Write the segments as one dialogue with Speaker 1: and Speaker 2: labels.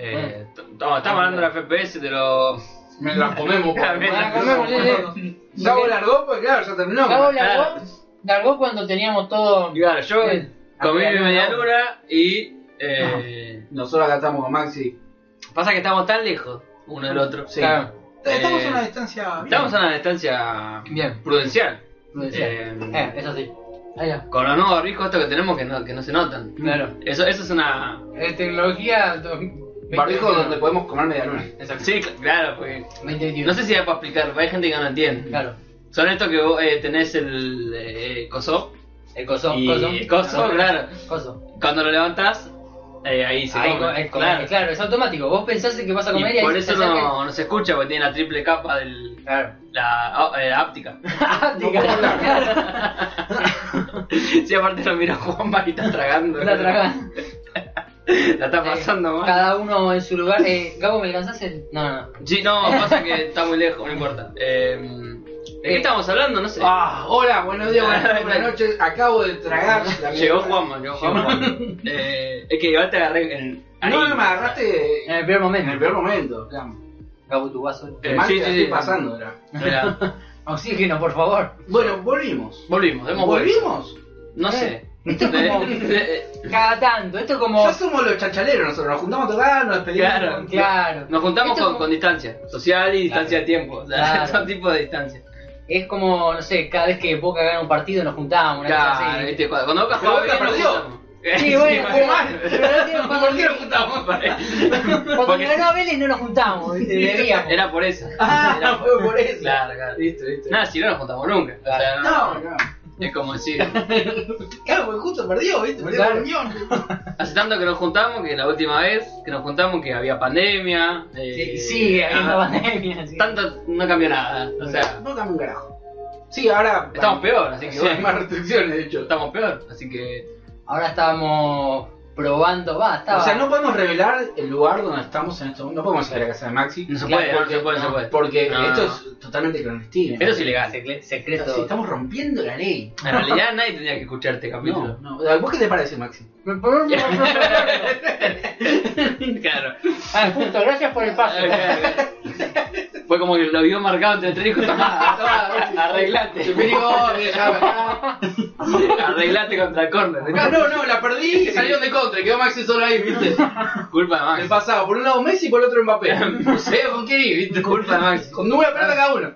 Speaker 1: Eh, No, estamos hablando de la FPS de los.
Speaker 2: Me la comemos. pues.
Speaker 1: Me la
Speaker 3: Para comer, sí, sí.
Speaker 2: Gabo largó, pues claro, ya terminó.
Speaker 3: Gabo
Speaker 1: Claro.
Speaker 3: largó, largó cuando teníamos todo.
Speaker 1: Y Claro, yo
Speaker 3: Bien.
Speaker 1: comí mi
Speaker 3: Acá,
Speaker 1: media
Speaker 3: ¿no?
Speaker 1: luna y. eh,
Speaker 2: Nosotros acá estamos con Maxi.
Speaker 1: Pasa que estamos tan lejos uno del otro.
Speaker 2: Sí.
Speaker 3: Claro,
Speaker 4: Estamos
Speaker 1: Eh,
Speaker 4: a una distancia. bien.
Speaker 1: Estamos a una distancia
Speaker 3: bien.
Speaker 1: prudencial.
Speaker 3: prudencial.
Speaker 1: Eh,
Speaker 3: Eh, eso sí. Ahí va.
Speaker 1: con los nuevos barbijos estos que tenemos que no, que no se notan.
Speaker 3: Claro.
Speaker 1: Eso, eso es una.
Speaker 3: Eh, tecnología. do-
Speaker 2: Barbijo
Speaker 3: 2021.
Speaker 2: donde podemos comer media luna.
Speaker 3: Exacto.
Speaker 1: Sí, cl- claro, porque.
Speaker 3: 2021.
Speaker 1: No sé si da para explicar, porque hay gente que no entiende.
Speaker 3: Claro.
Speaker 1: Son estos que vos eh, tenés el eh, coso.
Speaker 3: El coso.
Speaker 1: y-
Speaker 3: coso. Ah,
Speaker 1: coso, claro.
Speaker 3: Coso.
Speaker 1: Cuando lo levantás, eh, ahí se
Speaker 3: Ahí
Speaker 1: come.
Speaker 3: co- es como-
Speaker 1: Claro.
Speaker 3: claro. es automático. Vos pensás que vas a comer y,
Speaker 1: Y por
Speaker 3: ahí
Speaker 1: eso
Speaker 3: pensás que-
Speaker 1: no, no se escucha, porque tiene la triple capa del.
Speaker 3: Claro.
Speaker 1: la ah, eh, áptica. sí, aparte lo mira Juanma y está tragando.
Speaker 3: La tragada.
Speaker 1: La está pasando mal.
Speaker 3: Cada uno en su lugar. Eh, Gabo, ¿me alcanzás el.? No, no, no.
Speaker 1: Sí, no, pasa que está muy lejos, no importa. Eh, ¿De qué
Speaker 3: Eh.
Speaker 1: estábamos hablando? No sé.
Speaker 2: Ah, hola, buenos días, buenas tardes, buenas noches. Acabo de tragar. la media
Speaker 1: llegó
Speaker 2: luna.
Speaker 1: Juanma, llegó
Speaker 2: Llegó
Speaker 1: Juanma. Eh, es que igual te agarré en. ahí.
Speaker 2: No, no me
Speaker 3: En
Speaker 2: agarraste
Speaker 3: el primer
Speaker 2: en
Speaker 3: momento.
Speaker 2: el peor momento. digamos.
Speaker 3: Gabo, tu vaso.
Speaker 2: Qué
Speaker 1: Eh,
Speaker 2: mal
Speaker 1: sí,
Speaker 2: que
Speaker 1: sí,
Speaker 2: la estoy
Speaker 1: sí.
Speaker 2: pasando, era.
Speaker 1: Espera.
Speaker 3: Oxígeno, por favor.
Speaker 2: Bueno, volvimos.
Speaker 1: Volvimos, hemos vuelto.
Speaker 2: ¿Volvimos?
Speaker 1: No
Speaker 3: Eh.
Speaker 1: sé.
Speaker 3: Esto es como.
Speaker 1: De- de-
Speaker 3: Cada tanto. Esto es como.
Speaker 2: Ya somos los chachaleros nosotros, nos juntamos a tocar, nos despedimos.
Speaker 1: Claro.
Speaker 3: Claro.
Speaker 1: nos juntamos
Speaker 3: Esto es
Speaker 1: con,
Speaker 3: como-
Speaker 1: con distancia social y distancia de tiempo.
Speaker 3: Claro.
Speaker 1: Son tipos de distancia.
Speaker 3: Es como, no sé, cada vez que Boca gana un partido nos juntábamos. una cosa
Speaker 1: Claro, este-
Speaker 3: así.
Speaker 1: viste, cuando, cuando Boca
Speaker 2: Pero
Speaker 1: jugaba
Speaker 2: Boca
Speaker 1: bien, nos
Speaker 2: perdió.
Speaker 1: juntamos.
Speaker 3: Sí, bueno,
Speaker 1: fue
Speaker 3: pero,
Speaker 1: mal.
Speaker 3: pero no tiene
Speaker 1: ¿Por qué
Speaker 3: partido.
Speaker 1: nos juntamos para
Speaker 3: Cuando ganó Vélez no nos juntamos, ¿viste? debíamos.
Speaker 1: Era por eso.
Speaker 2: Ah,
Speaker 1: Era-
Speaker 2: fue por eso.
Speaker 1: Claro, claro.
Speaker 2: Listo, listo.
Speaker 1: Nada, si no nos juntamos nunca. O sea,
Speaker 2: No, no.
Speaker 1: Es como decir,
Speaker 2: Claro, porque justo perdió, ¿viste? Perdió
Speaker 3: Claro.
Speaker 2: la reunión.
Speaker 1: hace tanto que nos juntamos que la última vez que nos juntamos que había pandemia. eh,
Speaker 3: Sí, sigue habiendo
Speaker 1: nada.
Speaker 3: pandemia. sí.
Speaker 1: Tanto no cambió nada. O sea,
Speaker 2: No dame un carajo. Sí, ahora.
Speaker 1: estamos peor, así que
Speaker 2: Sí, hay
Speaker 1: bueno,
Speaker 2: más restricciones, de hecho.
Speaker 1: estamos peor. Así que
Speaker 3: Ahora estábamos probando, va, estaba.
Speaker 2: O sea, no podemos revelar el lugar donde estamos en este momento. No podemos ir a la casa de Maxi.
Speaker 1: no se
Speaker 3: Claro,
Speaker 1: puede, no se puede, no se puede.
Speaker 2: Porque
Speaker 1: No,
Speaker 2: esto
Speaker 1: no.
Speaker 2: es totalmente clandestino.
Speaker 1: Esto es ilegal.
Speaker 3: Secle-
Speaker 2: Esto- sí,
Speaker 3: secreto.
Speaker 2: estamos rompiendo la ley.
Speaker 1: En realidad nadie tendría que escuchar este capítulo.
Speaker 2: No, no. ¿Vos qué te parece, Maxi?
Speaker 1: claro.
Speaker 3: Ah, justo, gracias por el paso.
Speaker 1: Fue como que lo vio marcado entre tres hijos. Tomá, tomá,
Speaker 2: Se
Speaker 1: arreglate.
Speaker 2: peleó,
Speaker 1: "Oh,
Speaker 2: dejaba.
Speaker 1: Arreglate contra el
Speaker 2: Ah,
Speaker 1: corner.
Speaker 2: no, no, la perdí y salieron de contra. Quedó Maxi solo ahí, ¿viste?
Speaker 1: Culpa de Max.
Speaker 2: El pasado, por un lado Messi y por el otro Mbappé. No sé con quién ir, ¿viste?
Speaker 1: Culpa de Max.
Speaker 2: Con una pelota cada uno.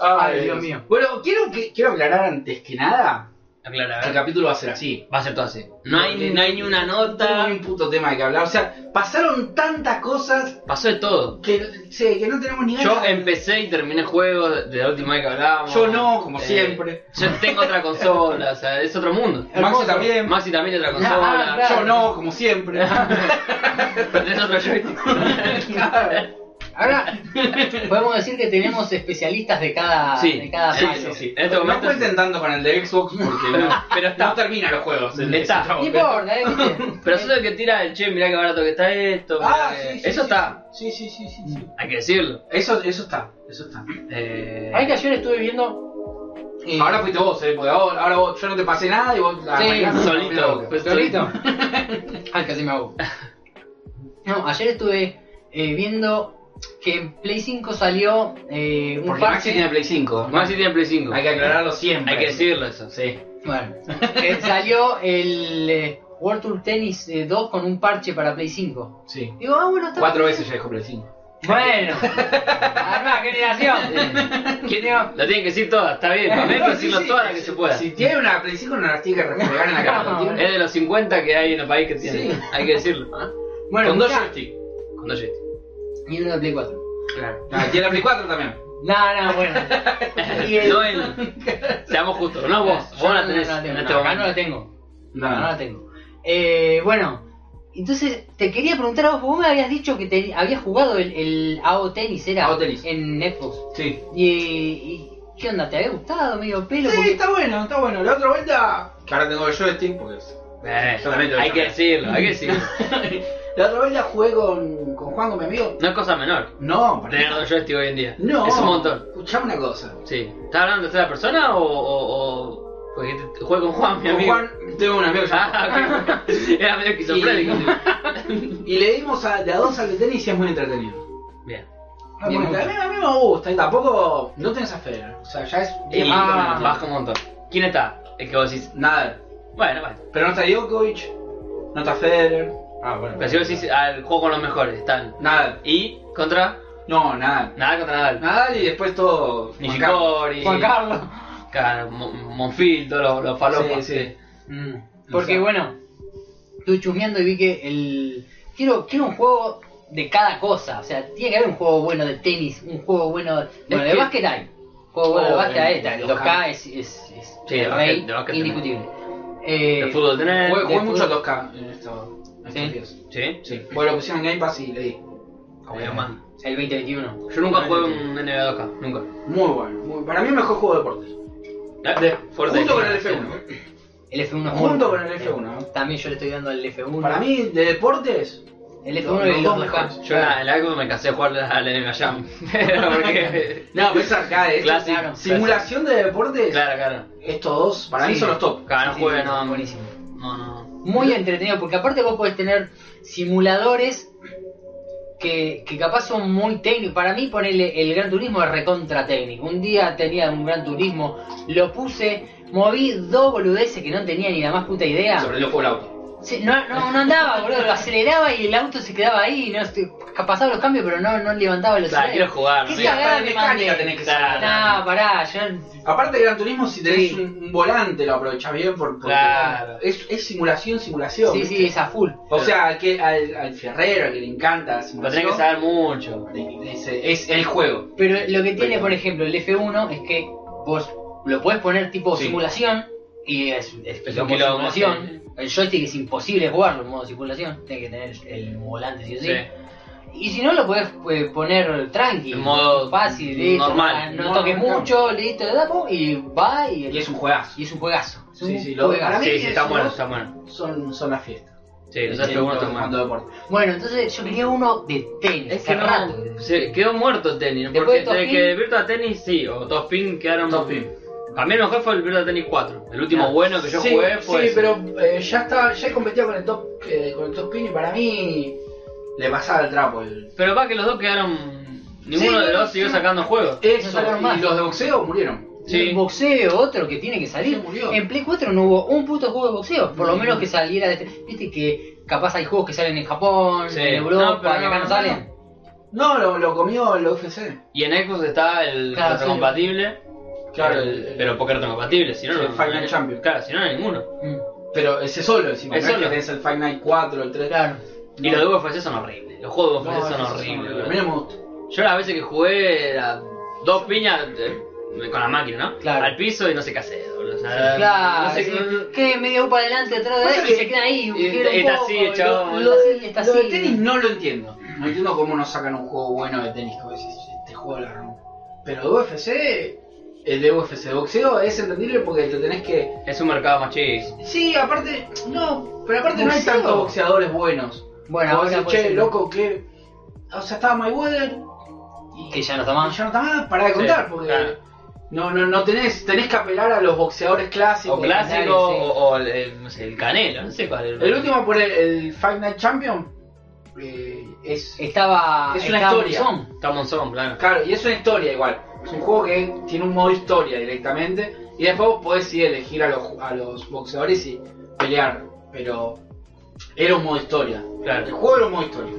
Speaker 3: Ay, Dios mío.
Speaker 2: Bueno, quiero, que- quiero aclarar antes que nada
Speaker 1: Aclara, a ver.
Speaker 2: el capítulo va a ser así.
Speaker 1: Va a ser todo así. No
Speaker 2: No,
Speaker 1: hay,
Speaker 2: ni-
Speaker 1: no hay ni una
Speaker 2: No
Speaker 1: nota.
Speaker 2: hay un puto tema que hablar. O sea, pasaron tantas cosas
Speaker 1: Pasó de todo.
Speaker 2: que, sí, que no tenemos ni ganas.
Speaker 1: Yo empecé y terminé juegos de la última vez que hablábamos. Eh,
Speaker 2: Yo no, como siempre.
Speaker 1: Yo tengo otra consola, o sea, es otro mundo.
Speaker 2: Maxi también.
Speaker 1: Maxi también tiene otra
Speaker 3: Ah,
Speaker 1: consola.
Speaker 3: claro.
Speaker 2: Yo no, como siempre.
Speaker 1: Pero tenés otro joystick.
Speaker 3: Ahora, podemos decir que tenemos especialistas de cada.
Speaker 1: Sí,
Speaker 3: Ah, de cada
Speaker 1: sí,
Speaker 3: palo.
Speaker 1: sí, sí. En este
Speaker 2: no
Speaker 1: momento-
Speaker 2: cuenten tanto con el de Xbox porque no,
Speaker 1: Pero está.
Speaker 2: no termina los juegos. el de
Speaker 1: Está.
Speaker 2: Xbox.
Speaker 3: No importa, ¿eh? ¿viste?
Speaker 1: Pero eso de que tira el che, mirá qué barato que está esto. mirá
Speaker 2: Ah,
Speaker 1: que-
Speaker 2: sí, sí,
Speaker 1: eso
Speaker 2: sí,
Speaker 1: está,
Speaker 2: Sí, sí, sí, sí. sí.
Speaker 1: hay que decirlo.
Speaker 2: Eso, eso está, eso está.
Speaker 1: Eh,
Speaker 3: Ay, que ayer estuve viendo. eh,
Speaker 2: Ahora fuiste vos, eh, porque ahora, ahora vos, yo no te pasé nada y vos la
Speaker 3: Sí,
Speaker 2: mañana-
Speaker 1: solito.
Speaker 2: Pues,
Speaker 3: ¿Solito? Ay, casi me hago. No, ayer estuve eh, viendo que en Play 5 salió eh, un
Speaker 2: Porque Maxi
Speaker 3: parche.
Speaker 2: tiene Play 5.
Speaker 1: Maxi tiene Play 5.
Speaker 2: Hay que aclararlo siempre.
Speaker 1: Hay que decirlo eso.
Speaker 2: Sí.
Speaker 3: Bueno, eh, salió el eh, World Tour Tennis eh, 2 con un parche para Play 5.
Speaker 2: Sí.
Speaker 3: Digo, ah, bueno, está
Speaker 2: Cuatro
Speaker 3: bien.
Speaker 2: veces ya dejó Play 5.
Speaker 3: Bueno, Eh, armá, generación.
Speaker 1: ¿Quién Lo tienen que decir todas, está bien. Hay que decirlo todas las que se pueda.
Speaker 2: Si tiene una Play 5, no las tiene que recargar en la
Speaker 3: No.
Speaker 2: cara. ¿entiendes?
Speaker 1: Es de los 50 que hay en el país que tiene.
Speaker 2: Sí.
Speaker 1: Hay que decirlo.
Speaker 3: Bueno,
Speaker 2: Con dos
Speaker 3: mirá.
Speaker 2: joysticks.
Speaker 1: Con dos joysticks.
Speaker 3: Y uno de Play 4.
Speaker 1: Claro.
Speaker 2: Ah, tiene la Play 4 también.
Speaker 3: No, no, bueno. Y el-
Speaker 1: No él. Seamos justos, no vos.
Speaker 3: Yo
Speaker 1: Vos la
Speaker 3: no-
Speaker 1: tenés
Speaker 3: no la tengo,
Speaker 1: en
Speaker 3: no,
Speaker 1: este
Speaker 3: acá
Speaker 1: momento.
Speaker 3: no la tengo.
Speaker 1: Ah.
Speaker 3: No, no la tengo. Eh, bueno, entonces te quería preguntar a vos, vos me habías dicho que te, habías jugado el, el AO Tennis, ¿era?
Speaker 2: AO Tennis.
Speaker 3: En Netflix.
Speaker 2: Sí.
Speaker 3: Y, y ¿qué onda? ¿Te había gustado medio pelo?
Speaker 4: Sí,
Speaker 3: Porque-
Speaker 4: está bueno, está bueno. La otra vuelta.
Speaker 2: Que ahora tengo el joystick porque es-
Speaker 1: Eh,
Speaker 2: Solamente
Speaker 1: hay
Speaker 2: lo
Speaker 1: que
Speaker 2: llamé.
Speaker 1: decirlo, hay que decirlo.
Speaker 2: La otra vez la jugué con, con Juan, con mi amigo.
Speaker 1: No es cosa menor.
Speaker 2: No, para-
Speaker 1: Tener dos joysticks hoy en día.
Speaker 2: no.
Speaker 1: Es un montón.
Speaker 2: Escuchá una cosa.
Speaker 1: Sí. ¿Estás hablando de tercera persona o, o, o- Porque te- te- jugué con Juan, mi
Speaker 2: Con
Speaker 1: amigo.
Speaker 2: Juan, tengo un amigo llamado
Speaker 1: Ah, ok. Era medio esquizofrénico.
Speaker 2: Juan. Y le dimos a, de a dos al de tenis y es muy entretenido.
Speaker 1: Bien.
Speaker 2: Muy
Speaker 3: Bien,
Speaker 2: entretenido. a, mí, a mí me gusta y tampoco. No tenés a Federer. O sea, ya es.
Speaker 1: Y
Speaker 2: bien
Speaker 3: ah,
Speaker 2: con-
Speaker 1: baja un montón. ¿Quién está? El que vos decís.
Speaker 2: Nada.
Speaker 1: Bueno, bueno.
Speaker 2: Pero no está Djokovic, no está Federer.
Speaker 4: Ah, bueno.
Speaker 1: Pero si vos decís al juego con los mejores, están.
Speaker 2: Nadal.
Speaker 1: Y contra.
Speaker 2: No, Nadal.
Speaker 1: Nada contra Nadal.
Speaker 2: Nadal y después todo.
Speaker 1: Nishikori.
Speaker 3: Juan Carlos.
Speaker 1: Claro, Mon- Monfil, todos los, los
Speaker 2: Palopa.
Speaker 1: falopas.
Speaker 2: Sí, sí. Mm,
Speaker 3: Porque
Speaker 2: o sea,
Speaker 3: bueno, estuve chusmeando y vi que el. Quiero, quiero un juego de cada cosa. O sea, tiene que haber un juego bueno de tenis, un juego bueno. Bueno, de
Speaker 1: que-
Speaker 3: básquet hay. Juego bueno de
Speaker 2: Oh,
Speaker 3: básquet hay. está, El
Speaker 2: el
Speaker 3: 2K es, es, es
Speaker 1: Sí, de
Speaker 3: el
Speaker 1: básquet-
Speaker 3: rey
Speaker 1: de básquet
Speaker 3: indiscutible. Eh,
Speaker 1: El fútbol tenés.
Speaker 2: Jugué, jugué
Speaker 3: de
Speaker 2: mucho
Speaker 3: fútbol.
Speaker 2: 2K en esto- en estos
Speaker 3: ¿Sí?
Speaker 2: días.
Speaker 1: Sí.
Speaker 2: Sí. Bueno, lo pusieron en Game Pass y le di.
Speaker 1: Como mi mamá.
Speaker 3: El 2021.
Speaker 1: Yo nunca jugué un NBA 2K, nunca.
Speaker 2: Muy bueno. muy- para mí, mejor juego de deportes.
Speaker 1: De,
Speaker 2: junto con el F1.
Speaker 3: El F1 es
Speaker 2: Junto
Speaker 3: muy-
Speaker 2: con el F1, ¿no?
Speaker 3: También yo le estoy dando al F1.
Speaker 2: Para mí, de deportes.
Speaker 3: el
Speaker 2: los-
Speaker 3: F1 y el
Speaker 2: los
Speaker 3: 2K.
Speaker 2: mejores.
Speaker 1: Yo en la- en la época me casé de jugar al NBA Jam. Pero porque.
Speaker 2: No, pero es arcade. es-
Speaker 1: Clásico.
Speaker 3: claro.
Speaker 2: Simulación de deportes.
Speaker 1: Claro, claro.
Speaker 2: Estos dos, para mí,
Speaker 3: Sí.
Speaker 2: son los top.
Speaker 1: Claro, no
Speaker 3: Sí,
Speaker 1: juegue,
Speaker 3: sí,
Speaker 1: no.
Speaker 3: buenísimo.
Speaker 1: No, no. no.
Speaker 3: muy entretenido porque aparte vos podés tener simuladores que, que capaz son muy técnicos. Para mí ponerle el Gran Turismo es recontra técnico. Un día tenía un Gran Turismo, lo puse, moví dos boludeces que no tenía ni la más puta idea.
Speaker 2: Sobre el ojo del auto.
Speaker 3: Sí, no, no, no andaba, boludo, lo aceleraba y el auto se quedaba ahí, no sé, pasaba los cambios pero no, no levantaba los
Speaker 1: Claro, quiero jugar.
Speaker 3: ¿Qué
Speaker 1: ¿no?
Speaker 2: Sí, hasta
Speaker 3: cagada
Speaker 2: de
Speaker 3: que
Speaker 2: mecánica
Speaker 3: mandé?
Speaker 2: tenés que
Speaker 1: Claro.
Speaker 2: saber.
Speaker 3: Nah, pará, yo...
Speaker 2: Aparte de Gran Turismo, si tenés
Speaker 3: Sí.
Speaker 2: un, un volante, lo aprovechás bien por, porque
Speaker 1: Claro.
Speaker 2: es, es simulación, simulación.
Speaker 3: Sí,
Speaker 2: ¿viste?
Speaker 3: sí, es a full.
Speaker 2: O sea, al, que, al, al Ferrero, al que le encanta la
Speaker 1: Lo tenés que
Speaker 2: simulación,
Speaker 1: saber mucho.
Speaker 2: es, es el juego.
Speaker 3: Pero lo que tiene,
Speaker 2: Pero-
Speaker 3: por ejemplo, el F1 es que vos lo podés poner tipo
Speaker 1: Sí.
Speaker 3: simulación y es, es
Speaker 1: Es un
Speaker 3: como
Speaker 1: quilombo,
Speaker 3: simulación. El joystick es imposible jugarlo en modo simulación, tenés que tener el volante sí o sí. Y si no, lo podés pues, poner tranqui,
Speaker 1: En modo
Speaker 3: fácil, listo,
Speaker 1: normal.
Speaker 3: no,
Speaker 2: No,
Speaker 3: toques
Speaker 2: no.
Speaker 3: mucho, listo, le damos y va y,
Speaker 2: Y es un juegazo.
Speaker 3: y es un juegazo. Es
Speaker 2: Sí,
Speaker 3: un
Speaker 2: sí, lo-
Speaker 3: juegazo.
Speaker 2: para mí
Speaker 1: Sí, sí,
Speaker 2: es
Speaker 1: está
Speaker 2: un-
Speaker 1: bueno, está bueno.
Speaker 2: Son, son las fiestas.
Speaker 1: Sí, los
Speaker 2: En- en
Speaker 1: F1 están
Speaker 2: cuanto
Speaker 1: buenos.
Speaker 2: a deporte.
Speaker 3: Bueno, entonces yo quería uno de tenis,
Speaker 1: Es que
Speaker 3: hace rato.
Speaker 1: no, se quedó muerto el tenis.
Speaker 3: Después
Speaker 1: Porque
Speaker 3: de Top
Speaker 1: desde
Speaker 3: Pin-
Speaker 1: que el Virtua Tennis, sí, o Tospin quedaron.
Speaker 2: Topspin.
Speaker 1: A mí el mejor fue el Virtua Tennis 4. El último
Speaker 2: Ah,
Speaker 1: bueno que yo
Speaker 4: sí,
Speaker 1: jugué fue.
Speaker 4: sí,
Speaker 1: ese.
Speaker 4: pero eh, ya está, ya he competido con el top, eh, con el top pin y para mí
Speaker 2: Le pasaba el trapo. El...
Speaker 1: Pero va que los dos quedaron. Ninguno
Speaker 4: Sí,
Speaker 1: de los dos
Speaker 4: sí.
Speaker 1: siguió sacando juegos.
Speaker 2: Eso,
Speaker 3: sacaron
Speaker 2: y
Speaker 3: más.
Speaker 2: los de boxeo murieron.
Speaker 1: Sí.
Speaker 3: El boxeo, otro que tiene que salir.
Speaker 2: Se murió.
Speaker 3: En Play 4 no hubo un puto juego de boxeo, por lo menos que saliera de este. Viste que capaz hay juegos que salen en Japón,
Speaker 1: Sí.
Speaker 3: en Europa,
Speaker 1: No, pero
Speaker 3: que acá no,
Speaker 1: no,
Speaker 3: salen.
Speaker 2: No, lo, lo comió el UFC.
Speaker 1: Y en Xbox está el
Speaker 3: Claro, sí.
Speaker 1: retrocompatible.
Speaker 2: Claro,
Speaker 1: el-
Speaker 2: el- el-
Speaker 1: pero porque retrocompatible, si no,
Speaker 2: Sí,
Speaker 1: no.
Speaker 2: el Final
Speaker 1: no-
Speaker 2: Champion.
Speaker 1: Claro, si no, no hay ninguno.
Speaker 3: Mm,
Speaker 2: Pero ese solo encima.
Speaker 1: Es
Speaker 2: no es
Speaker 1: solo.
Speaker 2: que tenés el Fight Night 4, el 3.
Speaker 3: Claro.
Speaker 1: Y los de UFC son horribles. Los juegos de UFC son
Speaker 2: esos
Speaker 1: horribles.
Speaker 2: horribles. A
Speaker 1: boludo.
Speaker 2: mí no me gusta.
Speaker 1: Yo las veces que jugué era dos piñas eh, con la máquina, ¿no?
Speaker 3: Claro.
Speaker 1: Al piso y no sé qué hacer. boludo, O sea,
Speaker 3: Claro,
Speaker 1: no sé
Speaker 3: sí.
Speaker 1: qué-
Speaker 3: ¿qué? Medio para adelante, atrás de
Speaker 2: Pasa
Speaker 3: y
Speaker 2: que-
Speaker 3: se quedan ahí.
Speaker 1: y-
Speaker 3: quiebran un
Speaker 1: está
Speaker 3: poco,
Speaker 1: así,
Speaker 3: y lo-
Speaker 1: chabón.
Speaker 3: lo hace y está
Speaker 2: Lo de
Speaker 3: así.
Speaker 2: tenis no lo entiendo. No entiendo cómo no sacan un juego bueno de tenis. Como decís, este juego la rompe. Pero de UFC, el de UFC de boxeo es entendible porque te tenés que.
Speaker 1: Es un mercado más chico.
Speaker 2: Sí, aparte, no, pero aparte no hay
Speaker 3: Boxeo.
Speaker 2: tantos boxeadores buenos.
Speaker 3: Bueno,
Speaker 2: Vos
Speaker 3: ahora
Speaker 2: decís,
Speaker 3: puede
Speaker 2: che,
Speaker 3: ser-
Speaker 2: loco, que. O sea, estaba Mayweather. Y,
Speaker 3: Que
Speaker 2: y
Speaker 3: ya no está
Speaker 2: ya no
Speaker 3: más.
Speaker 2: está más para de contar porque.
Speaker 1: claro.
Speaker 2: No, no, no tenés, tenés que apelar a los boxeadores clásicos.
Speaker 1: O clásico,
Speaker 3: sí.
Speaker 1: o, o el, el- no sé, el canelo, no sé cuál es.
Speaker 2: El último por el, el Fight Night Champion eh, es
Speaker 3: Estaba.
Speaker 2: Es una
Speaker 3: estaba
Speaker 2: historia.
Speaker 3: Monzón.
Speaker 1: Está Monzón, claro.
Speaker 2: Claro, y es una historia igual. Es un juego que tiene un modo historia directamente. Y después vos podés sí, elegir a los, a los boxeadores y pelear. Pero era un modo historia. El
Speaker 1: Claro.
Speaker 2: juego era un modo historia.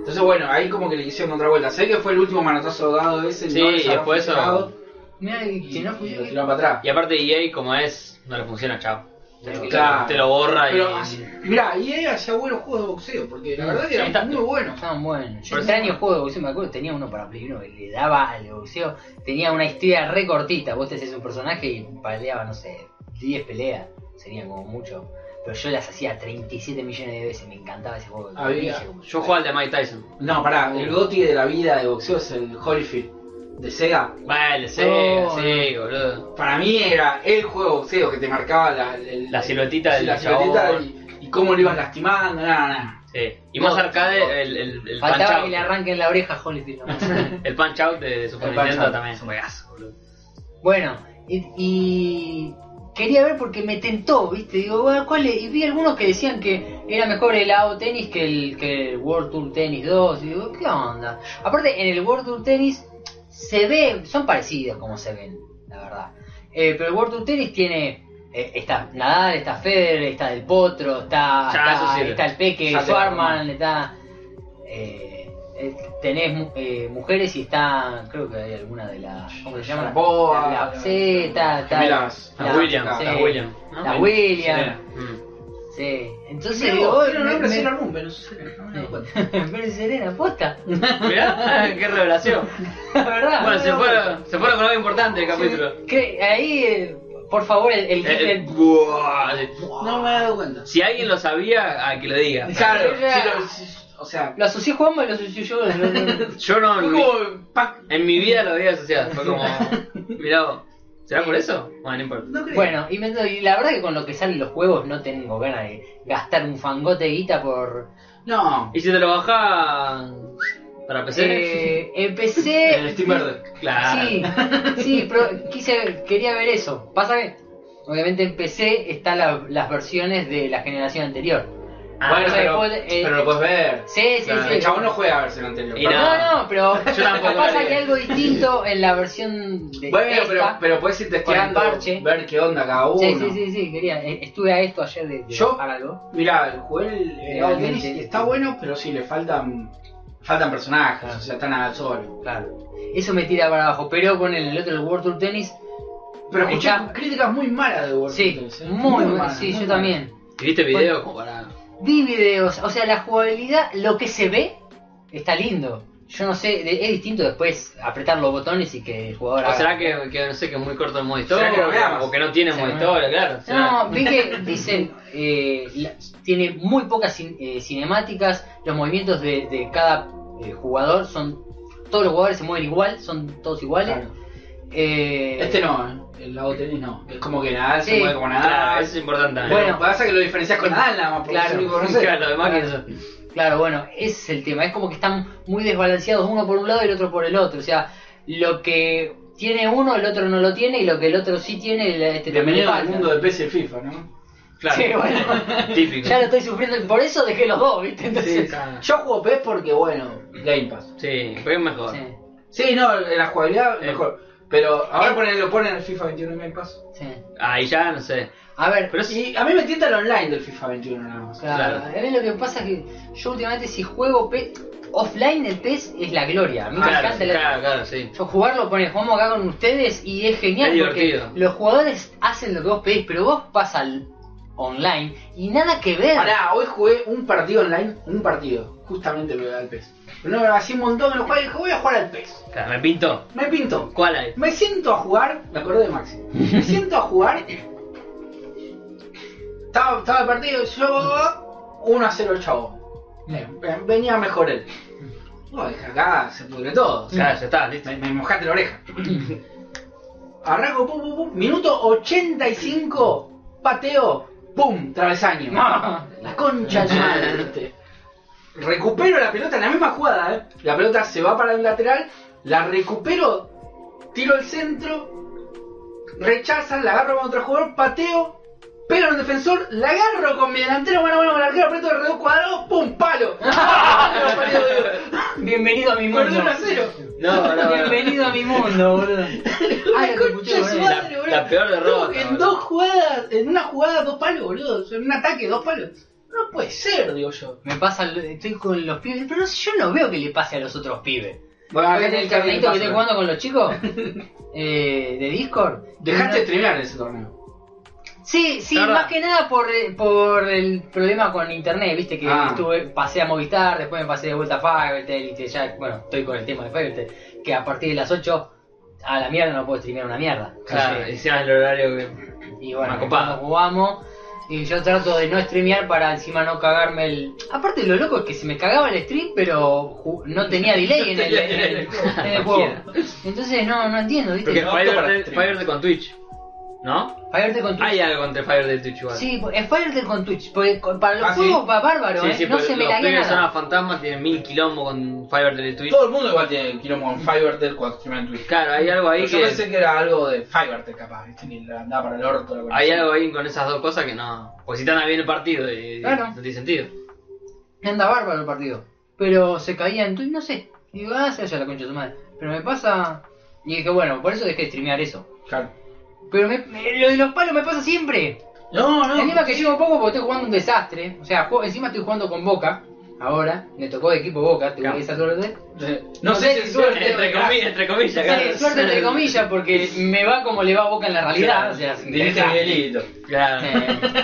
Speaker 2: Entonces bueno, ahí como que le hicieron otra vuelta. Sé que fue el último manotazo dado ese.
Speaker 1: Sí,
Speaker 2: no les
Speaker 1: y
Speaker 2: habrá
Speaker 1: después eso-
Speaker 2: funcionado,
Speaker 3: Mirá, y
Speaker 2: Y,
Speaker 3: que no
Speaker 2: y lo
Speaker 3: fue.
Speaker 2: tiraron para atrás.
Speaker 1: Y aparte EA como es, no le funciona, chao. Te lo-
Speaker 2: Claro.
Speaker 1: Te lo borra y...
Speaker 2: Pero así- mirá, y él hacía buenos juegos de boxeo. Porque la verdad
Speaker 1: Sí,
Speaker 2: eran
Speaker 1: está-
Speaker 2: muy buenos.
Speaker 3: Estaban buenos. Yo
Speaker 1: Pero-
Speaker 3: extraño juego de boxeo, me acuerdo, tenía uno para Play 1 que le daba al boxeo, tenía una historia re cortita, vos te hacías un personaje y peleaba, no sé, 10 peleas, serían como mucho. Pero yo las hacía 37 millones de veces, me encantaba ese juego.
Speaker 2: Había-
Speaker 1: Yo juego al de Mike Tyson.
Speaker 2: No, pará, el goti de la vida de boxeo es el Holyfield de Sega.
Speaker 1: Vale, Sega,
Speaker 3: Oh.
Speaker 1: sí, boludo.
Speaker 2: Para mí era el juego de boxeo que te marcaba la, el-
Speaker 1: La siluetita
Speaker 2: sí,
Speaker 1: del
Speaker 2: la siluetita
Speaker 1: chabón.
Speaker 2: y, y cómo lo ibas lastimando, nada, nada.
Speaker 1: Sí. Y
Speaker 2: No,
Speaker 1: más
Speaker 2: no.
Speaker 1: arcade, el, el, el punch
Speaker 3: Faltaba que
Speaker 1: out.
Speaker 3: le arranquen la oreja a Holyfield. nomás.
Speaker 1: El punch out de Super
Speaker 2: El Punch
Speaker 1: Nintendo
Speaker 2: Out.
Speaker 1: también es un juegazo, boludo.
Speaker 3: bueno, y, y quería ver porque me tentó, ¿viste? Digo, "Bueno, ¿cuál es?". Y vi algunos que decían que era mejor el AO Tennis que el, que el World Tour Tennis 2. Y digo, ¿qué onda? Aparte, en el World Tour Tennis se ve, son parecidos como se ven, la verdad. Eh, pero el World Tour Tennis tiene. eh, está Nadal, está Federer, está Del Potro, está,
Speaker 1: Ya,
Speaker 3: está,
Speaker 1: eso sí.
Speaker 3: está el Peque,
Speaker 2: Ya te-
Speaker 3: Schwarman, está. eh, eh, tenés mu- eh, mujeres y está. Creo que hay alguna de las. ¿Cómo se llama?
Speaker 2: Boa,
Speaker 3: La- la- sí, está. está
Speaker 2: Gemelas.
Speaker 1: La William,
Speaker 2: la-
Speaker 1: la
Speaker 3: sí,
Speaker 1: William. ¿no?
Speaker 3: La William.
Speaker 2: Genera.
Speaker 1: Mm.
Speaker 3: Sí. Entonces
Speaker 4: Mira
Speaker 3: digo.
Speaker 4: vos,
Speaker 3: "Oh,
Speaker 4: tiene un
Speaker 3: me-
Speaker 4: nombre
Speaker 3: me-
Speaker 4: Sailor Moon, pero no sé, no me doy cuenta.
Speaker 3: Pero Serena, aposta.
Speaker 1: Mirá, qué revelación.
Speaker 3: La verdad.
Speaker 1: Bueno, se fueron, se fueron con algo importante el capítulo. Eh,
Speaker 3: Que ahí, eh, por favor, el,
Speaker 1: El-
Speaker 3: el,
Speaker 1: el-
Speaker 3: el-
Speaker 1: Buah, sí.
Speaker 4: No me he dado cuenta.
Speaker 1: Si alguien lo sabía, a que lo diga.
Speaker 2: Claro,
Speaker 3: Ya.
Speaker 2: sí, lo- sí, o sea,
Speaker 3: lo asocié Juanma y lo asocié yo. no, no.
Speaker 1: Yo no,
Speaker 2: fue
Speaker 1: lo vi-
Speaker 2: como pack-
Speaker 1: en mi vida lo había asociado. Fue como, mirá vos. ¿Será por eso? Bueno, no importa.
Speaker 4: No creo.
Speaker 3: Bueno, y, me- y la verdad que con lo que salen los juegos no tengo ganas de gastar un fangote de guita por...
Speaker 2: No,
Speaker 1: ¿Y si te lo bajás para PC?
Speaker 3: Eh,
Speaker 2: el
Speaker 3: empecé...
Speaker 2: Steam Verde.
Speaker 1: claro.
Speaker 3: Sí, sí, pero quise, quería ver eso. Pasa que, obviamente, empecé, están la- las versiones de la generación anterior.
Speaker 1: Ah,
Speaker 2: bueno,
Speaker 3: entonces
Speaker 2: pero,
Speaker 3: después, eh,
Speaker 2: pero lo puedes ver.
Speaker 3: Sí, sí,
Speaker 1: Claro,
Speaker 3: sí.
Speaker 2: El chabón no juega a versión anterior.
Speaker 1: Y
Speaker 2: perdón.
Speaker 3: No, no, pero
Speaker 1: Yo tampoco
Speaker 3: pasa
Speaker 1: haría.
Speaker 3: que hay algo distinto en la versión de
Speaker 2: Bueno,
Speaker 3: esta.
Speaker 2: pero, pero puedes ir testeando,
Speaker 3: Con el parche.
Speaker 2: ver qué onda cada uno.
Speaker 3: Sí, sí, sí, sí, quería. eh, Estuve a esto ayer de, de
Speaker 2: Yo-
Speaker 3: bajar algo.
Speaker 2: Mirá, jugué el, el Out
Speaker 3: Realmente.
Speaker 2: Tennis y está bueno, pero sí, le faltan faltan personajes,
Speaker 3: Claro.
Speaker 2: o sea, están al solo.
Speaker 3: Claro. Eso me tira para abajo, pero con el, el otro, el World Tour Tennis,
Speaker 2: Pero escuché
Speaker 3: Está-
Speaker 2: críticas muy malas de World
Speaker 3: sí,
Speaker 2: Tennis, ¿eh?
Speaker 3: muy, bueno,
Speaker 2: malas,
Speaker 3: sí,
Speaker 2: muy
Speaker 3: yo
Speaker 2: malas.
Speaker 3: también.
Speaker 1: ¿Y viste video como para.?
Speaker 3: Vi videos, o sea, la jugabilidad, lo que se ve, está lindo. Yo no sé, de- es distinto después apretar los botones y que el jugador
Speaker 1: ¿O
Speaker 3: haga-
Speaker 1: será que, que, no sé, que es muy corto el modo historia?
Speaker 2: ¿Será que lo veamos?
Speaker 1: o que no tiene modo
Speaker 3: Seguro.
Speaker 1: historia, claro. será.
Speaker 3: No, vi que dicen, eh, la- tiene muy pocas cin- eh, cinemáticas, los movimientos de, de cada eh, jugador son, todos los jugadores se mueven igual, son todos iguales.
Speaker 2: Claro.
Speaker 3: Eh,
Speaker 2: Este no, ¿eh? el Out Tennis no. Es como que Nadal se
Speaker 3: Sí.
Speaker 2: mueve como
Speaker 1: Claro,
Speaker 2: Nadal.
Speaker 1: eso es importante también.
Speaker 2: Bueno,
Speaker 3: Bueno.
Speaker 2: pasa que lo diferencias con Nadal nada más, porque
Speaker 3: Claro.
Speaker 2: es el único que conoces.
Speaker 1: Claro, lo demás que eso.
Speaker 3: Claro, bueno, ese es el tema, es como que están muy desbalanceados uno por un lado y el otro por el otro, o sea, lo que tiene uno el otro no lo tiene y lo que el otro sí tiene el- este también le
Speaker 2: Bienvenido al
Speaker 3: falta.
Speaker 2: mundo de PES y FIFA, ¿no?
Speaker 1: Claro.
Speaker 3: Sí, bueno.
Speaker 1: Típico.
Speaker 3: Ya lo estoy sufriendo, por eso dejé los dos, ¿viste? Entonces,
Speaker 2: Yo juego PES porque, bueno, Game Pass.
Speaker 1: Sí, pero es mejor.
Speaker 3: sí,
Speaker 2: Sí, no, en la jugabilidad
Speaker 1: Eh.
Speaker 2: mejor. Pero ahora
Speaker 3: Eh.
Speaker 2: ponen, lo ponen el FIFA 21 en Game Pass.
Speaker 3: sí.
Speaker 1: Ahí ya no sé.
Speaker 3: A ver,
Speaker 1: Pero sí.
Speaker 2: Y a mí me tienta el online del FIFA 21 nada más.
Speaker 3: Claro,
Speaker 1: Claro.
Speaker 3: a mí lo que pasa es que yo últimamente si juego pe- offline el PES es la gloria. A mí me
Speaker 1: Claro,
Speaker 3: encanta el-
Speaker 1: claro, claro, sí.
Speaker 3: Yo jugarlo con el juego acá con ustedes y es genial
Speaker 1: Es
Speaker 3: porque
Speaker 1: divertido.
Speaker 3: los jugadores hacen lo que vos pedís, pero vos pasas al online y nada que ver.
Speaker 2: Pará, hoy jugué un partido online, un partido, justamente lo al PES. Pero no, así un montón que lo jugué, dije, voy a jugar al PES.
Speaker 1: Claro, me pinto.
Speaker 2: Me pinto.
Speaker 1: ¿Cuál hay?
Speaker 2: Me siento a jugar, me acordé de Maxi. Me siento a jugar. Estaba, estaba el partido, yo 1 a 0 chavo. Bien, bien, Venía mejor él. No, dije, acá se pudre todo. o sea,
Speaker 1: Claro, ya está, listo.
Speaker 2: me, me mojaste la oreja. Arranco, pum, pum, pum. Minuto 85, pateo, pum, travesaño.
Speaker 3: No.
Speaker 2: La concha de su madre, ¿viste? Recupero la pelota en la misma jugada, ¿eh? La pelota se va para el lateral, la recupero, tiro el centro, rechazan, la agarro con otro jugador, pateo, pego en el defensor, la agarro con mi delantero, bueno, bueno, con el arquero, aprieto alrededor cuadrado, ¡pum! ¡Palo! ¡Palo, palo, digo!
Speaker 3: Bienvenido a mi
Speaker 2: Perdí
Speaker 3: mundo.
Speaker 2: 1 a 0.
Speaker 1: No,
Speaker 3: Bienvenido a mi mundo, boludo. Ay,
Speaker 2: La
Speaker 3: lo
Speaker 2: concha
Speaker 3: escuché,
Speaker 2: de
Speaker 3: boludo.
Speaker 2: su madre,
Speaker 1: La-
Speaker 2: boludo.
Speaker 1: la peor derrota,
Speaker 2: No, En
Speaker 1: boludo.
Speaker 2: dos jugadas, en una jugada, dos palos, boludo. O sea, En un ataque, dos palos. No puede ser, digo yo.
Speaker 3: Me pasa, lo- estoy con los pibes, pero no sé, yo no veo que le pase a los otros pibes.
Speaker 2: Bueno,
Speaker 3: Acá en el carnito que estoy jugando con los chicos eh, de Discord.
Speaker 2: Dejaste de
Speaker 3: No-
Speaker 2: streamear en ese torneo.
Speaker 3: Sí, sí,
Speaker 1: La verdad.
Speaker 3: más que nada por, eh, por el problema con internet, viste que
Speaker 2: Ah.
Speaker 3: estuve, pasé a Movistar, después me pasé de vuelta a Fivertel y que ya, bueno, estoy con el tema de Fivertel, que a partir de las 8 a la mierda no puedo streamear una mierda. Eh,
Speaker 1: Claro,
Speaker 3: Entonces,
Speaker 1: encima el horario que.
Speaker 3: y bueno,
Speaker 1: una copada.
Speaker 3: cuando jugamos y yo trato de no streamear para encima no cagarme el... Aparte lo loco es que se me cagaba el stream, pero ju- no tenía delay en el, en el- en el juego. Entonces no, no entiendo,
Speaker 1: Porque
Speaker 3: viste.
Speaker 2: no opto para
Speaker 1: Fiverr
Speaker 2: streaming.
Speaker 1: Fiverr con Twitch. ¿No?
Speaker 3: Firetel con Twitch.
Speaker 1: Hay algo entre Fire Dead Twitch igual.
Speaker 3: Sí, es Firetel con Twitch. Porque con- para los
Speaker 2: Ah,
Speaker 3: juegos
Speaker 2: ¿sí?
Speaker 3: va bárbaro,
Speaker 1: Sí,
Speaker 3: ¿eh?
Speaker 1: sí,
Speaker 3: no
Speaker 1: porque
Speaker 3: se me
Speaker 1: los
Speaker 3: laguea
Speaker 1: pibes son
Speaker 3: nada.
Speaker 1: a fantasma, tienen mil quilombo con Fiverr de Twitch.
Speaker 2: Todo el mundo igual tiene quilombo con Fivertel cuando streamean en Twitch.
Speaker 1: Claro, hay algo ahí
Speaker 2: Pero yo
Speaker 1: que...
Speaker 2: pensé que era algo de Fivertel capaz, viste, que la andaba para el orto. la
Speaker 1: Hay
Speaker 2: conexión.
Speaker 1: algo ahí con esas dos cosas que no... Pues si tan bien el partido y, y
Speaker 3: Claro.
Speaker 1: no tiene sentido.
Speaker 3: Anda bárbaro el partido. Pero se caía en Twitch, no sé. Y digo, ah, se vaya la concha de su madre. Pero me pasa. Y dije, bueno, por eso dejé de streamear eso.
Speaker 2: Claro.
Speaker 3: Pero me- me- lo de los palos me pasa siempre.
Speaker 2: Ah, No, no.
Speaker 3: Encima que llevo un poco porque estoy jugando un desastre. O sea, juego- encima estoy jugando con Boca. Ahora, me tocó de equipo Boca, tuve
Speaker 1: Claro.
Speaker 3: esa suerte.
Speaker 2: No sé si es suerte.
Speaker 1: Entre comillas, entre comillas,
Speaker 3: Sí,
Speaker 1: claro.
Speaker 3: suerte entre comillas, porque me va como le va a Boca en la realidad. O sea,
Speaker 2: Dirige
Speaker 3: está.
Speaker 2: Miguelito.
Speaker 1: Claro,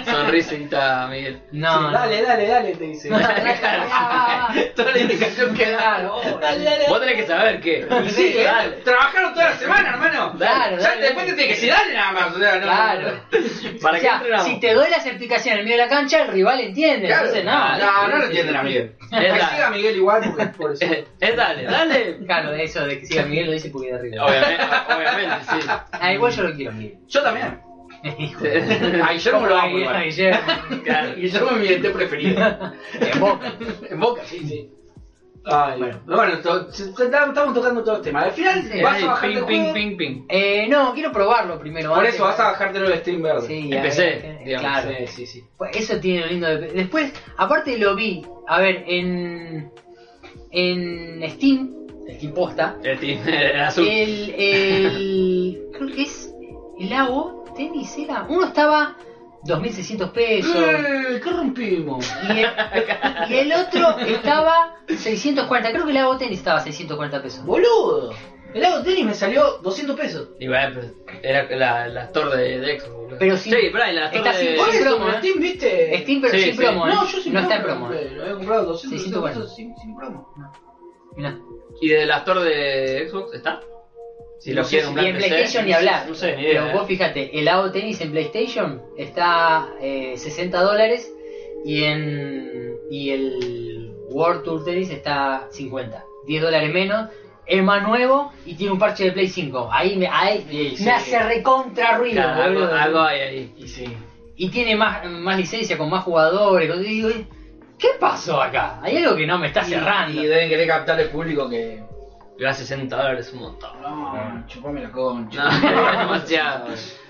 Speaker 1: sonrisita, Miguel.
Speaker 3: No, no.
Speaker 4: Dale, dale, dale, te dice.
Speaker 2: Toda la indicación que da.
Speaker 3: Dale, dale.
Speaker 1: Vos tenés que saber que...
Speaker 3: Sí,
Speaker 2: ¿eh?
Speaker 1: dale.
Speaker 2: Trabajaron toda la semana, hermano.
Speaker 3: Claro,
Speaker 2: Ya
Speaker 3: dale,
Speaker 2: después
Speaker 3: dale.
Speaker 2: te tiene que decir dale nada más. o sea, no-
Speaker 3: Claro.
Speaker 1: ¿Para
Speaker 3: O
Speaker 1: qué
Speaker 3: sea,
Speaker 1: entrenamos?
Speaker 3: si te doy las explicaciones en el medio de la cancha, el rival entiende.
Speaker 2: Claro.
Speaker 3: Entonces, no.
Speaker 2: No, no lo entienden a Miguel.
Speaker 1: Es
Speaker 2: Que siga
Speaker 1: dale,
Speaker 2: Miguel igual porque por eso.
Speaker 1: Eh, es dale, dale.
Speaker 3: Claro, de eso de que siga Miguel lo dice porque de arriba.
Speaker 1: Obviamente, obviamente, sí.
Speaker 3: Ah, igual yo lo quiero, Miguel.
Speaker 2: Yo también.
Speaker 3: Hijo.
Speaker 4: Ah,
Speaker 2: A Guillermo lo amo
Speaker 3: Ay,
Speaker 2: igual.
Speaker 3: ay, Guillermo.
Speaker 1: Claro.
Speaker 2: Guillermo es mi DT preferido.
Speaker 3: En boca.
Speaker 2: En Boca, sí, sí.
Speaker 4: Ay,
Speaker 3: Bueno.
Speaker 4: bueno, to- se- se- estamos tocando todos los temas. Al final
Speaker 3: Sí,
Speaker 4: vas
Speaker 1: Dale,
Speaker 4: a bajar
Speaker 1: ping, ping, ping, ping.
Speaker 3: Eh, no, quiero probarlo primero.
Speaker 2: Por
Speaker 3: antes.
Speaker 2: eso vas a bajártelo el stream verde.
Speaker 3: Sí,
Speaker 1: Empecé,
Speaker 3: a ver, eh,
Speaker 1: digamos,
Speaker 3: claro.
Speaker 2: Sí, sí, sí.
Speaker 3: Pues Eso tiene lo lindo de... Después, aparte lo vi, a ver, en... En Steam, Steam Posta,
Speaker 1: El team, el azul.
Speaker 3: el, el... creo que es el AO tenis era. Uno estaba 2.600 pesos.
Speaker 4: Eh, ¿Qué rompimos?
Speaker 3: Y el, y el otro estaba 640. Creo que el AO tenis estaba 640 pesos.
Speaker 4: Boludo. El lago tenis me salió 200 pesos.
Speaker 1: Y bueno, pues, era la, la torre de, de Xbox, boludo.
Speaker 3: Pero sin-
Speaker 1: Sí, pero en la
Speaker 3: está
Speaker 1: torre
Speaker 3: sin-
Speaker 1: de...
Speaker 4: Por
Speaker 3: sin
Speaker 4: eso,
Speaker 3: promo,
Speaker 4: pero
Speaker 3: ¿eh?
Speaker 4: Steam, viste.
Speaker 3: Steam, pero
Speaker 1: Sí,
Speaker 3: sin
Speaker 1: sí.
Speaker 3: promo, ¿eh?
Speaker 4: No, yo sin
Speaker 3: No
Speaker 4: promo.
Speaker 3: está en promo. ¿eh?
Speaker 4: compré. Lo había comprado 200
Speaker 3: 600
Speaker 4: pesos sin, sin promo.
Speaker 3: Mirá.
Speaker 1: ¿Y desde la torre de Xbox está? Si
Speaker 3: No
Speaker 1: lo
Speaker 3: sé
Speaker 1: quieren
Speaker 3: si-
Speaker 1: comprar
Speaker 3: y en PlayStation ni hablar.
Speaker 1: No sé, ni idea.
Speaker 3: Pero vos fíjate, el AO tenis en PlayStation está eh, 60 dólares y en y el World Tour Tennis está 50, 10 dólares menos. Es más nuevo y tiene un parche de Play 5. Ahí me, ahí
Speaker 2: Sí, sí.
Speaker 3: me hace
Speaker 1: eh.
Speaker 3: recontra ruido.
Speaker 1: Claro, algo,
Speaker 3: boludo.
Speaker 1: algo hay ahí.
Speaker 2: Y sí.
Speaker 3: Y tiene más, más licencia con más jugadores. Entonces digo, eh, ¿qué pasó acá? Hay algo que no me está cerrando.
Speaker 2: Y deben querer captar el público que.
Speaker 1: Le da 60 dólares un montón.
Speaker 2: No, chupame la concha.
Speaker 1: No, demasiado.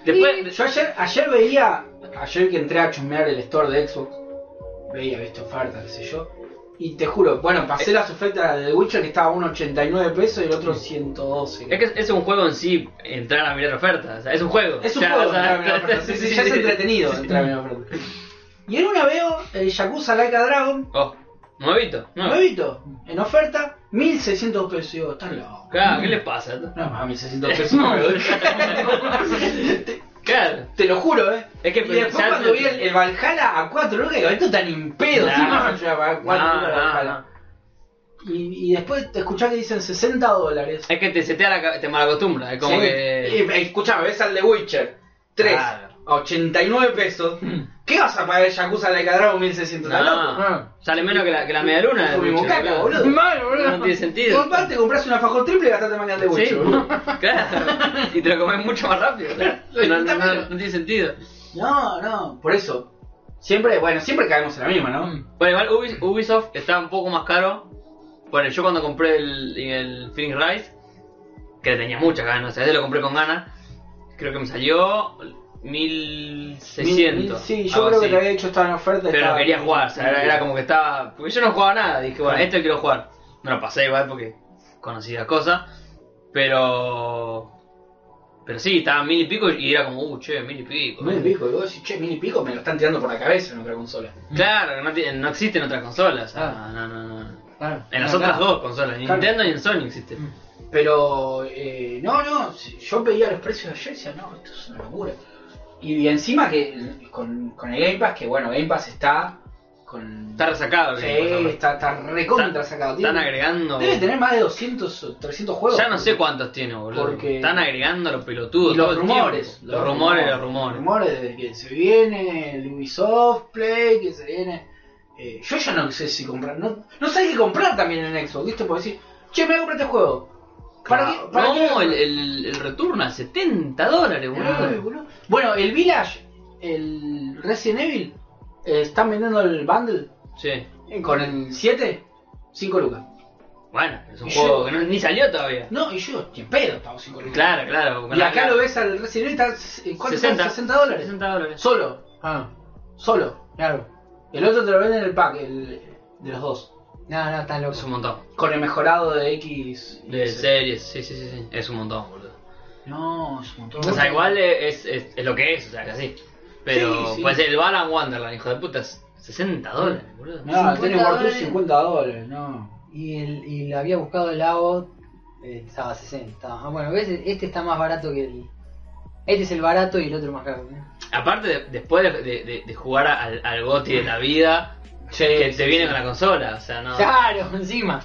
Speaker 1: Después,
Speaker 2: Yo ayer, ayer veía, ayer que entré a chumear el store de Xbox, veía, viste, ofertas, qué sé yo. Y te juro, bueno, pasé las ofertas de The Witcher que estaba a 1,89 pesos y el otro 112.
Speaker 1: es que es un juego en sí, entrar a mirar ofertas. O sea, es un juego.
Speaker 2: Es
Speaker 1: O
Speaker 2: un
Speaker 1: sea,
Speaker 2: juego,
Speaker 1: o sea,
Speaker 2: entrar a mirar ofertas. Sí, sí, ya es entretenido entrar a mirar ofertas. Y en una veo el Yakuza Like a Dragon,
Speaker 1: Oh, nuevito. nuevo.
Speaker 2: nuevito, en oferta, 1,600 pesos. Y digo, estás loco.
Speaker 1: Claro, ¿qué les pasa?
Speaker 2: No, más 1,600 pesos. no me doy.
Speaker 1: Claro.
Speaker 2: Te lo juro, eh.
Speaker 1: Es que
Speaker 2: y después
Speaker 1: ya-
Speaker 2: cuando vi el, el Valhalla a 4 lucas, digo, esto tan impedo,
Speaker 1: Nah.
Speaker 2: ¿sí? No, yo iba a pagar 4
Speaker 1: No,
Speaker 2: lucas el
Speaker 1: no,
Speaker 2: Valhalla.
Speaker 1: no.
Speaker 2: Y, y después te escuchás que dicen 60 dólares.
Speaker 1: Es que te setea la ca- te malacostumbra, es como
Speaker 2: Sí.
Speaker 1: que. Ah,
Speaker 2: Y, eh, escuchame, ves al de Witcher 3
Speaker 1: Claro.
Speaker 2: a 89 pesos.
Speaker 1: Hmm.
Speaker 2: ¿Qué vas a pagar el Yakuza de Cadrago 1600
Speaker 1: No.
Speaker 2: dólares?
Speaker 3: Ah.
Speaker 1: Sale menos que la, que la media luna.
Speaker 2: Es como mi bocaca, boludo.
Speaker 3: Mal, boludo.
Speaker 1: No tiene sentido.
Speaker 2: Comparte, compras una fajol triple y gastaste más que al de Witcher.
Speaker 1: Sí,
Speaker 2: boludo.
Speaker 1: claro. Y te lo comes mucho más rápido.
Speaker 2: Lo
Speaker 1: No, no, no,
Speaker 2: disfrutás
Speaker 1: no tiene sentido.
Speaker 2: No, no, por eso. Siempre, bueno, siempre caemos en la misma, ¿no?
Speaker 1: Bueno, igual Ubis- Ubisoft está un poco más caro. Bueno, yo cuando compré el, el Phoenix Rise, que le tenía muchas ganas, o sea, ese lo compré con ganas, creo que me salió 1600.
Speaker 2: Sí,
Speaker 1: algo
Speaker 2: yo creo que
Speaker 1: así.
Speaker 2: te había hecho esta en oferta.
Speaker 1: Pero no
Speaker 2: estaba-
Speaker 1: quería jugar, o sea, era, era como que estaba. Porque yo no jugaba nada, dije, bueno,
Speaker 2: Claro.
Speaker 1: este lo quiero jugar. No lo pasé igual porque conocí las cosas, pero. Pero sí, estaba mil y pico y era como, uh, che, mil y pico.
Speaker 2: Mil y pico, y vos decís, che, mil y pico me lo están tirando por la cabeza en otra consola.
Speaker 1: Claro, no, tiene- no existen otras consolas.
Speaker 3: Ah.
Speaker 1: no, no, no. no.
Speaker 3: Claro.
Speaker 1: En las
Speaker 2: Claro.
Speaker 1: otras dos consolas, en
Speaker 2: Claro. Mm.
Speaker 1: Nintendo y en Sony existe.
Speaker 2: Pero, eh, no, no, si- yo pedía los precios de ayer y decía, no, esto es una locura. Y encima que el- con, con el Game Pass, que bueno, Game Pass está con...
Speaker 1: Está resacado.
Speaker 2: sí,
Speaker 1: que, por ejemplo.
Speaker 2: está, está recontra sacado.
Speaker 1: Están
Speaker 2: Tiene-
Speaker 1: agregando.
Speaker 2: Debe tener más de 200 o 300 juegos.
Speaker 1: Ya no sé cuántos tiene, boludo.
Speaker 2: Porque-
Speaker 1: Están agregando los pelotudos.
Speaker 2: Y los
Speaker 1: todo el tiempo.
Speaker 2: rumores,
Speaker 1: Los rumores, los rumores.
Speaker 2: rumores de que se viene el Ubisoft Play, que se viene... eh, yo ya no sé si comprar, no, no sé qué comprar también en Xbox, ¿viste? Porque decir, che, me voy a comprar este juego. ¿Para
Speaker 1: Ah,
Speaker 2: qué? ¿Para
Speaker 1: no,
Speaker 2: qué? Ah,
Speaker 1: el, el, el Returnal, 70 dólares,
Speaker 2: Ay,
Speaker 1: boludo.
Speaker 2: boludo. Bueno, el Village, el Resident Evil, eh, están vendiendo el bundle
Speaker 1: Sí.
Speaker 2: con el 7, 5 lucas.
Speaker 1: Bueno, es un
Speaker 2: Y
Speaker 1: juego
Speaker 2: yo-
Speaker 1: que no- ni salió todavía.
Speaker 2: No, y yo, qué pedo, pago 5 lucas.
Speaker 1: Claro, claro.
Speaker 2: Y acá lo ves al Resident Evil, está en cuánto
Speaker 1: 60.
Speaker 2: está? 60 dólares.
Speaker 1: 60 dólares.
Speaker 2: Solo,
Speaker 3: Ah,
Speaker 2: solo.
Speaker 3: claro.
Speaker 2: El otro te lo venden en el pack, el de los dos.
Speaker 3: No, no, estás
Speaker 1: Es un
Speaker 3: loco.
Speaker 1: montón.
Speaker 2: Con el mejorado de X. y
Speaker 1: De
Speaker 2: Z.
Speaker 1: series, sí, sí, sí, sí. Es un montón, boludo.
Speaker 2: No, es un montón.
Speaker 1: O sea, igual es, es, es lo que es, o sea, casi. Pero
Speaker 2: Sí, sí.
Speaker 1: puede ser el Balan Wonderland, hijo de putas. 60 dólares, boludo.
Speaker 2: No,
Speaker 3: 50
Speaker 2: tiene Warcraft
Speaker 3: dólares.
Speaker 2: 50 dólares, no.
Speaker 3: Y, el, y lo había buscado el AO, eh, estaba a 60. Ah, bueno, ¿ves? Este está más barato que el. Este es el barato y el otro más caro. ¿eh?
Speaker 1: Aparte, de- después de, de- de- de jugar al, al GOTI de la vida, que te viene con la consola, o
Speaker 3: Ah.
Speaker 1: sea, no.
Speaker 3: Claro, encima.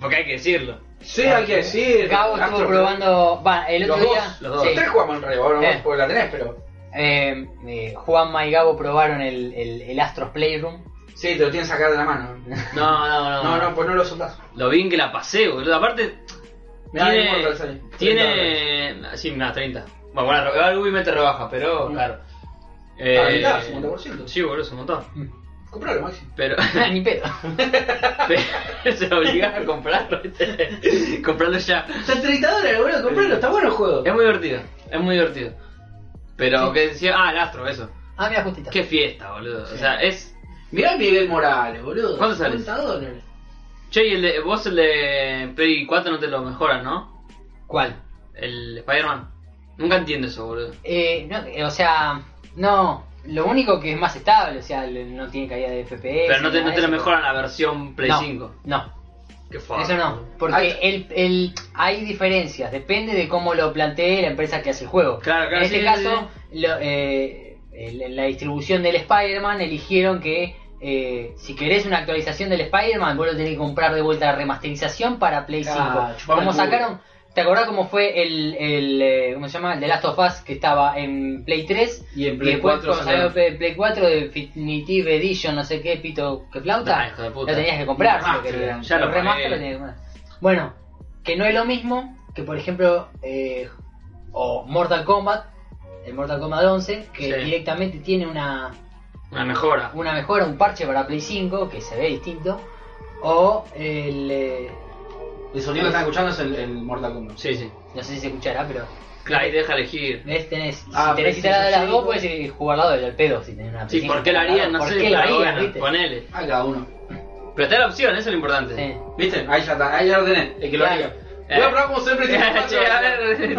Speaker 1: Porque hay que decirlo.
Speaker 2: Sí, hay que decir.
Speaker 3: Cabo
Speaker 2: Astro
Speaker 3: estuvo
Speaker 2: Pro.
Speaker 3: probando. Va, el otro
Speaker 2: Los
Speaker 3: día.
Speaker 2: dos,
Speaker 1: los dos.
Speaker 2: Los tres jugamos en Rebo, no
Speaker 3: Eh.
Speaker 2: porque la tenés, pero.
Speaker 3: Eh, eh, Juanma y Gabo probaron el, el, el Astros Playroom.
Speaker 2: Sí, te lo tienes que sacar de la mano.
Speaker 1: No, no, no.
Speaker 2: No, no, pues no lo soltás.
Speaker 1: Lo bien que la pasé, boludo. Aparte,
Speaker 2: Mirá,
Speaker 1: Tiene-
Speaker 2: no importa, sale. 30 dólares.
Speaker 1: Tiene. Sí, más 30. Bueno, bueno, el Ubi te rebaja, pero
Speaker 2: Mm.
Speaker 1: claro. Eh,
Speaker 2: Ah, mirá, 50%.
Speaker 1: Sí, boludo, es un montón.
Speaker 2: Compralo, Maxi.
Speaker 1: Pero,
Speaker 3: Ni pedo.
Speaker 1: pero se obliga a comprarlo, ¿viste? comprarlo ya.
Speaker 2: Está 30 dólares, boludo, compralo, está bueno el juego.
Speaker 1: Es muy divertido, es muy divertido. Pero que decía, ah, el astro, eso.
Speaker 3: Ah, mira, justita.
Speaker 1: Qué fiesta, boludo. O sea, es.
Speaker 2: Mirá el Miguel Morales, boludo.
Speaker 1: ¿Cuánto sale?
Speaker 2: 50 dólares.
Speaker 1: Che, y el de, vos el de Play 4 no te lo mejoran, ¿no?
Speaker 3: ¿Cuál?
Speaker 1: El Spider-Man. Nunca entiendo eso, boludo.
Speaker 3: Eh, no, eh, o sea, no. Lo único que es más estable, o sea, le- no tiene caída de FPS.
Speaker 1: Pero no te, no
Speaker 3: nada de
Speaker 1: te lo
Speaker 3: eso.
Speaker 1: mejoran la versión Play
Speaker 3: No,
Speaker 1: 5.
Speaker 3: No,
Speaker 1: Qué fuerte.
Speaker 3: eso no. Porque
Speaker 2: Ahí-
Speaker 3: el, el, hay diferencias, depende de cómo lo plantee la empresa que hace el juego.
Speaker 1: Claro, claro,
Speaker 3: en este
Speaker 1: sí,
Speaker 3: caso, lo- eh, el- la distribución del Spider-Man eligieron que eh, si querés una actualización del Spider-Man, vos lo tenés que comprar de vuelta la remasterización para Play
Speaker 2: Ah,
Speaker 3: 5.
Speaker 2: chupame
Speaker 3: Como
Speaker 2: el culo.
Speaker 3: sacaron, ¿te acordás cómo fue el, el eh, ¿cómo se llama? El de Last of Us que estaba en Play 3?
Speaker 2: Y en
Speaker 3: Y después cuando salió Play Play 4 Definitive Edition, no sé qué, pito que flauta,
Speaker 1: Ah, hijo de puta.
Speaker 3: lo tenías que comprar. si lo
Speaker 1: Remaster,
Speaker 3: querías.
Speaker 1: ya lo
Speaker 3: El remaster
Speaker 1: pagué.
Speaker 3: lo tenías que comprar. Bueno, que no es lo mismo que por ejemplo eh, o Mortal Kombat, el Mortal Kombat 11, que
Speaker 1: Sí.
Speaker 3: directamente tiene una,
Speaker 1: Una mejora.
Speaker 3: una mejora, un parche para Play 5, que se ve distinto, o el... eh,
Speaker 2: El sonido que están escuchando es el, el Mortal Kombat.
Speaker 1: Sí, sí.
Speaker 3: no sé si se escuchará, pero...
Speaker 1: Claro, y te deja elegir.
Speaker 3: ¿Ves? Tenés,
Speaker 2: Ah,
Speaker 3: si tenés
Speaker 2: PlayStation
Speaker 3: instalada las dos,
Speaker 2: cinco.
Speaker 3: puedes jugar al lado del pedo si tenés una
Speaker 1: Sí,
Speaker 3: Play
Speaker 1: ¿por qué lo
Speaker 3: 5
Speaker 1: haría?
Speaker 3: instalada.
Speaker 1: No
Speaker 3: ¿Por
Speaker 1: sé,
Speaker 3: qué lo
Speaker 1: pero
Speaker 3: haría,
Speaker 1: bueno,
Speaker 3: viste?
Speaker 1: ponele.
Speaker 2: Ah, cada uno.
Speaker 1: Pero está la opción, eso es lo importante.
Speaker 3: Sí.
Speaker 2: ¿Viste? Ahí ya está, ahí ya lo tenés. El que lo
Speaker 3: Claro.
Speaker 2: haría. Voy a probar cómo se ve el
Speaker 1: Che,
Speaker 2: PlayStation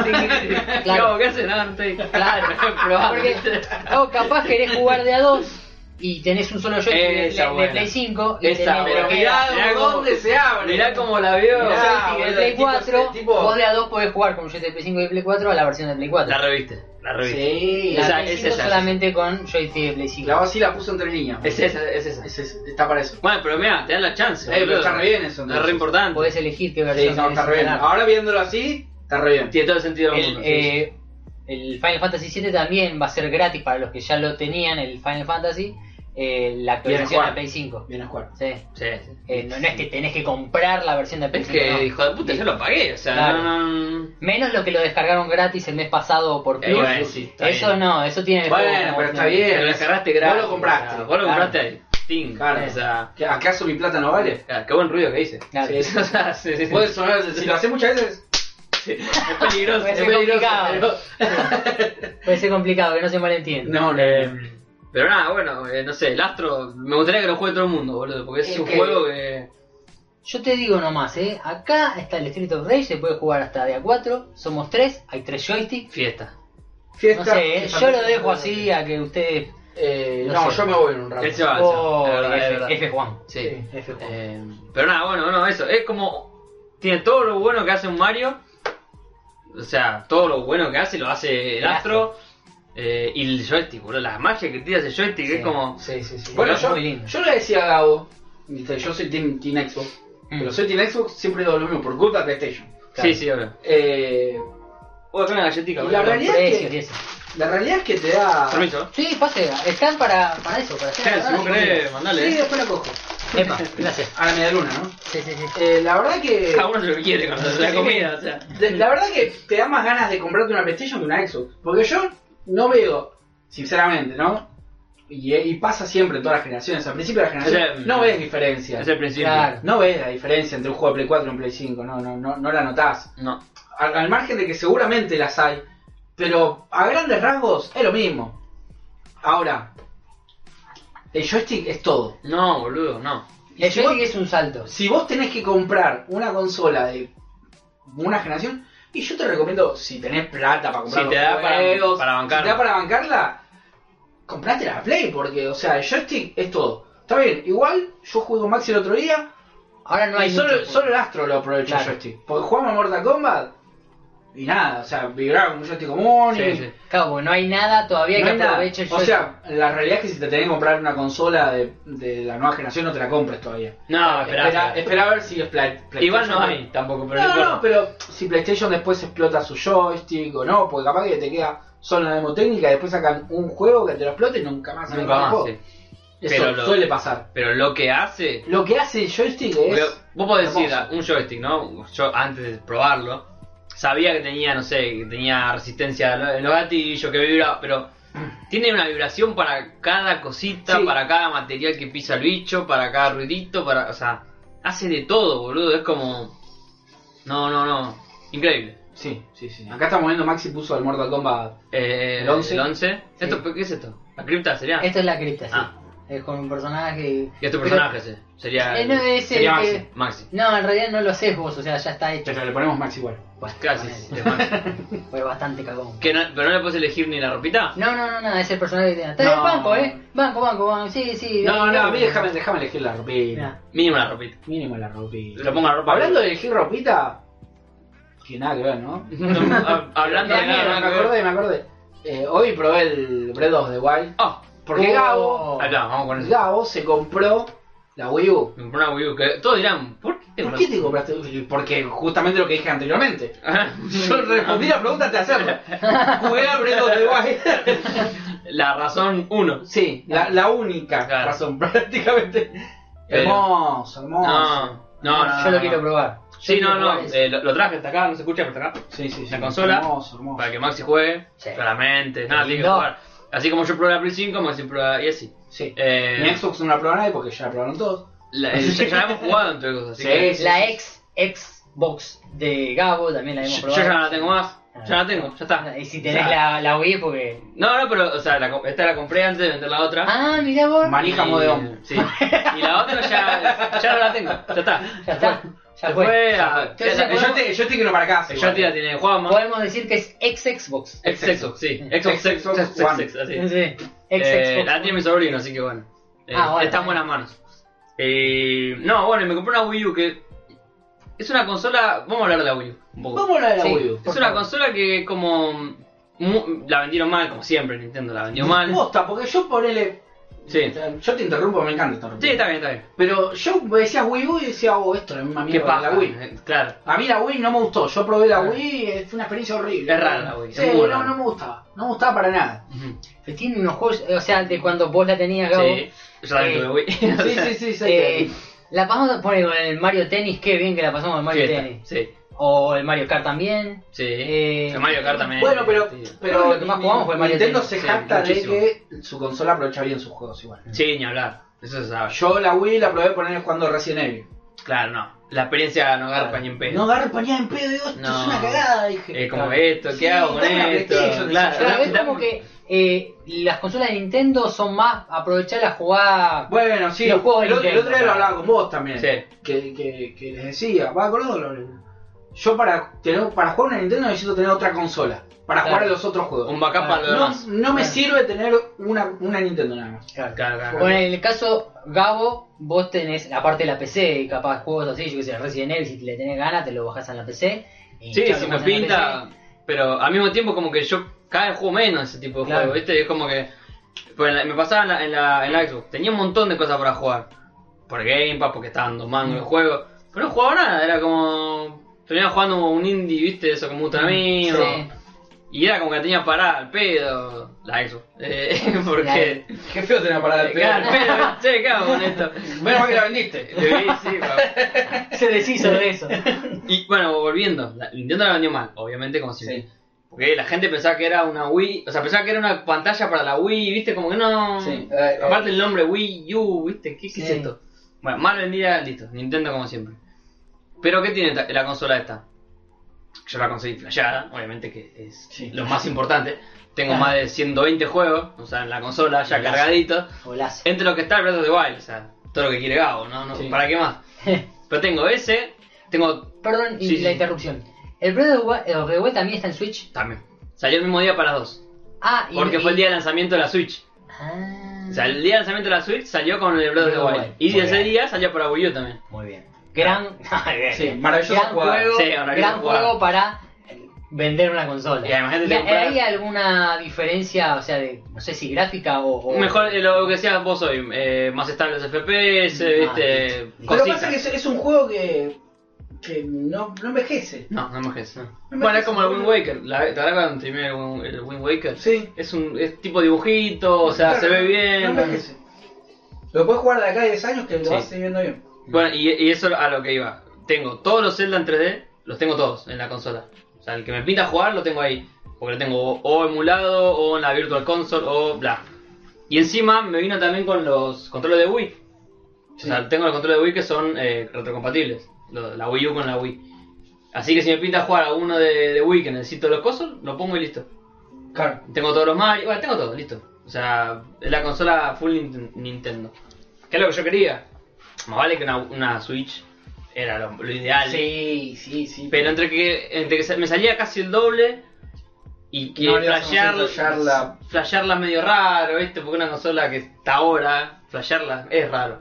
Speaker 1: a
Speaker 2: 4.
Speaker 1: ver,
Speaker 3: Claro.
Speaker 1: ¿cómo que hace? Ah, No, no estoy.
Speaker 3: Claro, porque
Speaker 1: probablemente.
Speaker 3: o capaz querés jugar de a dos y tenés un solo joystick de,
Speaker 1: Esa
Speaker 3: de- de
Speaker 1: buena.
Speaker 3: Play 5 y
Speaker 1: Esa
Speaker 3: tenés
Speaker 1: buena.
Speaker 2: Pero
Speaker 3: bloquea
Speaker 2: mirá,
Speaker 1: Mirá cómo-
Speaker 2: dónde se abre.
Speaker 1: Mirá cómo la vio.
Speaker 3: un
Speaker 2: Mirá.
Speaker 3: joystick de
Speaker 2: boludo,
Speaker 3: Play
Speaker 2: el tipo
Speaker 3: 4,
Speaker 2: ese tipo-
Speaker 3: vos de a dos podés jugar con un joystick de Play 5 y de Play 4 a la versión de Play 4.
Speaker 1: La reviste, la reviste.
Speaker 2: Sí.
Speaker 3: La
Speaker 1: esa-
Speaker 3: Play
Speaker 1: es
Speaker 3: 5
Speaker 1: esa,
Speaker 3: solamente con joystick de Play 5.
Speaker 2: La vacila la puso entre líneas.
Speaker 1: Es esa, es esa.
Speaker 2: Es- es- está para eso.
Speaker 1: Bueno, pero mira, te dan la chance.
Speaker 2: Eh, pero
Speaker 1: boludo.
Speaker 2: está re bien eso,
Speaker 1: Es re
Speaker 2: entonces.
Speaker 1: importante.
Speaker 3: Podés elegir qué
Speaker 2: Sí,
Speaker 3: versión
Speaker 2: no,
Speaker 3: querés
Speaker 2: está re bien.
Speaker 3: instalar.
Speaker 2: Ahora viéndolo así, está re bien.
Speaker 1: Tiene todo el sentido del
Speaker 3: el,
Speaker 1: mundo.
Speaker 3: eh, el Final Fantasy VII también va a ser gratis para los que ya lo tenían, el Final Fantasy, eh, la actualización
Speaker 2: jugar.
Speaker 3: de Play 5.
Speaker 2: Bien a jugar.
Speaker 3: Sí.
Speaker 1: Sí, sí.
Speaker 3: Eh, no, no es que tenés que comprar la versión de Play
Speaker 1: Es
Speaker 3: 5.
Speaker 1: que,
Speaker 3: no.
Speaker 1: hijo de puta, yo lo pagué. O sea,
Speaker 3: Claro.
Speaker 1: no, no.
Speaker 3: Menos los que lo descargaron gratis el mes pasado por
Speaker 1: Eh,
Speaker 3: Plus.
Speaker 1: bueno, sí, está
Speaker 3: eso
Speaker 1: bien.
Speaker 3: no, eso tiene.
Speaker 2: Bueno,
Speaker 3: como-
Speaker 2: pero está
Speaker 3: no.
Speaker 2: bien.
Speaker 1: Pero lo descargaste
Speaker 2: Vos
Speaker 1: gratis.
Speaker 2: lo compraste.
Speaker 1: o sea, Vos lo
Speaker 3: Claro.
Speaker 1: compraste ahí. Ting.
Speaker 2: Claro.
Speaker 1: O sea,
Speaker 2: ¿Qué- ¿Acaso mi plata no vale?
Speaker 1: ah, qué buen ruido que hice.
Speaker 3: Claro.
Speaker 2: Sí,
Speaker 1: O sea, sí, sí, sí.
Speaker 2: Puede sonar, si lo haces muchas veces,
Speaker 1: Es peligroso.
Speaker 3: Puede
Speaker 1: es
Speaker 3: ser
Speaker 1: peligroso.
Speaker 3: complicado. Puede ser complicado, que no se malentienda.
Speaker 2: no, no,
Speaker 1: Eh,
Speaker 2: no.
Speaker 1: pero nada, bueno, eh, no sé, el Astro, me gustaría que lo juegue todo el mundo, boludo, porque es,
Speaker 3: Es
Speaker 1: un
Speaker 3: que-
Speaker 1: juego que...
Speaker 3: Yo te digo nomás, ¿eh? Acá está el Street of Rage, se puede jugar hasta de a 4. Somos 3, hay 3 joysticks.
Speaker 1: Fiesta.
Speaker 3: No
Speaker 2: Fiesta.
Speaker 3: sé, ¿eh?
Speaker 2: fiesta,
Speaker 3: yo lo
Speaker 2: fiesta,
Speaker 3: dejo
Speaker 2: fiesta.
Speaker 3: así a que ustedes.
Speaker 2: Eh,
Speaker 3: no
Speaker 2: no,
Speaker 3: sé.
Speaker 2: yo me voy en un rato.
Speaker 1: Él se va,
Speaker 3: Oh,
Speaker 1: se va, es verdad, es
Speaker 3: F,
Speaker 1: verdad.
Speaker 3: F Juan.
Speaker 1: Sí.
Speaker 2: Sí, F Juan.
Speaker 1: Eh, pero nada, bueno, bueno, eso, es como... Tiene todo lo bueno que hace un Mario, o sea, todo lo bueno que hace lo hace el
Speaker 3: El
Speaker 1: Astro, eh, y el joystick, boludo, la magia que tira ese joystick
Speaker 3: Sí.
Speaker 1: es como...
Speaker 2: Sí, sí, sí.
Speaker 3: Bueno,
Speaker 2: Bueno,
Speaker 3: es
Speaker 2: yo,
Speaker 3: muy lindo.
Speaker 2: yo le decía a Gabo, viste, yo soy Team, team Xbox,
Speaker 3: Mm.
Speaker 2: pero soy Team Xbox siempre digo lo mismo, por culpa de PlayStation.
Speaker 3: Claro.
Speaker 1: Sí, sí, ahora.
Speaker 2: Eh,
Speaker 1: Uy, acá una galletita,
Speaker 2: Y
Speaker 1: boludo.
Speaker 2: la realidad- es
Speaker 3: Precios
Speaker 2: que-
Speaker 3: y eso.
Speaker 2: la realidad es que te da...
Speaker 1: Permiso.
Speaker 3: Sí, pase, están para, para eso, para hacer.
Speaker 1: Claro, si vos querés, mandale.
Speaker 2: Sí, después lo cojo.
Speaker 3: Epa, gracias.
Speaker 2: ¿eh? A la media luna, ¿no?
Speaker 3: Sí, sí, sí.
Speaker 2: Eh, la verdad que.
Speaker 1: Cada uno hace lo que quiere con la- la comida, o sea.
Speaker 2: de- La verdad que te da más ganas de comprarte una PlayStation que una Xbox. Porque yo no veo, sinceramente, ¿no? Y, eh, y pasa siempre en todas las generaciones. Al principio de la
Speaker 1: O
Speaker 2: generación
Speaker 1: sea,
Speaker 2: no ves diferencia.
Speaker 1: Es el principio.
Speaker 3: Claro.
Speaker 2: No ves la diferencia entre un juego de Play 4 y un Play 5. No, no, no, no la notás.
Speaker 1: No.
Speaker 2: al, al margen de que seguramente las hay, pero a grandes rasgos es lo mismo. Ahora, el joystick es todo.
Speaker 1: No, boludo, no.
Speaker 3: El
Speaker 2: si vos-
Speaker 3: joystick es un salto.
Speaker 2: Si vos tenés que comprar una consola de una generación, y yo te recomiendo, si tenés plata para comprar
Speaker 1: Si
Speaker 2: los
Speaker 1: te da para-
Speaker 2: juegos,
Speaker 1: para
Speaker 2: si
Speaker 1: bancarla.
Speaker 2: te da para bancarla, comprate la Play, porque, o sea, el joystick es todo. Está bien, igual yo jugué con Maxi el otro día,
Speaker 3: Ahora no
Speaker 2: y
Speaker 3: hay
Speaker 2: solo,
Speaker 3: mucho-
Speaker 2: solo el astro lo aprovecha
Speaker 3: Claro.
Speaker 2: el joystick. Porque jugamos a Mortal Kombat y nada, o sea, vibraba con un joystick común. y-
Speaker 1: Sí, sí.
Speaker 3: Claro, porque no hay nada todavía
Speaker 2: no
Speaker 3: que
Speaker 2: hay nada.
Speaker 3: aproveche el
Speaker 2: O
Speaker 3: joystick.
Speaker 2: sea, la realidad es que si te tenés que comprar una consola de, de la nueva generación, no te la compres todavía.
Speaker 1: No,
Speaker 2: Espera,
Speaker 1: espera.
Speaker 2: espera a ver si es Play- PlayStation.
Speaker 1: Ah, Igual no hay tampoco, pero
Speaker 2: No,
Speaker 1: importa.
Speaker 2: no, pero si PlayStation después explota su joystick o no, porque capaz que te queda solo la demo técnica y después sacan un juego que te lo explote y nunca más.
Speaker 1: Nunca más,
Speaker 2: juego.
Speaker 1: sí.
Speaker 2: Eso
Speaker 1: Pero lo-
Speaker 2: suele pasar.
Speaker 1: Pero lo que hace.
Speaker 2: Lo que hace el joystick es.
Speaker 1: Pero vos podés decir,
Speaker 2: hermoso.
Speaker 1: un joystick, ¿no? Yo antes de probarlo, sabía que tenía, no sé, que tenía resistencia en lo- en los gatillos, que vibraba, pero tiene una vibración para cada cosita,
Speaker 2: Sí.
Speaker 1: para cada material que pisa el bicho, para cada ruidito, para. O sea, hace de todo, boludo. Es como. No, no, no. Increíble.
Speaker 2: Sí, sí, sí. Acá estamos viendo Maxi puso el Mortal Kombat
Speaker 1: Eh,
Speaker 2: El 11.
Speaker 1: El 11.
Speaker 2: Sí.
Speaker 1: ¿Esto, ¿Qué es esto? ¿La cripta sería?
Speaker 3: Esto es la cripta, sí.
Speaker 1: Ah.
Speaker 3: Es con un personaje.
Speaker 1: Y este
Speaker 3: Pero-
Speaker 1: personaje ese, sería
Speaker 3: Eh, no, es el
Speaker 2: sería
Speaker 3: que-
Speaker 2: Maxi.
Speaker 1: Maxi.
Speaker 3: No, en realidad no lo haces vos, o sea, ya está hecho.
Speaker 2: Pero le ponemos Maxi igual.
Speaker 3: Bueno,
Speaker 1: Casi,
Speaker 3: ponele.
Speaker 1: de este Maxi.
Speaker 3: Fue bastante cagón.
Speaker 1: Que no- pero no le puedes elegir ni la ropita.
Speaker 3: No, no, no, no, es el personaje que tiene. Está en
Speaker 2: No.
Speaker 3: banco, eh. Banco, banco, banco. Sí, sí.
Speaker 2: No,
Speaker 3: eh,
Speaker 2: no, a mí déjame, déjame elegir la
Speaker 3: Mirá.
Speaker 2: ropita.
Speaker 1: Mínimo la ropita.
Speaker 2: Mínimo la ropita.
Speaker 1: Le pongo la ropa.
Speaker 2: Hablando de elegir ropita, que nada que ver, ¿no?
Speaker 1: No, ha- hablando de
Speaker 2: Mira,
Speaker 1: nada,
Speaker 2: me
Speaker 1: nada que ver.
Speaker 2: acordé, me acordé. Eh, hoy probé el Breath of the Wild.
Speaker 1: Ah,
Speaker 2: Porque
Speaker 3: Oh.
Speaker 2: Gabo,
Speaker 1: acá, vamos con eso.
Speaker 2: Gabo se compró la Wii U.
Speaker 1: Me compré una Wii U que todos dirán, ¿por qué te
Speaker 2: ¿Por
Speaker 1: compraste?
Speaker 2: qué te compraste? Porque justamente lo que dije anteriormente.
Speaker 1: Ajá.
Speaker 2: Yo respondí la pregunta antes de hacerla. Jugué a Breath of the Wild.
Speaker 1: La razón 1.
Speaker 2: Sí, la, la única
Speaker 1: Claro.
Speaker 2: razón prácticamente.
Speaker 1: Pero-
Speaker 2: Hermoso, hermoso.
Speaker 1: No, no, no.
Speaker 3: Ah, Yo lo
Speaker 1: no,
Speaker 3: quiero
Speaker 1: no.
Speaker 3: probar.
Speaker 1: Sí,
Speaker 3: Yo
Speaker 1: no,
Speaker 3: quiero
Speaker 1: no.
Speaker 3: probar eso.
Speaker 1: eh, lo, lo traje hasta acá, no se escucha, pero está acá.
Speaker 2: Sí, sí, sí.
Speaker 1: La consola.
Speaker 2: Hermoso, hermoso.
Speaker 1: Para que Maxi juegue,
Speaker 3: Sí.
Speaker 1: claramente. Nada, tiene que
Speaker 3: No.
Speaker 1: jugar. Así como yo probé la Play 5, Maxi prueba y así.
Speaker 2: Sí. Mi
Speaker 1: Eh,
Speaker 2: Xbox no la probó nadie porque ya la probaron todos.
Speaker 1: la- eh, ya, ya la hemos jugado entre cosas. Así
Speaker 2: Sí.
Speaker 1: que
Speaker 3: La ex Xbox de Gabo también la hemos
Speaker 1: Yo,
Speaker 3: probado.
Speaker 1: yo ya no la tengo más. Ya la tengo, ya está.
Speaker 3: Y si tenés la, la Wii, porque.
Speaker 1: No, no, pero, o sea, la com- esta la compré antes de vender la otra.
Speaker 3: Ah, mirá vos.
Speaker 2: Ma- manija
Speaker 1: Y-
Speaker 2: modeón.
Speaker 1: Sí. Y la otra ya, ya no la tengo, ya está.
Speaker 3: Ya está.
Speaker 1: Se
Speaker 3: Ya
Speaker 1: fue.
Speaker 3: fue.
Speaker 1: a-
Speaker 3: Entonces,
Speaker 1: ya-
Speaker 2: El
Speaker 1: ya-
Speaker 2: joystick- el joystick no para acá.
Speaker 1: ya te la tiene Juanma.
Speaker 3: Podemos decir que es ex Xbox.
Speaker 1: Ex sexo, sí. Ex
Speaker 2: Ex-
Speaker 1: sexo,
Speaker 2: Xbox
Speaker 1: ex
Speaker 2: One.
Speaker 1: sexo, así.
Speaker 3: Sí. Ex
Speaker 1: Eh,
Speaker 3: Xbox.
Speaker 1: La tiene mi sobrino, así que bueno. Eh,
Speaker 3: Ah, bueno.
Speaker 1: Está en buenas manos. Eh, no, bueno, y me compré una Wii U que es una consola. Vamos a hablar de la Wii U un poco.
Speaker 2: ¿Cómo la de la
Speaker 3: Sí.
Speaker 2: Wii U?
Speaker 1: Es una consola que como mu- la vendieron mal, como siempre Nintendo la vendió mal.
Speaker 2: Posta, porque yo ponele.
Speaker 1: Sí.
Speaker 2: Yo te interrumpo, me encanta interrumpir.
Speaker 1: Sí, está bien, está bien.
Speaker 2: Pero yo me decía Wii U y decía, oh, esto es la misma
Speaker 1: ¿Qué
Speaker 2: mierda que
Speaker 1: pasa?
Speaker 2: la Wii.
Speaker 1: Eh, Claro.
Speaker 2: A mí la Wii no me gustó. Yo probé la Wii y fue una experiencia horrible.
Speaker 1: Es rara la Wii, es
Speaker 2: Sí,
Speaker 1: muy
Speaker 2: no,
Speaker 1: rara.
Speaker 2: no me gustaba. No me gustaba para nada.
Speaker 1: Ujú.
Speaker 3: Pero Tiene unos juegos, eh, o sea, de cuando vos la tenías, Gabo.
Speaker 1: Sí. Yo también
Speaker 3: Eh,
Speaker 1: tuve Wii.
Speaker 2: Sí, sí, sí, sí.
Speaker 3: Eh, la pasamos por con el Mario Tennis, qué bien que la pasamos con el Mario
Speaker 1: Fiesta,
Speaker 3: Tennis.
Speaker 1: Sí.
Speaker 3: O el Mario Kart también.
Speaker 1: Sí.
Speaker 3: Eh,
Speaker 1: el Mario Kart también.
Speaker 2: Bueno, pero,
Speaker 1: Sí,
Speaker 2: pero
Speaker 3: Lo que más jugamos fue Mario
Speaker 2: Nintendo
Speaker 3: Tennis.
Speaker 2: se
Speaker 1: Sí,
Speaker 2: jacta de
Speaker 1: muchísimo.
Speaker 2: que su consola aprovecha bien sus juegos igual.
Speaker 1: Sí, ni hablar. Eso se sabe.
Speaker 2: Yo la Wii la probé poner jugando Resident Evil.
Speaker 1: Claro, no. La experiencia no garpa ni en pedo.
Speaker 2: No agarro pañada en pedo, digo, esto
Speaker 1: No. Eh,
Speaker 2: es una cagada, dije.
Speaker 1: Es como
Speaker 2: Claro.
Speaker 1: esto, ¿qué
Speaker 2: Sí,
Speaker 1: hago con
Speaker 2: dame una
Speaker 1: esto?
Speaker 2: PlayStation,
Speaker 1: Claro.
Speaker 3: Pero
Speaker 1: dame-
Speaker 3: es como
Speaker 1: dame-
Speaker 3: que eh, las consolas de Nintendo son más aprovechar la jugada.
Speaker 2: Bueno, sí,
Speaker 3: Los juegos de
Speaker 2: el, otro- el
Speaker 3: Nintendo,
Speaker 2: otro día lo
Speaker 3: claro.
Speaker 2: hablaba con vos también.
Speaker 1: Sí.
Speaker 2: Que, que, que les decía, va con los dolores. Yo para, tener, para jugar una Nintendo necesito tener otra consola. Para
Speaker 3: Claro.
Speaker 2: jugar a los otros juegos.
Speaker 1: Un backup para lo
Speaker 2: No,
Speaker 1: demás.
Speaker 2: no me
Speaker 3: Claro.
Speaker 2: sirve tener una, una Nintendo nada más.
Speaker 3: Claro.
Speaker 1: Claro, claro.
Speaker 3: Bueno,
Speaker 1: claro.
Speaker 3: en el caso Gabo, vos tenés la parte de la PC, capaz juegos así, yo que sé, Resident Evil, si le tenés ganas, te lo bajás a la PC. y ya
Speaker 1: Sí,
Speaker 3: lo
Speaker 1: si me
Speaker 3: jugás en la
Speaker 1: pinta. Pero al mismo tiempo, como que yo cada vez juego menos ese tipo de
Speaker 3: Claro.
Speaker 1: juegos, ¿viste? Es como que. pues, en la- me pasaba en la, en, la, en la Xbox. Tenía un montón de cosas para jugar. Por Game Pass, porque estaban dos mangos de juego. Pero no jugaba nada, era como. Terminaba jugando un indie, ¿viste? Eso como gusta a mí.
Speaker 3: PC.
Speaker 1: o-
Speaker 3: Sí.
Speaker 1: Y era como que la tenía parada al pedo. La ESO. Eh,
Speaker 3: La
Speaker 1: porque.
Speaker 3: ESO.
Speaker 2: Qué feo tener para el
Speaker 1: Claro,
Speaker 2: pedo.
Speaker 1: pero, che, ¿qué hago con esto?
Speaker 2: Menos mal que la vendiste.
Speaker 1: Sí, sí, pa-
Speaker 3: Se deshizo de eso.
Speaker 1: y bueno, volviendo, la- Nintendo la vendió mal, obviamente, como si.
Speaker 2: Sí.
Speaker 1: Porque la gente pensaba que era una Wii, o sea, pensaba que era una pantalla para la Wii, viste, como que no.
Speaker 2: Sí.
Speaker 4: Eh,
Speaker 1: Aparte el nombre Wii U, viste, ¿qué, qué es
Speaker 3: Sí.
Speaker 1: esto? Bueno, mal vendida, listo, Nintendo como siempre. Pero ¿qué tiene ta- la consola esta? Yo la conseguí flashada, obviamente que es
Speaker 2: Sí. Ah.
Speaker 1: lo más importante. Tengo
Speaker 3: Claro.
Speaker 1: más de 120 juegos, o sea, en la consola ya
Speaker 3: Golazo.
Speaker 1: cargadito.
Speaker 3: Golazo.
Speaker 1: Entre lo que está el Breath of the Wild, o sea, todo lo que quiere Gabo, ¿no? no
Speaker 2: Sí.
Speaker 1: ¿Para qué más? Pero tengo ese, tengo
Speaker 3: Perdón y
Speaker 1: Sí,
Speaker 3: la
Speaker 1: sí.
Speaker 3: interrupción. El Breath of Wi- of the Wild también está en Switch.
Speaker 1: también. Salió el mismo día para las dos.
Speaker 3: Ah, y.
Speaker 1: Porque
Speaker 3: y-
Speaker 1: fue el día de lanzamiento de la Switch.
Speaker 3: Ah.
Speaker 1: O sea, el día de lanzamiento de la Switch salió con el Breath of the
Speaker 3: Breath of the
Speaker 1: Wild.
Speaker 3: Wild.
Speaker 1: Y
Speaker 3: Muy
Speaker 1: ese
Speaker 3: bien.
Speaker 1: día salió para Wii U también.
Speaker 3: Muy bien. Gran.
Speaker 2: Sí, maravilloso
Speaker 3: gran
Speaker 2: jugador.
Speaker 3: juego,
Speaker 1: Ah, Sí, maravilloso
Speaker 3: gran
Speaker 1: jugador.
Speaker 3: juego para vender una consola.
Speaker 1: Y además de
Speaker 3: ¿Y
Speaker 1: comprar-
Speaker 3: ¿Hay alguna diferencia, o sea, de, no sé si gráfica o. o-
Speaker 1: Mejor eh, lo que decías vos hoy, eh, más estables FPS, viste,
Speaker 3: listo.
Speaker 4: Pero
Speaker 1: cositas.
Speaker 4: pasa que es, es un juego que, que no, no envejece.
Speaker 1: No, no envejece. No.
Speaker 4: No
Speaker 1: Bueno,
Speaker 4: envejece,
Speaker 1: es como el
Speaker 4: no.
Speaker 1: Wind Waker, la, ¿te acuerdas cuando terminé el, Wind- el Wind Waker?
Speaker 4: Sí.
Speaker 1: Es un es tipo dibujito, o sea,
Speaker 4: Claro,
Speaker 1: se ve
Speaker 4: No
Speaker 1: bien.
Speaker 4: envejece. Lo puedes jugar de acá a 10 años que lo
Speaker 1: Sí.
Speaker 4: vas a seguir viendo bien.
Speaker 1: bueno, y, y eso a lo que iba. Tengo todos los Zelda en 3D, los tengo todos en la consola. O sea, el que me pinta jugar lo tengo ahí. Porque lo tengo o, o emulado, o en la Virtual Console, o bla. Y encima me vino también con los controles de Wii. O sea, tengo los controles de Wii que son eh, retrocompatibles. lo- la Wii U con la Wii. Así que si me pinta jugar a uno de, de Wii que necesito los cosos, lo pongo y listo.
Speaker 4: Claro.
Speaker 1: Tengo todos los Mario, bueno, tengo todo, listo. O sea, es la consola full Nint- Nintendo. ¿Qué es lo que yo quería? Más vale que una, una Switch era lo, lo ideal.
Speaker 2: Sí, sí, sí.
Speaker 1: Pero entre que, entre que sa- me salía casi el doble y que
Speaker 2: No le hacemos
Speaker 1: flashear,
Speaker 2: el flashearla.
Speaker 1: flashearla medio raro, ¿viste? Porque una consola que está ahora, flashearla es raro.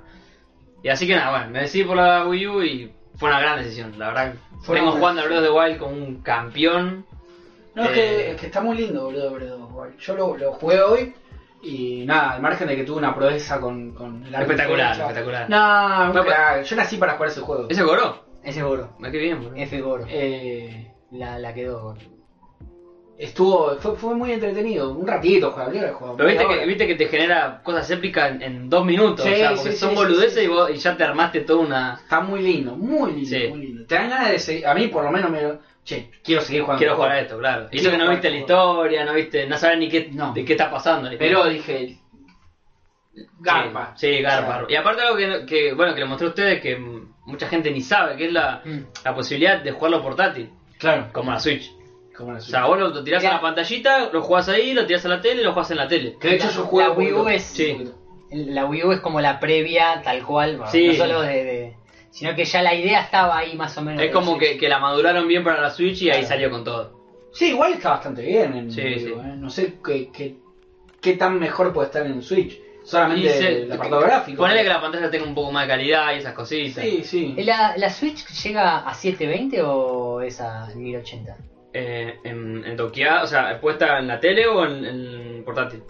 Speaker 1: Y así que nada, bueno, me decidí por la Wii U y fue una gran decisión, la verdad.
Speaker 4: Fue
Speaker 1: Vengo
Speaker 4: una
Speaker 1: jugando al
Speaker 4: buena
Speaker 1: Breath of the Wild como un campeón.
Speaker 4: No, es,
Speaker 1: Eh.
Speaker 4: que, es que está muy lindo, boludo, boludo. Yo lo, lo jugué hoy.
Speaker 2: Y nada, al margen de que tuve una proeza con, con el arco y
Speaker 1: Espectacular,
Speaker 2: flecha.
Speaker 1: espectacular.
Speaker 2: No, un
Speaker 1: Pero-
Speaker 2: crack. yo nací para jugar ese juego.
Speaker 1: Ese goró,
Speaker 3: Ese Goro.
Speaker 1: me qué bien, boludo.
Speaker 3: F Goro.
Speaker 2: Eh,
Speaker 3: La, la quedó Goro.
Speaker 2: estuvo, fue, fue muy entretenido. Un ratito jugué, ¿qué hora jugaba?
Speaker 1: Pero viste
Speaker 2: Media
Speaker 1: que,
Speaker 2: hora.
Speaker 1: viste que te genera cosas épicas en, en dos minutos,
Speaker 2: Sí,
Speaker 1: o sea, porque
Speaker 2: sí,
Speaker 1: son
Speaker 2: sí, sí,
Speaker 1: boludeces
Speaker 2: sí, sí.
Speaker 1: Y, vos, y ya te armaste toda una...
Speaker 2: Está muy lindo, muy lindo,
Speaker 1: Sí.
Speaker 2: muy lindo. Te dan ganas de seguir, a mí por lo menos me... Che, quiero seguir jugando.
Speaker 1: Quiero jugar a esto, claro. Y
Speaker 2: Quiero
Speaker 1: eso que no
Speaker 2: jugar
Speaker 1: viste
Speaker 2: al
Speaker 1: la
Speaker 2: juego.
Speaker 1: historia, no viste, no sabes ni qué,
Speaker 2: No.
Speaker 1: de qué está pasando.
Speaker 2: Pero dije... Garpa.
Speaker 1: este. Sí, sí, garpa.
Speaker 2: Claro.
Speaker 1: Y aparte algo que, que, bueno, que le mostré a ustedes que mm, mucha gente ni sabe, que es la,
Speaker 3: Mm.
Speaker 1: la posibilidad de jugarlo portátil,
Speaker 2: Claro.
Speaker 1: como la Switch.
Speaker 2: Como la
Speaker 1: O sea, vos lo, lo tirás a
Speaker 3: Mirá.
Speaker 1: la pantallita, lo jugás ahí, lo tirás a la tele y lo jugás en la tele.
Speaker 2: que de hecho
Speaker 3: la-
Speaker 2: yo juego...
Speaker 3: la Wii U es-
Speaker 1: Sí.
Speaker 3: La Wii U es como la previa, tal cual. bueno,
Speaker 1: Sí.
Speaker 3: No solo de, de- Sino que ya la idea estaba ahí más
Speaker 2: Mm,
Speaker 3: o menos.
Speaker 1: Es
Speaker 3: del
Speaker 1: como
Speaker 3: Switch.
Speaker 1: que, que la maduraron bien para la Switch y ahí
Speaker 3: Claro.
Speaker 1: salió con todo.
Speaker 2: Sí, igual está bastante bien en
Speaker 1: Sí,
Speaker 2: Wii U,
Speaker 1: sí.
Speaker 2: ¿eh? No sé qué, qué, qué tan mejor puede estar en Switch.
Speaker 1: Y
Speaker 2: Solamente
Speaker 1: se-
Speaker 2: el apartado gráfico.
Speaker 1: Ponele que la pantalla tenga un poco más de calidad y esas cositas.
Speaker 2: Sí, sí.
Speaker 3: ¿La, ¿La Switch llega a 720 o es a 1080?
Speaker 1: Eh, en, en doqueada, o sea, puesta en la tele o en, en portátil.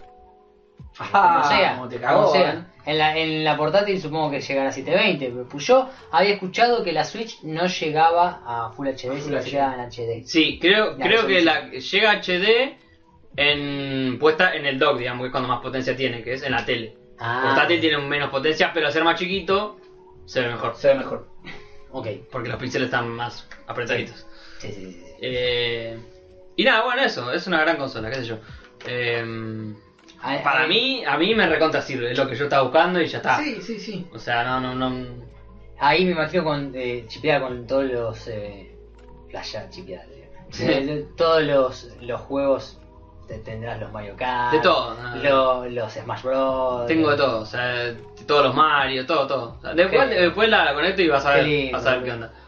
Speaker 2: Ah,
Speaker 3: Como sea,
Speaker 2: como te cagó,
Speaker 3: como sea.
Speaker 2: ¿eh?
Speaker 3: En, la, en la portátil supongo que llegará a 720, pero pues yo había escuchado que la Switch no llegaba a Full HD,
Speaker 2: Full
Speaker 3: sino
Speaker 2: HD.
Speaker 3: que llegaba en HD.
Speaker 1: Sí, creo,
Speaker 3: La
Speaker 1: creo que la,
Speaker 3: resolución.
Speaker 1: llega HD en, puesta en el dock, digamos, que es cuando más potencia tiene, que es en la tele.
Speaker 3: Ah,
Speaker 1: Portátil tiene menos potencia, pero al ser más chiquito se ve mejor.
Speaker 2: Se ve mejor.
Speaker 3: Ok,
Speaker 1: Porque los píxeles están más apretaditos.
Speaker 3: sí, sí, sí, sí.
Speaker 1: Eh, y nada, bueno, eso, es una gran consola, qué sé yo. Eh,
Speaker 3: A-
Speaker 1: para
Speaker 3: a-
Speaker 1: mí, a mí me recontra sirve, es lo que yo estaba buscando y ya está.
Speaker 4: Sí, sí, sí.
Speaker 1: O sea, no, no, no.
Speaker 3: Ahí me imagino con eh, chipeada con todos los. Eh, playa chipeada. digo. Eh, de- todos los, los juegos te- tendrás los Mario Kart.
Speaker 1: De todo, nada.
Speaker 3: lo- los Smash Bros.
Speaker 1: Tengo de todo, o sea, todos los Mario, todo, todo. O sea, después,
Speaker 3: Qué-
Speaker 1: después la, la conecto y vas a ver,
Speaker 3: Qué lindo,
Speaker 1: vas a ver qué
Speaker 3: boludo.
Speaker 1: onda.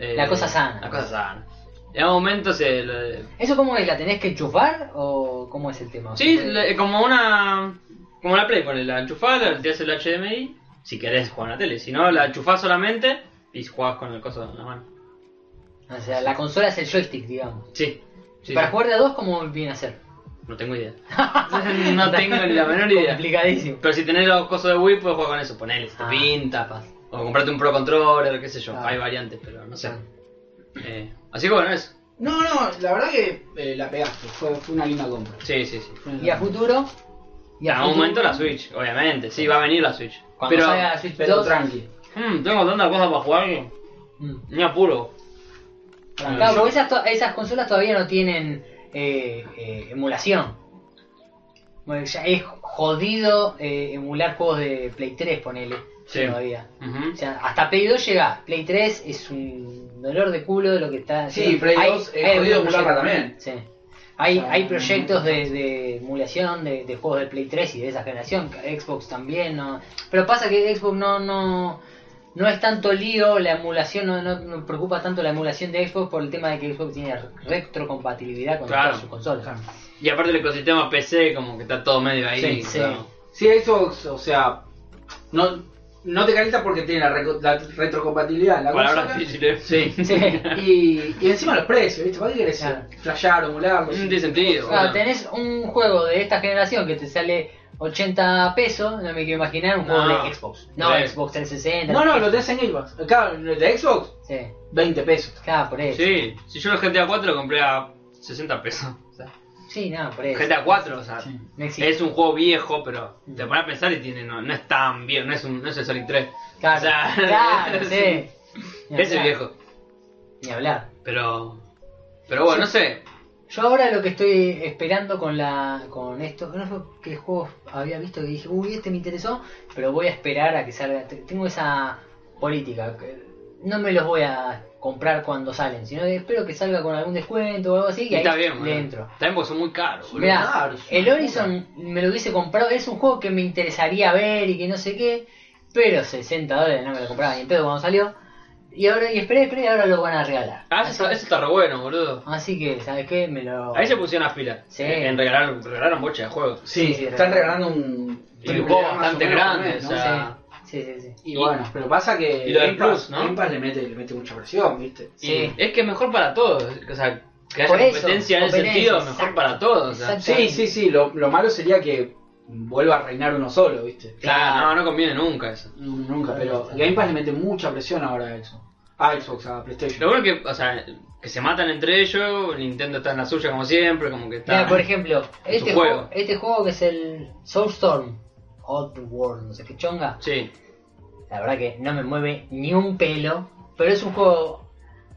Speaker 1: Eh,
Speaker 3: La cosa sana.
Speaker 1: La cosa sana. En algún momento se... le-
Speaker 3: ¿Eso cómo es? ¿La tenés que enchufar o cómo es el tema? ¿O
Speaker 1: sí, eh.
Speaker 3: se puede-
Speaker 1: le- como una... Como la Play, ponele la enchufada, le tirás el HDMI, si querés jugar en la tele. Si no, la enchufás solamente y jugás con el coso en la mano.
Speaker 3: O sea, la consola es el joystick, digamos.
Speaker 1: Sí. sí,
Speaker 3: Para
Speaker 1: sí.
Speaker 3: jugar de a dos, ¿cómo viene a ser?
Speaker 1: No tengo idea. no tengo ni la menor idea.
Speaker 3: Complicadísimo.
Speaker 1: Pero si tenés los cosos de Wii, puedes jugar con eso. Ponele, si te
Speaker 3: Ah.
Speaker 1: pinta. O comprarte un Pro Controller, qué sé yo.
Speaker 3: Ah.
Speaker 1: Hay variantes, pero no sé.
Speaker 3: Ah.
Speaker 1: Eh, así que bueno, eso.
Speaker 2: No, no, la verdad que eh, la pegaste. Fue, fue una linda compra.
Speaker 1: Sí, sí, sí.
Speaker 2: Fue una
Speaker 3: Y a
Speaker 2: linda compra.
Speaker 3: futuro. Y
Speaker 1: En
Speaker 3: a
Speaker 1: algún
Speaker 3: futuro,
Speaker 1: momento la Switch, obviamente. Sí, va a venir la Switch.
Speaker 3: Cuando
Speaker 1: pero,
Speaker 3: salga la Switch
Speaker 2: Pero
Speaker 3: 2.
Speaker 2: tranqui.
Speaker 1: mm, tengo tantas cosas para jugar que
Speaker 3: Mm.
Speaker 1: ni apuro.
Speaker 2: tranqui.
Speaker 3: Claro, porque esas, to- esas consolas todavía no tienen eh, eh, emulación. Bueno, ya es jodido eh, emular juegos de Play 3, ponele.
Speaker 1: Sí.
Speaker 3: Todavía.
Speaker 1: Ujú.
Speaker 3: O sea, hasta Play 2 llega. Play 3 es un dolor de culo de lo que está.
Speaker 4: Sí, Play 2 es jodido
Speaker 3: algunos
Speaker 4: emularla
Speaker 3: proyectos- Sí. Hay,
Speaker 2: O sea,
Speaker 3: hay proyectos de, de emulación de, de juegos de Play 3 y de esa generación. Xbox también, ¿no? Pero pasa que Xbox no. no no es tanto lío la emulación, no, no, no preocupa tanto la emulación de Xbox por el tema de que Xbox tiene retrocompatibilidad con
Speaker 1: Claro.
Speaker 3: todas sus consolas.
Speaker 2: Claro.
Speaker 1: Y aparte el ecosistema PC, como que está todo medio ahí.
Speaker 3: Sí, sí.
Speaker 1: claro.
Speaker 2: Sí, eso, o sea, no, no te calientas porque tiene la, reco- la retrocompatibilidad. en La
Speaker 1: Palabras
Speaker 2: consola.
Speaker 1: difíciles.
Speaker 2: Sí.
Speaker 3: Sí.
Speaker 2: Y, y encima los precios, ¿viste? ¿Para qué querés
Speaker 3: Claro.
Speaker 2: flashear o
Speaker 1: No
Speaker 2: emularlo?
Speaker 1: Mm, tiene sentido.
Speaker 3: Claro,
Speaker 1: boludo.
Speaker 3: tenés un juego de esta generación que te sale 80 pesos, no me quiero imaginar, un
Speaker 1: No.
Speaker 3: juego de Xbox. No,
Speaker 1: Sí.
Speaker 3: Xbox 360.
Speaker 2: No, no, lo tenés en Xbox. Acá, el de Xbox,
Speaker 3: Sí,
Speaker 2: 20 pesos.
Speaker 3: claro, por eso. Sí,
Speaker 1: Sí, si yo el GTA 4 lo compré a 60 pesos.
Speaker 3: no, por eso.
Speaker 1: GTA 4, o sea,
Speaker 3: No existe.
Speaker 1: es un juego viejo, pero
Speaker 3: Mm.
Speaker 1: te pones a pensar y tiene, no, no es tan viejo, no es, un, no es el Sonic 3.
Speaker 3: Claro,
Speaker 1: o sea,
Speaker 3: claro,
Speaker 1: es-
Speaker 3: sí. Ni
Speaker 1: Es el
Speaker 3: hablar,
Speaker 1: viejo,
Speaker 3: Ni hablar.
Speaker 1: pero. Pero bueno, no sé.
Speaker 3: Yo ahora lo que estoy esperando con la con esto, no sé qué juegos había visto que dije, uy, este me interesó, pero voy a esperar a que salga. Te- Tengo esa política, que no me los voy a comprar cuando salen, sino que espero que salga con algún descuento o algo así y ahí
Speaker 1: está bien,
Speaker 3: le
Speaker 1: boludo.
Speaker 3: entro.
Speaker 1: Está bien porque son muy caros, boludo.
Speaker 3: Mirá,
Speaker 2: Claro, es una
Speaker 3: el Horizon me lo hubiese comprado, es un juego que me interesaría ver y que no sé qué, pero 60 dólares no me lo compraba ni en pedo cuando salió. Y ahora, y esperé, esperé, y ahora lo van a regalar.
Speaker 1: Ah, eso, eso está re bueno, boludo.
Speaker 3: Así que, ¿sabes qué? Me lo...
Speaker 1: Ahí se pusieron las pilas.
Speaker 3: Sí.
Speaker 1: En regalar, regalaron bocha de juegos.
Speaker 3: Sí,
Speaker 2: Sí,
Speaker 3: sí,
Speaker 2: están
Speaker 3: regalando.
Speaker 2: regalando un.
Speaker 1: Y un juego
Speaker 2: más o
Speaker 1: bastante
Speaker 2: menos por
Speaker 1: grande,
Speaker 2: mes,
Speaker 1: o
Speaker 2: ¿no?
Speaker 1: sea.
Speaker 3: Sí, sí, sí.
Speaker 2: Y bueno, pero pasa que.
Speaker 1: Y lo del
Speaker 2: Game Pass-
Speaker 1: Plus, ¿no?
Speaker 2: Game Pass le mete, le mete mucha presión, ¿viste?
Speaker 1: Y
Speaker 3: Sí.
Speaker 1: Es que es mejor para todos. O sea, que haya
Speaker 3: Por eso,
Speaker 1: competencia en ese
Speaker 3: competencia,
Speaker 1: sentido,
Speaker 3: exacto.
Speaker 1: mejor para todos. o sea.
Speaker 3: Exacto.
Speaker 2: Sí, sí, sí. Lo, lo malo sería que vuelva a reinar uno solo, ¿viste?
Speaker 1: Claro, no, no conviene nunca eso.
Speaker 2: Nunca, pero Game Pass le mete mucha presión ahora a eso. A Xbox, a
Speaker 1: Lo
Speaker 2: PlayStation.
Speaker 1: bueno que, o sea, que se matan entre ellos, Nintendo está en la suya como siempre, como que está...
Speaker 3: Mira, por ejemplo,
Speaker 1: Es
Speaker 3: este
Speaker 1: un
Speaker 3: juego.
Speaker 1: juego.
Speaker 3: este juego que es el Soulstorm, World, no sé qué chonga,
Speaker 1: Sí,
Speaker 3: la verdad que no me mueve ni un pelo, pero es un juego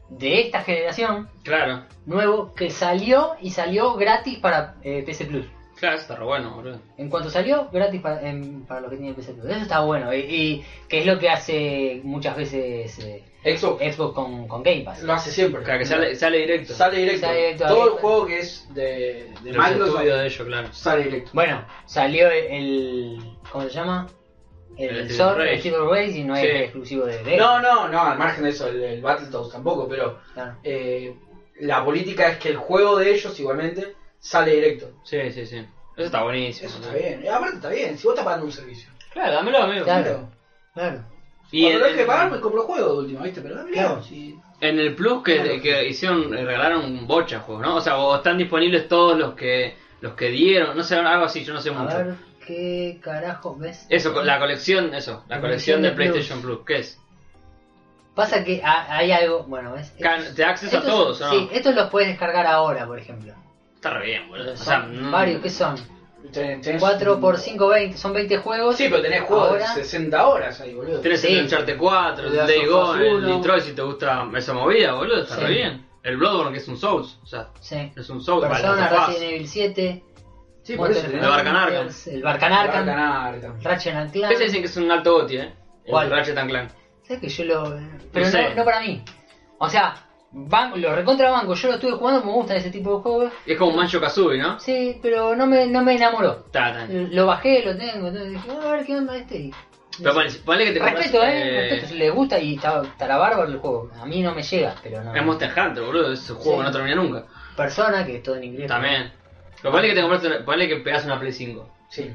Speaker 3: de esta generación,
Speaker 1: claro.
Speaker 3: nuevo, que salió y salió gratis para eh, PC Plus.
Speaker 1: Claro, eso está re bueno, boludo.
Speaker 3: En cuanto salió, gratis para, en- para los que tienen PC Plus. Eso está bueno, y, y que es lo que hace muchas veces eh,
Speaker 2: Xbox
Speaker 3: Xbox con, con Game Pass.
Speaker 2: lo hace siempre.
Speaker 1: Claro, que sale, sale directo.
Speaker 2: Sale directo.
Speaker 3: Sale directo
Speaker 2: Todo
Speaker 3: ahí.
Speaker 2: el juego que es de, de
Speaker 1: de los
Speaker 2: Microsoft
Speaker 1: estudios de ellos, claro.
Speaker 2: sale directo.
Speaker 3: Bueno, salió el, el- ¿cómo se llama?
Speaker 1: El
Speaker 3: El
Speaker 1: Street
Speaker 3: Sword,
Speaker 1: Rage.
Speaker 3: el Street Rage y no
Speaker 1: Sí.
Speaker 3: es exclusivo de de-
Speaker 2: No, no, no, al margen de eso, el, el Battletoads tampoco, pero
Speaker 3: Claro.
Speaker 2: eh, la política es que el juego de ellos igualmente sale directo.
Speaker 1: Sí, sí, sí. Eso está buenísimo.
Speaker 2: Eso está
Speaker 1: boludo.
Speaker 2: bien. Eh, Aparte está bien, si vos estás pagando un servicio.
Speaker 1: Claro, dámelo, amigo.
Speaker 3: Claro.
Speaker 2: Claro.
Speaker 3: Claro.
Speaker 1: Y
Speaker 2: Cuando
Speaker 1: en,
Speaker 2: lo dejes de pagar, pues- me
Speaker 1: en,
Speaker 2: compro juego de última, ¿viste? Pero dámelo,
Speaker 3: Claro.
Speaker 2: si-
Speaker 1: en el Plus que,
Speaker 2: Claro.
Speaker 1: que hicieron, eh, regalaron bocha de juegos, ¿no? O sea, o están disponibles todos los que los que dieron, no sé, algo así, yo no sé
Speaker 3: A
Speaker 1: mucho.
Speaker 3: ver, ¿qué carajo ves?
Speaker 1: Eso, con la colección, eso, la colección
Speaker 3: La colección
Speaker 1: de
Speaker 3: de Plus.
Speaker 1: PlayStation Plus, ¿qué es?
Speaker 3: Pasa que ha- hay algo, bueno, ¿ves?
Speaker 1: Can- Te da acceso a
Speaker 3: Estos-
Speaker 1: todos, ¿o ¿no?
Speaker 3: Sí, estos los puedes descargar ahora, por ejemplo.
Speaker 1: Está re bien, boludo. O
Speaker 3: Son
Speaker 1: sea, mm, no-
Speaker 3: varios, ¿qué son?
Speaker 2: tenés- tenés
Speaker 3: 4
Speaker 2: un-
Speaker 3: por 5, 20, son 20 juegos.
Speaker 2: Sí, pero tenés juegos
Speaker 3: Ahora-
Speaker 2: de 60 horas ahí, boludo.
Speaker 1: Tenés
Speaker 3: Sí.
Speaker 1: el Uncharted 4, el
Speaker 2: El
Speaker 1: Day
Speaker 2: Last of Us
Speaker 1: Gone, el
Speaker 2: 1.
Speaker 1: Detroit si te gusta esa movida, boludo, está
Speaker 3: Sí.
Speaker 1: re bien. El Bloodborne que es un Souls, o sea,
Speaker 3: Sí.
Speaker 1: es un Souls, vale,
Speaker 3: Persona,
Speaker 1: Last of Us.
Speaker 3: Resident Evil 7,
Speaker 2: Sí, por eso
Speaker 3: Monster
Speaker 2: tenés-
Speaker 1: El Barcan Arkham.
Speaker 3: Hunters, el Barcan Arkham,
Speaker 2: Arkham, Arkham.
Speaker 3: Ratchet and Clank.
Speaker 1: Ese dicen que es un alto goti, eh. El
Speaker 3: ¿Cuál?
Speaker 1: Ratchet and Clank.
Speaker 3: ¿Sabes que yo lo.? eh, Pero no,
Speaker 1: sé.
Speaker 3: no para mí. O sea, ban- lo recontra banco. Yo lo estuve jugando, me gustan ese tipo de juegos.
Speaker 1: Es como un Mancho Kazooie, ¿no?
Speaker 3: Sí, pero no me, no me enamoró.
Speaker 1: Está, está.
Speaker 3: Lo bajé, lo tengo. entonces dije, a ver qué onda este. y-
Speaker 1: Pero ponele, ponele que te compras,
Speaker 3: Respeto, eh.
Speaker 1: eh,
Speaker 3: Respeto, si les gusta y está, estará bárbaro el juego. A mí no me llega, pero no.
Speaker 1: Es Monster Hunter, boludo, ese juego
Speaker 3: Sí.
Speaker 1: que no termina nunca.
Speaker 3: Persona, que es todo en inglés.
Speaker 1: También. Pero ponele que te compraste, una- ponele que pegás una Play 5.
Speaker 2: Sí.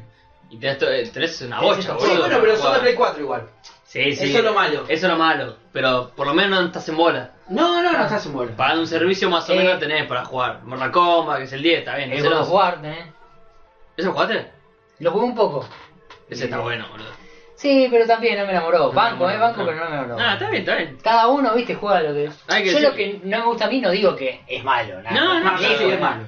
Speaker 1: Y tenés, to- eh, tenés una
Speaker 3: Sí,
Speaker 1: bocha,
Speaker 3: sí, sí.
Speaker 1: boludo.
Speaker 2: Sí, bueno,
Speaker 1: para
Speaker 2: pero son de
Speaker 1: jugar.
Speaker 2: Play 4 igual.
Speaker 1: Sí, sí.
Speaker 2: Eso es lo malo.
Speaker 1: Eso es lo malo. Pero por lo menos no estás en bola.
Speaker 2: No, no, no estás en bola.
Speaker 1: Pagando un servicio más o
Speaker 3: Eh.
Speaker 1: menos tenés para jugar. Mortal Kombat, que es el 10, está bien.
Speaker 3: El
Speaker 1: ese
Speaker 3: God
Speaker 1: no-
Speaker 3: of War, ¿eh?
Speaker 1: ¿Eso jugaste?
Speaker 3: Lo jugué un poco.
Speaker 1: Ese está bueno, boludo.
Speaker 3: Sí, pero también no me enamoró.
Speaker 1: No me
Speaker 3: banco,
Speaker 1: enamoró,
Speaker 3: eh, banco,
Speaker 1: no.
Speaker 3: pero no me enamoró.
Speaker 1: Ah, está bien, está bien.
Speaker 3: Cada uno, viste, juega lo que.
Speaker 1: Hay que
Speaker 3: Yo lo que
Speaker 1: decir-
Speaker 3: no me gusta a mí no digo que es malo. nada.
Speaker 1: No, no,
Speaker 3: Ni
Speaker 1: no,
Speaker 3: digo
Speaker 1: no,
Speaker 3: que es
Speaker 1: no.
Speaker 3: malo.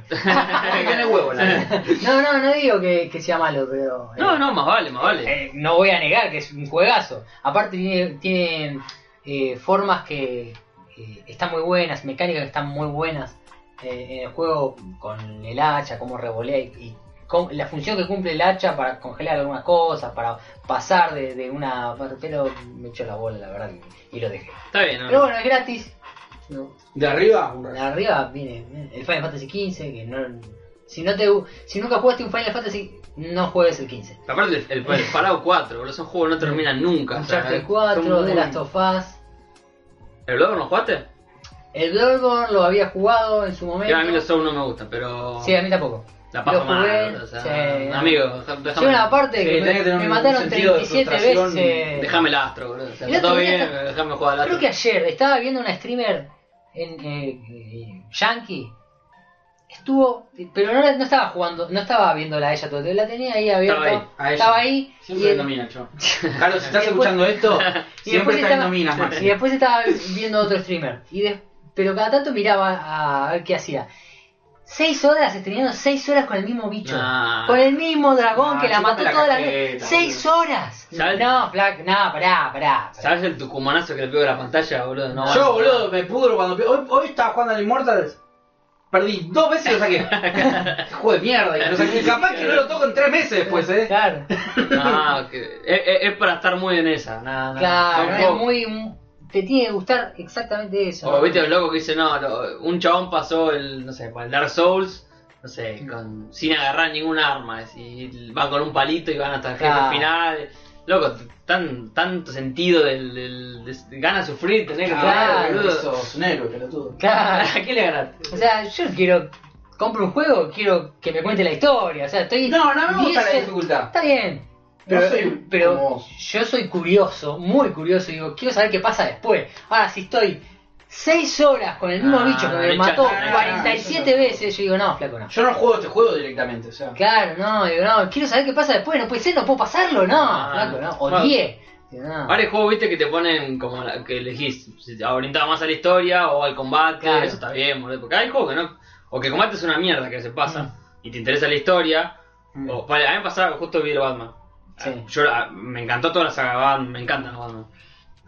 Speaker 2: Tiene huevo la verdad.
Speaker 3: No, no, no digo que, que sea malo, pero. eh,
Speaker 1: Eh. No, no, más vale, más vale.
Speaker 3: eh, no voy a negar que es un juegazo. Aparte, tiene, tiene eh, formas que eh, están muy buenas, mecánicas que están muy buenas eh, en el juego con el hacha, cómo revolea y, y cómo- la función que cumple el hacha para congelar algunas cosas, para pasar de, de una. Pero me echó la bola, la verdad, y, y lo dejé.
Speaker 1: Está bien, no,
Speaker 3: Pero bueno, es gratis. No,
Speaker 2: De arriba, un
Speaker 3: de arriba viene el Final Fantasy XV, que no, si no te si nunca jugaste un Final Fantasy, no juegues el XV.
Speaker 1: Aparte, el, el, el Fallout 4, boludo, esos juegos no terminan nunca. o sea,
Speaker 2: eh,
Speaker 3: Uncharted
Speaker 1: son
Speaker 3: 4,
Speaker 1: muy-
Speaker 3: The Last of Us.
Speaker 1: ¿El Bloodborne no jugaste?
Speaker 3: El Bloodborne lo había jugado en su
Speaker 1: Yo, a mí
Speaker 3: momento.
Speaker 1: los Souls no me gustan, pero.
Speaker 3: Sí, a mí tampoco.
Speaker 1: la paso
Speaker 3: lo jugué,
Speaker 1: mal, o sea,
Speaker 3: sí.
Speaker 1: Amigo, déjame.
Speaker 3: Yo una parte
Speaker 2: Sí,
Speaker 3: que
Speaker 2: tenés
Speaker 3: me,
Speaker 2: que tener
Speaker 3: me
Speaker 2: un
Speaker 3: mataron
Speaker 2: sentido de
Speaker 3: 37
Speaker 2: frustración.
Speaker 3: veces.
Speaker 1: Déjame el astro, boludo. O sea,
Speaker 3: El otro
Speaker 1: está todo
Speaker 3: día
Speaker 1: bien,
Speaker 3: está-
Speaker 1: déjame jugar al astro.
Speaker 3: Creo que ayer estaba viendo una streamer en eh, eh, Yankee. Estuvo, pero no, la- no estaba jugando, no estaba viéndola a ella todo el tiempo, la tenía ahí abierta.
Speaker 1: Estaba ahí,
Speaker 2: a ella.
Speaker 3: estaba ahí
Speaker 2: Siempre
Speaker 3: y-
Speaker 2: en domina, yo. Carlos, si estás
Speaker 3: Y después-
Speaker 2: escuchando esto,
Speaker 3: Y
Speaker 2: siempre
Speaker 3: después
Speaker 2: está en
Speaker 3: estaba-
Speaker 2: domina, Maxi.
Speaker 3: Y después estaba viendo otro streamer. Y de- pero cada tanto miraba a ver qué hacía. Seis horas, estrenando seis horas con el mismo bicho.
Speaker 1: Nah.
Speaker 3: Con el mismo dragón
Speaker 2: Nah,
Speaker 3: que la
Speaker 2: chupame
Speaker 3: mató
Speaker 2: Ah. la
Speaker 3: toda la
Speaker 2: cajeta,
Speaker 3: vida.
Speaker 2: boludo.
Speaker 3: ¡Seis horas!
Speaker 1: ¿Sabes?
Speaker 3: No, flac, no, pará, pará.
Speaker 1: ¿Sabes el tucumanazo que le pego a la pantalla, boludo? No,
Speaker 2: yo,
Speaker 1: bueno.
Speaker 2: boludo, me pudro cuando. pe- Hoy, hoy estaba jugando al Immortals. Perdí dos veces y lo saqué. Juego de mierda. Y lo saqué. Capaz que no lo toco en tres meses después, eh.
Speaker 3: Claro,
Speaker 1: No, Ah, que- es, es- es para estar muy en esa. Nada, nada.
Speaker 3: claro,
Speaker 1: Tampoco.
Speaker 3: es muy. Te tiene que gustar exactamente eso.
Speaker 2: Oh,
Speaker 1: O viste los locos que dicen, no, lo- un chabón pasó el, no sé, por el Dark Souls, no sé, con, sin agarrar ningún arma, es decir, van con un palito y van hasta el jefe
Speaker 3: Claro.
Speaker 1: final. Loco, t- tan, tanto sentido del, del, des- gana sufrir, tenés que
Speaker 3: Claro,
Speaker 1: jugar, boludo.
Speaker 2: sos un héroe, pelotudo.
Speaker 3: Claro.
Speaker 1: ¿A qué le ganaste?
Speaker 3: O sea, yo quiero. Compro un juego, quiero que me cuente la historia. O sea, estoy.
Speaker 2: No, no me gusta
Speaker 3: diez
Speaker 2: la
Speaker 3: horas-
Speaker 2: dificultad.
Speaker 3: Está bien. Pero,
Speaker 2: No soy
Speaker 3: pero
Speaker 2: como vos.
Speaker 3: yo soy curioso, muy curioso, y digo, quiero saber qué pasa después. Ahora, si estoy seis horas con el mismo
Speaker 1: Ah,
Speaker 3: bicho que
Speaker 1: le
Speaker 3: me
Speaker 1: echa-
Speaker 3: mató
Speaker 1: no, no, no,
Speaker 3: 47
Speaker 2: eso no.
Speaker 3: veces, yo digo, no, flaco, no.
Speaker 2: Yo no juego este juego directamente, o sea.
Speaker 3: Claro, no, digo, no, quiero saber qué pasa después, no puede ser, no puedo pasarlo, no,
Speaker 1: Ah,
Speaker 3: flaco, no. O
Speaker 1: bueno.
Speaker 3: 10. Digo, no.
Speaker 1: Varios juegos, viste, que te ponen como la- que elegís, si te orientado más a la historia o al combate,
Speaker 3: Claro.
Speaker 1: eso está bien, boludo, porque hay juegos que no, o que el combate es una mierda que se pasa,
Speaker 3: Mm.
Speaker 1: y te interesa la historia,
Speaker 2: Mm.
Speaker 3: Oh,
Speaker 1: o, vale, a mí me pasaba, justo vi el Batman,
Speaker 3: Sí.
Speaker 1: Ah, yo ah, me encantó toda la saga Batman, me encantan los Batman,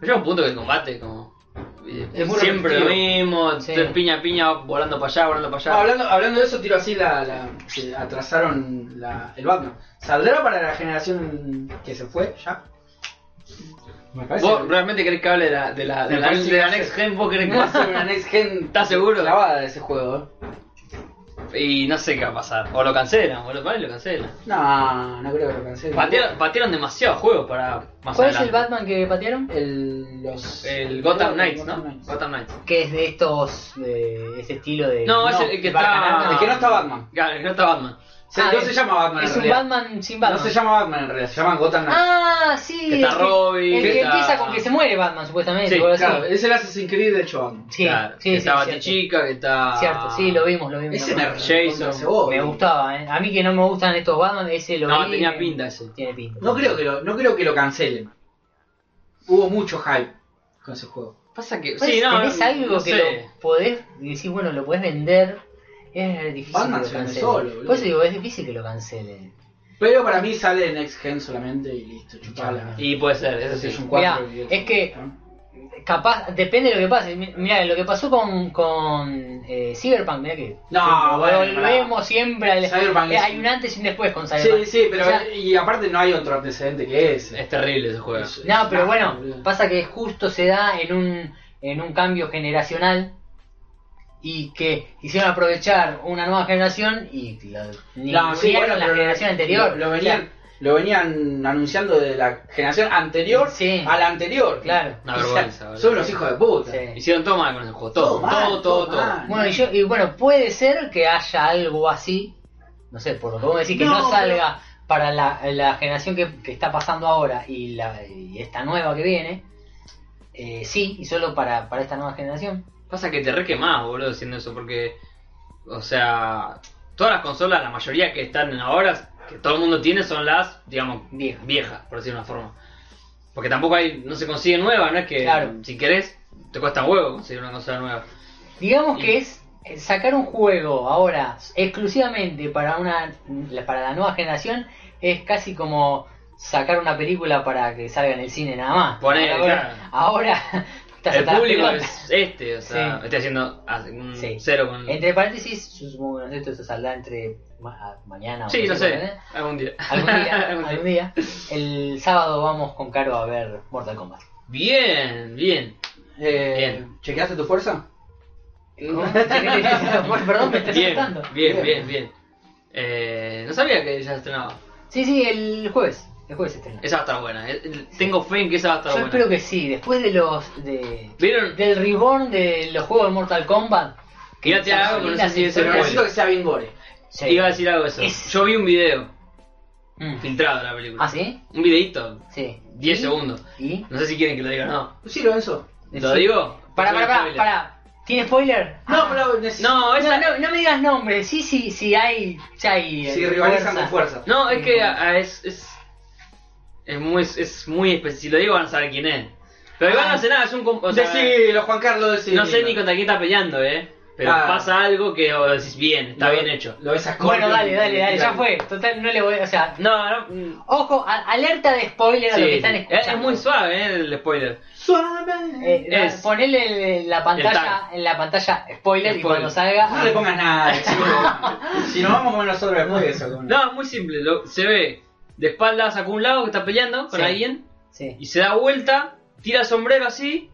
Speaker 1: pero llega un punto que el combate es como, eh,
Speaker 2: Es muy
Speaker 1: siempre lo mismo,
Speaker 3: Sí.
Speaker 1: te- piña piña, volando para allá, volando para allá,
Speaker 2: No, hablando, hablando de eso, tiro así la. la que atrasaron la, el Batman. ¿Saldrá para la generación que se fue ya? Me parece.
Speaker 1: vos
Speaker 2: que-
Speaker 1: realmente querés que hable de la, de la, de
Speaker 2: Me
Speaker 1: la-
Speaker 2: parece
Speaker 1: de
Speaker 2: que
Speaker 1: la
Speaker 2: hace-
Speaker 1: next gen, vos querés que
Speaker 2: Va a ser una next gen.
Speaker 1: ¿Estás seguro?
Speaker 2: Clavada de ese juego, eh.
Speaker 1: y no sé qué va a pasar, o lo cancelan, boludo, vale, lo cancelan.
Speaker 2: No, no creo que lo cancelen.
Speaker 1: Patearon, patearon demasiados juegos para más
Speaker 3: ¿Cuál es el
Speaker 1: adelante.
Speaker 3: Batman que patearon?
Speaker 2: El, los,
Speaker 1: El Gotham Knights, ¿no?
Speaker 2: Gotham Knights.
Speaker 1: Gotham Knights.
Speaker 3: Que es de estos, de ese estilo de...
Speaker 1: No, es el- el que está-
Speaker 3: Barcanal,
Speaker 2: El que no está Batman.
Speaker 1: Claro, que no está Batman.
Speaker 2: Se-
Speaker 3: Ah,
Speaker 2: no
Speaker 3: es-
Speaker 2: se llama Batman en
Speaker 3: Es un
Speaker 2: realidad.
Speaker 3: Batman sin Batman.
Speaker 2: No se llama Batman en realidad, se llama Gotham Knights.
Speaker 3: Ah, sí.
Speaker 1: Que está
Speaker 3: el que-
Speaker 1: Robin,
Speaker 3: El que
Speaker 1: que está-
Speaker 3: empieza con que se muere Batman,
Speaker 1: Sí,
Speaker 3: supuestamente. o algo así.
Speaker 2: claro, es el Assassin's Creed de hecho Batman.
Speaker 3: Sí,
Speaker 1: Claro,
Speaker 3: sí,
Speaker 1: que
Speaker 3: sí,
Speaker 1: está
Speaker 3: cierto.
Speaker 1: Batichica, que está.
Speaker 3: Cierto, sí, lo vimos, lo vimos.
Speaker 2: Ese
Speaker 3: lo
Speaker 2: me
Speaker 3: vimos.
Speaker 1: Jason.
Speaker 2: recontra cebó,
Speaker 3: Me
Speaker 2: boludo.
Speaker 3: gustaba, ¿eh? A mí que no me gustan estos Batman, ese lo
Speaker 1: No,
Speaker 3: vi,
Speaker 1: tenía
Speaker 3: me-
Speaker 1: pinta ese.
Speaker 3: Tiene pinta.
Speaker 2: No creo, que lo, no creo que lo cancelen. Hubo mucho hype con ese juego.
Speaker 1: Pasa que.
Speaker 3: Pues,
Speaker 1: Sí, no.
Speaker 3: tenés algo
Speaker 1: no
Speaker 3: que
Speaker 1: sé.
Speaker 3: lo podés, y decís, bueno, lo podés vender, es difícil
Speaker 2: Batman
Speaker 3: que lo
Speaker 2: se vende
Speaker 3: cancelen.
Speaker 2: solo, boludo.
Speaker 3: Por eso digo, es difícil que lo cancelen.
Speaker 2: Pero para mí sale en Next Gen solamente y listo, chupala.
Speaker 1: Y puede ser, eso
Speaker 2: Ese es
Speaker 1: sí.
Speaker 2: un cuatro
Speaker 3: Mirá,
Speaker 2: y
Speaker 3: es que- Capaz, depende de lo que pase. Mi- Mirá, lo que pasó con, con eh, Cyberpunk, mirá que...
Speaker 2: No, bueno,
Speaker 3: volvemos siempre al...
Speaker 2: Cyberpunk
Speaker 3: eh,
Speaker 2: es-
Speaker 3: hay un antes y un después con Cyberpunk.
Speaker 2: Sí, sí, pero
Speaker 3: O sea,
Speaker 2: y aparte no hay otro antecedente que ese.
Speaker 1: Es terrible ese juego.
Speaker 2: Es-
Speaker 3: No, pero
Speaker 2: es-
Speaker 3: bueno,
Speaker 2: boludo.
Speaker 3: pasa que justo se da en un, en un cambio generacional y que quisieron aprovechar una nueva generación y lo, ni
Speaker 2: No, sí, bueno,
Speaker 3: la
Speaker 2: pero
Speaker 3: generación anterior.
Speaker 2: Lo, lo venían, lo venían anunciando de la generación anterior
Speaker 3: Sí.
Speaker 2: a la anterior.
Speaker 3: Claro.
Speaker 1: Una
Speaker 2: O sea,
Speaker 1: vergüenza, boludo.
Speaker 2: son unos hijos de puta.
Speaker 3: Sí.
Speaker 1: Hicieron todo mal con ese juego. Todo, todo,
Speaker 2: Todo mal,
Speaker 1: todo, todo.
Speaker 2: todo mal.
Speaker 3: Bueno, y, yo, y bueno, puede ser que haya algo así, no sé, por lo que vos decís, que no,
Speaker 2: No, pero-
Speaker 3: salga para la, la generación que, que está pasando ahora y, la, y esta nueva que viene, eh, sí, y solo para, para esta nueva generación.
Speaker 1: Pasa que te re quemás, boludo, haciendo eso, porque. O sea. Todas las consolas, la mayoría que están ahora, que todo el mundo tiene, son las, digamos,
Speaker 3: Vieja.
Speaker 1: viejas, por decir una forma. Porque tampoco hay, no se consigue nueva, no es que
Speaker 3: Claro.
Speaker 1: si querés te cuesta un huevo conseguir una consola nueva.
Speaker 3: Digamos
Speaker 1: Y-
Speaker 3: que es eh, sacar un juego ahora exclusivamente para una la- para la nueva generación es casi como sacar una película para que salga en el cine nada más.
Speaker 1: Ponele,
Speaker 3: ahora,
Speaker 1: claro.
Speaker 3: ahora estás
Speaker 1: El
Speaker 3: hasta las
Speaker 1: público
Speaker 3: pelotas.
Speaker 1: es este, o sea,
Speaker 3: Sí.
Speaker 1: estoy haciendo ah, un
Speaker 3: Sí.
Speaker 1: cero con...
Speaker 3: Entre paréntesis, yo supongo que no sé, esto se saldrá entre ma- ah, mañana o
Speaker 1: Sí, no
Speaker 3: no
Speaker 1: sé,
Speaker 3: ¿eh?
Speaker 1: algún día.
Speaker 3: Algún día,
Speaker 1: Algún día.
Speaker 3: algún día. El sábado vamos con Caro a ver Mortal Kombat.
Speaker 1: Bien, bien.
Speaker 2: Eh,
Speaker 1: Bien.
Speaker 2: ¿Chequeaste tu fuerza?
Speaker 3: Bueno, Perdón, me estás
Speaker 1: Bien,
Speaker 3: asustando.
Speaker 1: bien, bien, bien. Eh, no sabía que ya se estrenaba.
Speaker 3: Sí, sí, el jueves. El jueves se estrena.
Speaker 1: Esa va a estar buena. eh, eh, Tengo fe en que esa va a estar
Speaker 3: Yo
Speaker 1: buena.
Speaker 3: espero que sí, después de los de,
Speaker 1: ¿Vieron?
Speaker 3: del reborn de los juegos de Mortal Kombat.
Speaker 1: Ya te hago, pero no sé si es el
Speaker 2: Pero
Speaker 1: Bueno.
Speaker 2: necesito que sea bien gore.
Speaker 3: Sí.
Speaker 1: Iba a decir algo de eso.
Speaker 3: Es-
Speaker 1: Yo vi un video
Speaker 3: Mm.
Speaker 1: filtrado de la película.
Speaker 3: ¿Ah, sí?
Speaker 1: Un videito,
Speaker 3: Sí.
Speaker 1: 10
Speaker 3: ¿Y?
Speaker 1: segundos.
Speaker 3: ¿Y?
Speaker 1: No sé si quieren que lo diga o no.
Speaker 2: Sí, Lorenzo.
Speaker 1: ¿Lo digo?
Speaker 3: Para,
Speaker 1: Es un
Speaker 3: para, para,
Speaker 1: spoiler.
Speaker 3: para. ¿Tiene spoiler?
Speaker 2: No,
Speaker 3: Ah.
Speaker 2: pero necesito.
Speaker 1: No, esa
Speaker 3: No, no, no me digas nombre, sí, sí, sí, hay. sí hay
Speaker 2: Si
Speaker 3: eh,
Speaker 2: rivalizan con fuerza.
Speaker 1: No, es que ah, ah, es, es. Es muy. Es muy específico. Si lo digo, van a saber quién es. Pero igual
Speaker 3: Ah.
Speaker 1: no hace nada, es un. comp- O sea,
Speaker 2: Decilo, Juan Carlos, decilo.
Speaker 1: no sé ni contra quién está peleando, eh. Pero
Speaker 2: Ah.
Speaker 1: pasa algo que o decís bien, está
Speaker 2: Lo-
Speaker 1: bien hecho.
Speaker 2: Lo ves a Scorpio
Speaker 3: Bueno, dale,
Speaker 2: y-
Speaker 3: dale, dale, ya
Speaker 2: y-
Speaker 3: fue. Total, no le voy. O sea,
Speaker 1: No, no. mm,
Speaker 3: ojo, a- alerta de spoiler a
Speaker 1: sí,
Speaker 3: lo que están
Speaker 1: sí. es,
Speaker 3: escuchando.
Speaker 1: es muy suave, eh, el spoiler.
Speaker 2: Suave.
Speaker 3: Eh, da-
Speaker 1: Es-
Speaker 3: ponele el- la pantalla, en la pantalla spoiler,
Speaker 1: Spoiler.
Speaker 3: y cuando salga. ah,
Speaker 2: No le pongas nada, chico. si nos vamos a comer nosotros después de eso. con-
Speaker 1: No, es muy simple. lo- se ve de espaldas a un lado que está peleando con
Speaker 3: Sí.
Speaker 1: alguien.
Speaker 3: Sí.
Speaker 1: Y se da vuelta, tira el sombrero así.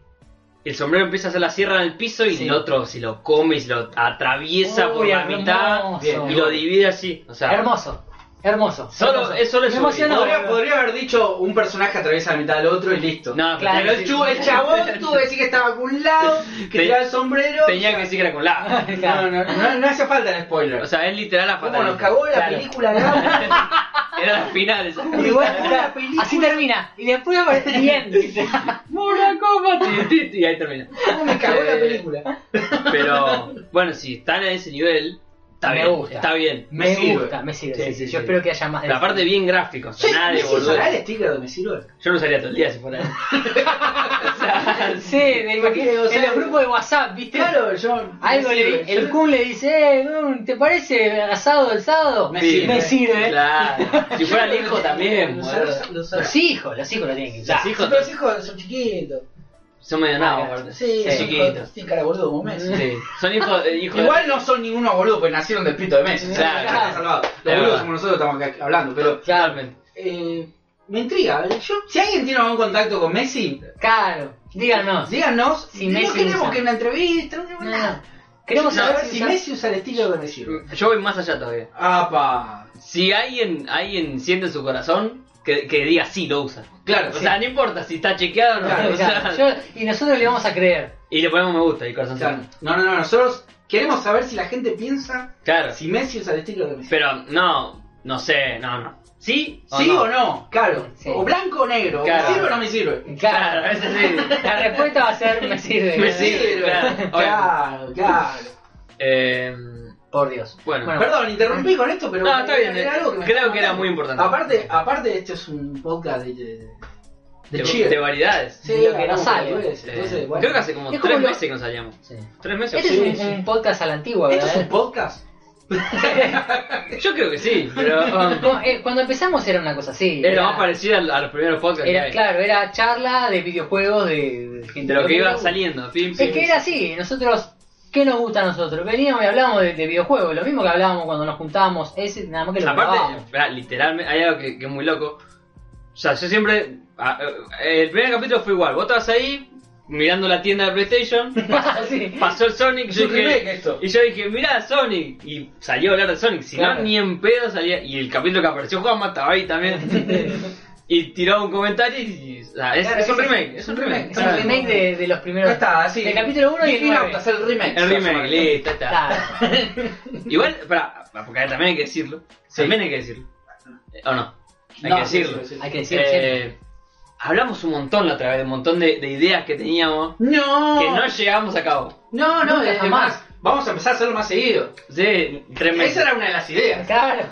Speaker 1: y El sombrero empieza a hacer la sierra en el piso y
Speaker 3: Sí.
Speaker 1: el otro se lo come y se lo atraviesa por
Speaker 3: Uy,
Speaker 1: la mitad.
Speaker 3: hermoso.
Speaker 1: Y lo divide así. O sea,
Speaker 3: Hermoso, hermoso.
Speaker 1: Solo-
Speaker 3: hermoso.
Speaker 1: es solo
Speaker 3: Me
Speaker 1: eso.
Speaker 3: emocionó.
Speaker 2: podría, podría haber dicho un personaje atraviesa la mitad del otro y listo.
Speaker 1: No,
Speaker 3: Claro,
Speaker 2: Pero el,
Speaker 1: sí.
Speaker 2: chu- el chabón tuvo que decir que estaba con un lado, que
Speaker 1: Te-
Speaker 2: tiraba el sombrero.
Speaker 1: tenía que decir que era con la.
Speaker 2: No, no, no, no hace falta el spoiler.
Speaker 1: O sea, es literal la
Speaker 2: ¿Cómo
Speaker 1: fatalidad.
Speaker 2: nos cagó la
Speaker 3: Claro.
Speaker 2: película? ¿no?
Speaker 1: Era la final esa.
Speaker 3: Y bueno, está- así termina. Y después aparece bien.
Speaker 1: Mortal Kombat, ti, ti, ti, Y ahí termina.
Speaker 2: ¿Cómo me cagó la
Speaker 1: Eh,
Speaker 2: película?
Speaker 1: Pero, bueno, si están a ese nivel, está
Speaker 3: Me
Speaker 1: bien.
Speaker 3: gusta.
Speaker 1: Está bien.
Speaker 3: Me,
Speaker 2: Me sirve.
Speaker 3: gusta, me sirve.
Speaker 1: Sí,
Speaker 3: sí,
Speaker 1: sí,
Speaker 3: sí. Yo
Speaker 1: sí.
Speaker 3: espero que haya más de
Speaker 1: Pero aparte, bien gráfico. o sea, nada de
Speaker 2: ¿Me sirve?
Speaker 1: boludo.
Speaker 2: ¿Usará el sticker de me sirve?
Speaker 1: Yo lo usaría todo el día si fuera él.
Speaker 3: Sí, de-
Speaker 2: Porque, o
Speaker 3: en
Speaker 2: sea,
Speaker 3: los grupos de WhatsApp, ¿viste?
Speaker 2: Claro, yo.
Speaker 3: Algo
Speaker 2: me
Speaker 3: le
Speaker 2: sirve.
Speaker 3: el
Speaker 2: Yo-
Speaker 3: Kun le dice, eh, Kun, ¿te parece asado el sábado?
Speaker 2: Me
Speaker 1: sirve.
Speaker 3: Me sirve.
Speaker 1: Claro. Si fuera el hijo también,
Speaker 2: Lo
Speaker 1: boludo.
Speaker 2: usar- lo usar-
Speaker 3: Los hijos, los hijos lo tienen que usar.
Speaker 1: Los
Speaker 2: Sí,
Speaker 1: hijos
Speaker 2: pero los hijos son chiquitos.
Speaker 1: son medio nabos,
Speaker 3: Ah,
Speaker 1: aparte.
Speaker 2: Sí,
Speaker 3: Sí,
Speaker 2: son
Speaker 1: chiquitos.
Speaker 2: chiquitos. Tienen cara de boludo como Messi.
Speaker 1: Sí. Son hijos eh, hijos de-
Speaker 2: Igual no son ninguno boludo, porque nacieron del pito de Messi.
Speaker 1: Claro.
Speaker 2: Ya está salvado. Los
Speaker 1: Es
Speaker 2: boludos
Speaker 1: verdad.
Speaker 2: somos nosotros, estamos acá hablando, pero.
Speaker 1: Claramente.
Speaker 2: eh, me intriga. ¿eh? Yo, si alguien tiene algún contacto con Messi,
Speaker 3: Claro, díganos.
Speaker 2: díganos.
Speaker 3: Si
Speaker 2: no
Speaker 3: Messi
Speaker 2: queremos
Speaker 3: usa.
Speaker 2: que una entrevista, no queremos
Speaker 3: No,
Speaker 2: nada.
Speaker 3: no. Queremos
Speaker 2: No,
Speaker 3: saber
Speaker 2: si
Speaker 3: ya-
Speaker 2: Messi usa el estilo de Messi.
Speaker 1: Yo voy más allá todavía.
Speaker 2: ¡Apa!
Speaker 1: Si alguien, alguien siente en su corazón, que, que diga sí, lo usa.
Speaker 2: Claro,
Speaker 1: O
Speaker 2: sí.
Speaker 1: sea, no importa si está chequeado o no.
Speaker 2: Claro,
Speaker 1: o sea,
Speaker 3: Claro, yo- y nosotros le vamos a creer.
Speaker 1: Y le ponemos me gusta y
Speaker 2: O
Speaker 1: corazón.
Speaker 2: sea, no, no, no, nosotros queremos saber si la gente piensa
Speaker 1: Claro.
Speaker 2: si Messi usa el estilo de Messi.
Speaker 1: Pero no, no sé, no, no. ¿Sí?
Speaker 2: ¿Sí o no? Claro.
Speaker 3: Sí.
Speaker 2: O blanco o negro.
Speaker 1: Claro.
Speaker 2: ¿Me sirve o no me sirve?
Speaker 1: Claro, a veces sí.
Speaker 3: La respuesta va a ser me sirve.
Speaker 1: Me sirve. claro.
Speaker 2: Claro, claro.
Speaker 1: Eh,
Speaker 3: Por Dios.
Speaker 1: Bueno.
Speaker 2: Perdón, interrumpí con esto, pero.
Speaker 1: No, está bien,
Speaker 2: era
Speaker 1: eh,
Speaker 2: algo me
Speaker 1: creo
Speaker 2: estaba
Speaker 1: que era
Speaker 2: matando.
Speaker 1: muy importante.
Speaker 2: Aparte, aparte esto es un podcast de. de, de
Speaker 1: de,
Speaker 2: cheer.
Speaker 1: de variedades.
Speaker 2: Sí,
Speaker 3: de lo que no
Speaker 2: hablamos
Speaker 3: sale.
Speaker 2: boludeces,
Speaker 1: Eh,
Speaker 2: Entonces, bueno.
Speaker 1: Creo que hace como
Speaker 3: Es como
Speaker 1: tres
Speaker 3: lo-
Speaker 1: meses que nos salíamos.
Speaker 3: Sí.
Speaker 1: ¿Tres meses?
Speaker 3: Este es un,
Speaker 2: sí.
Speaker 3: un podcast a la antigua,
Speaker 1: Este
Speaker 2: ¿Esto es
Speaker 1: ¿eh?
Speaker 2: un
Speaker 3: ¿verdad?
Speaker 2: podcast?
Speaker 1: Yo creo que sí, pero um,
Speaker 3: No, eh, Cuando empezamos era una cosa así.
Speaker 1: era más parecida a, a los primeros podcasts
Speaker 3: era,
Speaker 1: que hay.
Speaker 3: claro, era charla de videojuegos de, de gente.
Speaker 1: De lo que iba
Speaker 3: le
Speaker 1: saliendo. pim,
Speaker 3: gusta. Es
Speaker 1: pim.
Speaker 3: que era así, nosotros, ¿qué nos gusta a nosotros? Veníamos y hablábamos de, de videojuegos, lo mismo que hablábamos cuando nos juntábamos, ese, nada más que lo
Speaker 1: Aparte,
Speaker 3: grabábamos.
Speaker 1: espera, literalmente, hay algo que, que es muy loco. O sea, yo siempre. a- a- el primer capítulo fue igual. Vos estabas ahí, mirando la tienda de PlayStation.
Speaker 3: Sí.
Speaker 1: pasó el Sonic.
Speaker 2: Es
Speaker 1: Yo
Speaker 2: un remake
Speaker 1: dije,
Speaker 2: esto.
Speaker 1: y yo dije, mirá Sonic. Y salió a hablar de Sonic. Si
Speaker 3: Claro.
Speaker 1: no, ni en pedo salía. Y el capítulo que apareció Juan mataba ahí también. y tiró un comentario. Y, o sea, es,
Speaker 2: Claro,
Speaker 1: es un
Speaker 2: es-
Speaker 1: remake.
Speaker 2: es
Speaker 1: Es un
Speaker 2: un
Speaker 1: remake.
Speaker 2: remake,
Speaker 3: Es el remake de, de los primeros.
Speaker 2: Ya está, así.
Speaker 3: Del capítulo 1 y el
Speaker 2: Between
Speaker 3: 9.
Speaker 2: Autos, el remake.
Speaker 1: El remake,
Speaker 2: Exactamente.
Speaker 1: listo, ahí está.
Speaker 3: Claro.
Speaker 1: Igual, para, porque también hay que decirlo.
Speaker 2: Sí.
Speaker 1: También hay que decirlo. Eh, ¿O no? Hay
Speaker 2: No,
Speaker 1: que
Speaker 2: sí,
Speaker 1: decirlo.
Speaker 2: sí, sí.
Speaker 3: Hay que decirlo siempre.
Speaker 1: Eh, hablamos un montón la otra vez, un montón de, de ideas que teníamos
Speaker 2: No.
Speaker 1: que no llegamos a cabo.
Speaker 2: No, no,
Speaker 3: Nunca,
Speaker 2: es
Speaker 3: jamás.
Speaker 2: más. Vamos a empezar a hacerlo más seguido.
Speaker 1: Sí, tres meses.
Speaker 2: Esa era una de las
Speaker 1: Eh,
Speaker 2: ideas.
Speaker 3: Claro.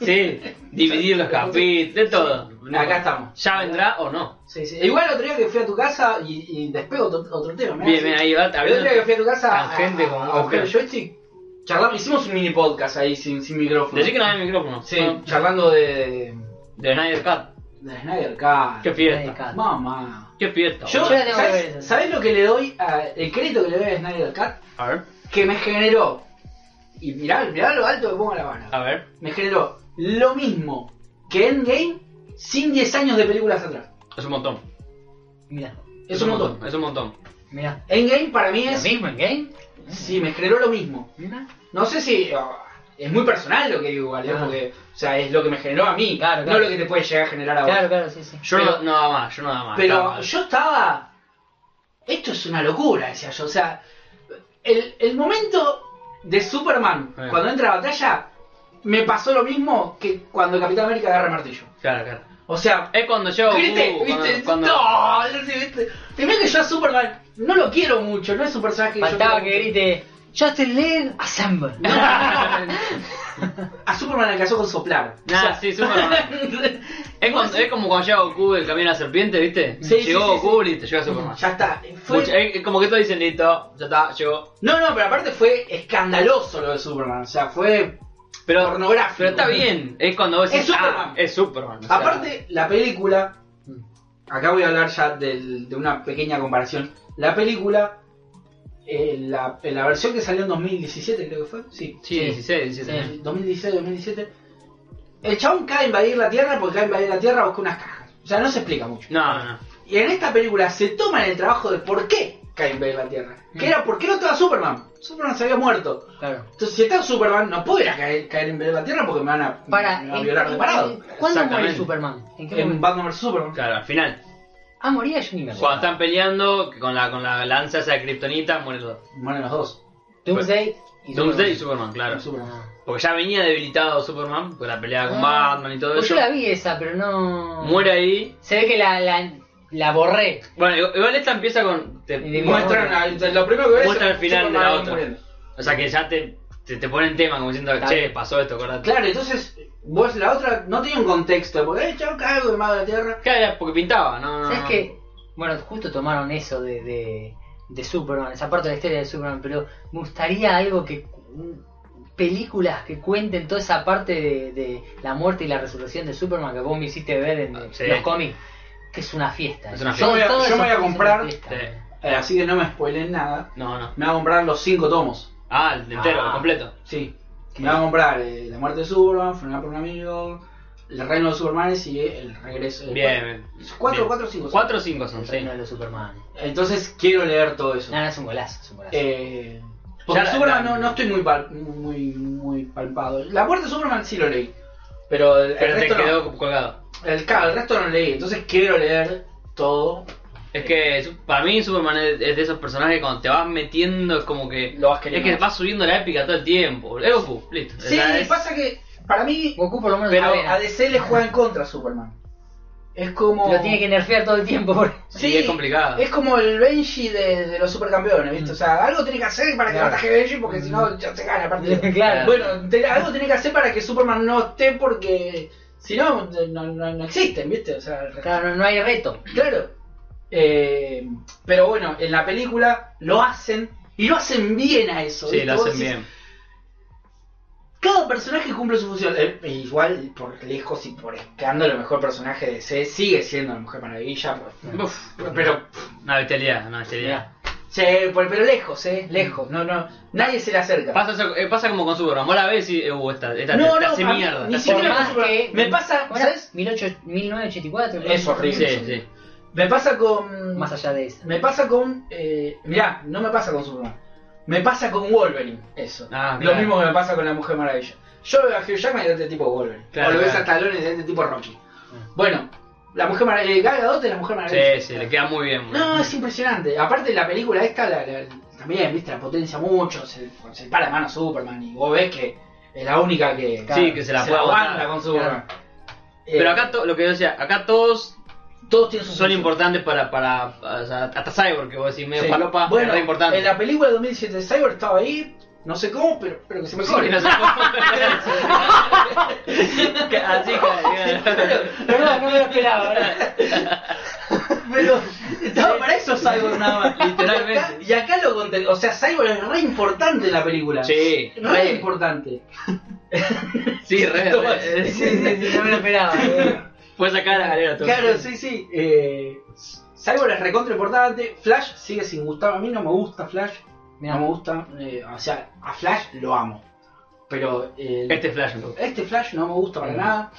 Speaker 1: Sí, dividir los capítulos, de todo.
Speaker 2: Acá estamos.
Speaker 1: Ya vendrá o no.
Speaker 4: Sí, sí.
Speaker 2: Igual otro día que fui a tu casa y, y despego otro, otro tema. mirá.
Speaker 1: Bien, bien, ahí va.
Speaker 2: El otro día que fui a tu casa a,
Speaker 1: Tangente como
Speaker 2: a-
Speaker 1: un
Speaker 2: a buscar el
Speaker 1: agujero.
Speaker 2: joystick, charlamos, hicimos un mini podcast ahí sin, sin micrófono.
Speaker 1: Decí que no había micrófono.
Speaker 2: Sí,
Speaker 1: No,
Speaker 2: charlando de,
Speaker 1: De Snyder Cut.
Speaker 2: de Snyder Cut.
Speaker 1: Qué fiesta.
Speaker 3: Dedicado.
Speaker 2: Mamá.
Speaker 1: Qué fiesta.
Speaker 2: Yo,
Speaker 3: Yo la tengo que ver esa.
Speaker 2: ¿sabes, sabes lo que le doy? A, el crédito que le doy a Snyder Cut
Speaker 1: A ver,
Speaker 2: que me generó. Y mirá, mirá lo alto que pongo la mano.
Speaker 1: a ver.
Speaker 2: Me generó lo mismo que Endgame sin 10 años de películas atrás.
Speaker 1: Es un montón.
Speaker 3: Mirá,
Speaker 2: Es un montón.
Speaker 1: Es un montón.
Speaker 3: mirá.
Speaker 2: Endgame para mí
Speaker 3: ¿Lo
Speaker 2: es.
Speaker 3: mismo en game?
Speaker 2: Sí, me generó lo mismo.
Speaker 3: Mirá.
Speaker 2: No sé si. ah, es muy personal lo que digo, igual, ¿eh?
Speaker 3: Ah.
Speaker 2: porque. O sea, es lo que me generó a mí.
Speaker 3: Claro, claro.
Speaker 2: No lo que te puede llegar a generar ahora.
Speaker 3: Claro, claro, sí, sí.
Speaker 1: Yo
Speaker 2: Pero-
Speaker 1: no, no daba más, yo no daba más. estaba
Speaker 2: Pero
Speaker 1: Ah, mal.
Speaker 2: yo estaba. Esto es una locura, decía yo. O sea, el, el momento de Superman,
Speaker 1: Eh.
Speaker 2: cuando entra a batalla, me pasó lo mismo que cuando Capitán América agarra el martillo.
Speaker 1: Claro, claro.
Speaker 2: O sea,
Speaker 1: Es cuando yo.
Speaker 2: ¿viste?
Speaker 1: uh,
Speaker 2: ¿Viste?
Speaker 1: cuando-
Speaker 2: No, ¿viste? Y mirá que yo a Superman no lo quiero mucho, no es un personaje que yo
Speaker 3: Faltaba que
Speaker 2: quiero mucho.
Speaker 3: grite Justin Lin Assemble.
Speaker 2: A Superman alcanzó con soplar.
Speaker 1: Nah, Ah, sí, Superman. es, cuando- es como cuando llega Goku el camino a la serpiente, ¿viste?
Speaker 2: Sí,
Speaker 1: llegó
Speaker 2: sí, sí,
Speaker 1: Goku y te llega Superman.
Speaker 2: ya está. Fue-
Speaker 1: Mucho- es, es como que todos dicen listo, ya está, llegó.
Speaker 2: No, no, pero aparte fue escandaloso lo de Superman. O sea, fue
Speaker 1: Pero,
Speaker 2: pornográfico.
Speaker 1: pero está bien, es cuando vos
Speaker 2: Es
Speaker 1: decís,
Speaker 2: Superman.
Speaker 1: ah, es Superman. o sea,
Speaker 2: Aparte, la película. Acá voy a hablar ya del- de una pequeña comparación. La película. eh, la, la versión que salió en 2017, creo que fue. Sí.
Speaker 1: sí, 16, 17.
Speaker 3: Sí.
Speaker 2: 2016, 2017. El chabón cae a invadir la Tierra porque cae a invadir la Tierra busca unas cajas. O sea, no se explica mucho.
Speaker 1: No, no.
Speaker 2: Y en esta película se toman el trabajo de por qué cae a invadir la Tierra. Que era por qué no estaba Superman. Superman se había muerto.
Speaker 3: Claro.
Speaker 2: Entonces, si está Superman, no puedo ir a caer, caer a invadir la Tierra porque me van a,
Speaker 3: Para,
Speaker 2: me van a
Speaker 3: en-
Speaker 2: violar de
Speaker 3: en-
Speaker 2: parado.
Speaker 3: en- ¿Cuándo muere
Speaker 1: Exactamente.
Speaker 3: Superman? ¿En qué
Speaker 2: En
Speaker 3: momento?
Speaker 2: Batman vs Superman.
Speaker 1: Claro, al final.
Speaker 3: Ah, moría yo ni me
Speaker 1: Cuando
Speaker 3: acuerdo.
Speaker 1: están peleando que con la, con la lanza esa de Kryptonita, mueren los dos.
Speaker 2: Mueren los dos.
Speaker 3: Doomsday y
Speaker 1: Doomsday y
Speaker 3: Superman.
Speaker 1: Superman, claro.
Speaker 2: Superman.
Speaker 1: Porque ya venía debilitado Superman por la pelea con
Speaker 3: Ah.
Speaker 1: Batman y todo
Speaker 3: Pues
Speaker 1: eso.
Speaker 3: yo la vi esa, pero no.
Speaker 1: Muere ahí.
Speaker 3: Se ve que la, la, la borré.
Speaker 1: Bueno, igual- igual esta empieza con. te-
Speaker 3: Y de-
Speaker 2: Muestran, al- lo primero que ves
Speaker 1: Muestran
Speaker 2: es
Speaker 1: el final de
Speaker 2: Superman
Speaker 1: la otra.
Speaker 2: muriendo.
Speaker 1: o sea que ya te, te, te ponen tema como diciendo,
Speaker 3: Está
Speaker 1: che,
Speaker 3: bien.
Speaker 1: pasó esto, acordate.
Speaker 2: Claro, entonces vos la otra no tenía un contexto, porque eh, chavo algo de madre de tierra.
Speaker 1: Claro, era porque pintaba, no, no.
Speaker 3: ¿Sabes
Speaker 1: no.
Speaker 3: qué? Bueno, justo tomaron eso de, de, de Superman, esa parte de la historia de Superman, pero me gustaría algo que. películas que cuenten toda esa parte de, de la muerte y la resurrección de Superman que vos me hiciste ver en
Speaker 1: Ah, Sí.
Speaker 3: los cómics, que es una fiesta.
Speaker 1: Es una fiesta.
Speaker 3: Todo-
Speaker 2: Yo voy a-
Speaker 3: todo
Speaker 2: yo
Speaker 3: eso
Speaker 2: me voy a
Speaker 3: es una
Speaker 2: comprar-
Speaker 3: fiesta.
Speaker 1: Sí.
Speaker 2: Eh, así que no me spoilen nada.
Speaker 1: No, no.
Speaker 2: Me va a comprar los cinco tomos.
Speaker 1: Ah, el entero,
Speaker 3: Ah.
Speaker 1: el completo.
Speaker 2: Sí. Me va a comprar eh, La muerte de Superman, Frenar por un amigo, El reino de los Supermanes y El regreso. el
Speaker 1: Bien, bien.
Speaker 2: cuatro- Cuatro,
Speaker 1: Bien.
Speaker 2: cuatro, cinco. son.
Speaker 1: 4 o 5 son,
Speaker 3: El
Speaker 1: sí.
Speaker 3: reino de los Superman.
Speaker 2: Entonces quiero leer todo eso.
Speaker 3: Nada, es un golazo, es un golazo.
Speaker 2: Eh, porque
Speaker 1: Ah. Ya la-
Speaker 2: Superman
Speaker 1: la-
Speaker 2: no, no estoy muy, pal- muy, muy palpado. La muerte de Superman sí lo leí. Pero el, el
Speaker 1: Pero te
Speaker 2: resto no.
Speaker 1: quedó colgado.
Speaker 2: El, claro, el resto no leí. Entonces quiero leer todo.
Speaker 1: Es que su- para mí Superman es, es de esos personajes que cuando te vas metiendo es como que.
Speaker 2: Lo vas
Speaker 1: Es
Speaker 2: queriendo.
Speaker 1: que vas subiendo la épica todo el tiempo. Es Goku, listo.
Speaker 2: Sí,
Speaker 1: O sea, es-
Speaker 2: pasa que para mí
Speaker 3: Goku por lo menos
Speaker 1: pero
Speaker 3: la
Speaker 2: a
Speaker 3: vena.
Speaker 2: DC le juega en contra a Superman. Es como...
Speaker 3: lo tiene que nerfear todo el tiempo. porque-
Speaker 1: Sí, es complicado.
Speaker 2: Es como el Benji de, de los supercampeones, ¿viste?
Speaker 3: Mm.
Speaker 2: O sea, algo tiene que hacer para que
Speaker 3: Claro.
Speaker 2: no ataje Benji porque si no ya se gana el partido.
Speaker 3: claro.
Speaker 2: Bueno, te- algo tiene que hacer para que Superman no esté porque si no, no, no, no existen, ¿viste? O sea, el resto-
Speaker 3: Claro, no, no hay reto.
Speaker 2: claro. Eh, pero bueno, en la película lo hacen y lo hacen bien a eso.
Speaker 1: Sí,
Speaker 2: ¿viste?
Speaker 1: lo
Speaker 2: Vos
Speaker 1: hacen
Speaker 2: decís,
Speaker 1: bien.
Speaker 2: Cada personaje cumple su función. Eh, e igual, por lejos y por escándalo, el mejor personaje de C sigue siendo la Mujer Maravilla. pues,
Speaker 1: Uf,
Speaker 2: pero,
Speaker 1: una bestialidad, una bestialidad.
Speaker 2: che, por- pero lejos, ¿eh? Lejos. No, no. Nadie se le acerca.
Speaker 1: Pasa, eso- eh, pasa como con Superman, vos la ves y eh, uh, esta, esta,
Speaker 2: No,
Speaker 1: te- te
Speaker 2: no,
Speaker 1: hace
Speaker 2: a mí
Speaker 1: mierda.
Speaker 2: ni
Speaker 1: te hace
Speaker 2: siquiera
Speaker 1: mierda.
Speaker 2: me pasa- me pasa,
Speaker 3: ¿cómo era?
Speaker 2: ¿sabes?
Speaker 3: 18- 1984.
Speaker 2: Es horrible.
Speaker 1: Sí, sí.
Speaker 2: Me pasa con.
Speaker 3: Más allá de eso.
Speaker 2: Me pasa con. Eh, mirá, no me pasa con Superman. Me pasa con Wolverine, eso.
Speaker 1: Ah,
Speaker 2: Lo
Speaker 1: claro.
Speaker 2: mismo que me pasa con la Mujer Maravilla. Yo veo a Hugh Jackman y de este tipo Wolverine.
Speaker 1: Claro,
Speaker 2: o lo ves
Speaker 1: claro. Ah.
Speaker 2: a Stallone y de este tipo Rocky. Bueno, la Mujer Maravilla. Gal Gadot es la Mujer Maravilla.
Speaker 1: Sí, sí, le queda muy bien.
Speaker 2: No, es impresionante. Aparte, la película esta la- la- también, viste, la potencia mucho. Se, se para la mano a Superman y vos ves que es la única que,
Speaker 1: Sí, que se la puede
Speaker 2: aguanta
Speaker 1: aguantar.
Speaker 2: con Superman. Eh,
Speaker 1: Pero acá to- lo que yo decía, acá todos
Speaker 2: todos tienen su
Speaker 1: son
Speaker 2: función.
Speaker 1: importantes para, para o sea, hasta Cyborg, que vos decís, medio
Speaker 2: Sí.
Speaker 1: falopa,
Speaker 2: Bueno,
Speaker 1: es re importante.
Speaker 2: En la película de 2017 de Cyber estaba ahí, no sé cómo, pero, pero que se mejore.
Speaker 1: Sí, no sé cómo. Que- Así que...
Speaker 3: Perdón, no me lo
Speaker 2: Ah,
Speaker 3: esperaba. ¿verdad?
Speaker 2: Pero estaba para eso Cyborg nada más.
Speaker 1: Literalmente.
Speaker 2: Y acá, y acá lo conté. O sea, Cyborg es re importante en la película.
Speaker 1: Sí,
Speaker 2: Re, importante.
Speaker 1: sí, re,
Speaker 2: Tomás.
Speaker 1: re.
Speaker 3: Sí, sí, sí, no me lo esperaba. ¿verdad?
Speaker 1: Puedes sacar a galera todo.
Speaker 2: Claro, sí, sí. eh, Cyborg es recontra importante. Flash sigue sin gustar. A mí no me gusta Flash.
Speaker 3: Mirá.
Speaker 2: No me gusta. eh, o sea, a Flash lo amo. Pero eh,
Speaker 1: Este es Flash, ¿no?
Speaker 2: Este Flash no me gusta para
Speaker 3: Mm.
Speaker 2: nada.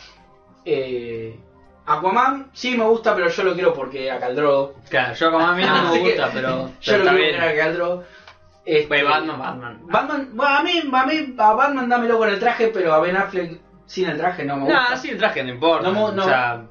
Speaker 2: Eh, Aquaman sí me gusta, pero yo lo quiero porque a Caldrogo.
Speaker 1: Claro, yo como a mí no me
Speaker 2: Así que
Speaker 1: gusta, pero, pero
Speaker 2: Yo lo
Speaker 1: está
Speaker 2: quiero
Speaker 1: bien.
Speaker 2: porque era a Caldrogo. Este,
Speaker 1: Pues Batman, Batman.
Speaker 2: Batman, bueno, a mí, a mí, a Batman dámelo con el traje, pero a Ben Affleck sin el traje no me gusta.
Speaker 1: Nah, sí, el traje no importa.
Speaker 2: No, no.
Speaker 1: O sea,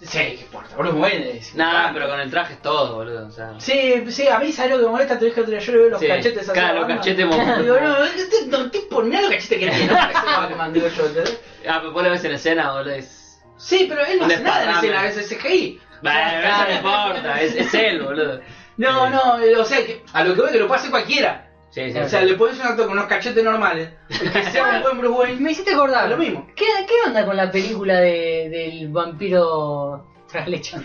Speaker 2: Sí, qué importa, Bruce Wayne es-
Speaker 1: nada, pero con el traje es todo, boludo. O sea,
Speaker 2: Sí, sí, a mí salió que me molesta, te dije otro día, yo le veo los
Speaker 1: Sí,
Speaker 2: cachetes así.
Speaker 1: claro,
Speaker 2: a
Speaker 1: los
Speaker 2: Batman.
Speaker 1: cachetes mo-
Speaker 2: Digo, no, este- no, tipo, mirá los cachetes que tiene, no parece Batman, digo yo, ¿entendés?
Speaker 1: ah, pero vos lo ves en escena, boludo. Es...
Speaker 2: Sí, pero él no
Speaker 1: Un
Speaker 2: hace nada en
Speaker 1: desparrame.
Speaker 2: escena, es CGI.
Speaker 1: Bah, eso no importa, es, es él, boludo.
Speaker 2: No,
Speaker 1: Eh,
Speaker 2: no, eh, o sea, que a lo que voy que lo puede hacer cualquiera.
Speaker 1: Sí, sí.
Speaker 2: O sea, le podés hacer un actor con unos cachetes normales. Que sea un buen Bruce Wayne.
Speaker 3: Me hiciste acordar.
Speaker 2: Lo mismo.
Speaker 3: ¿Qué, qué onda con la película de, del vampiro tras leche?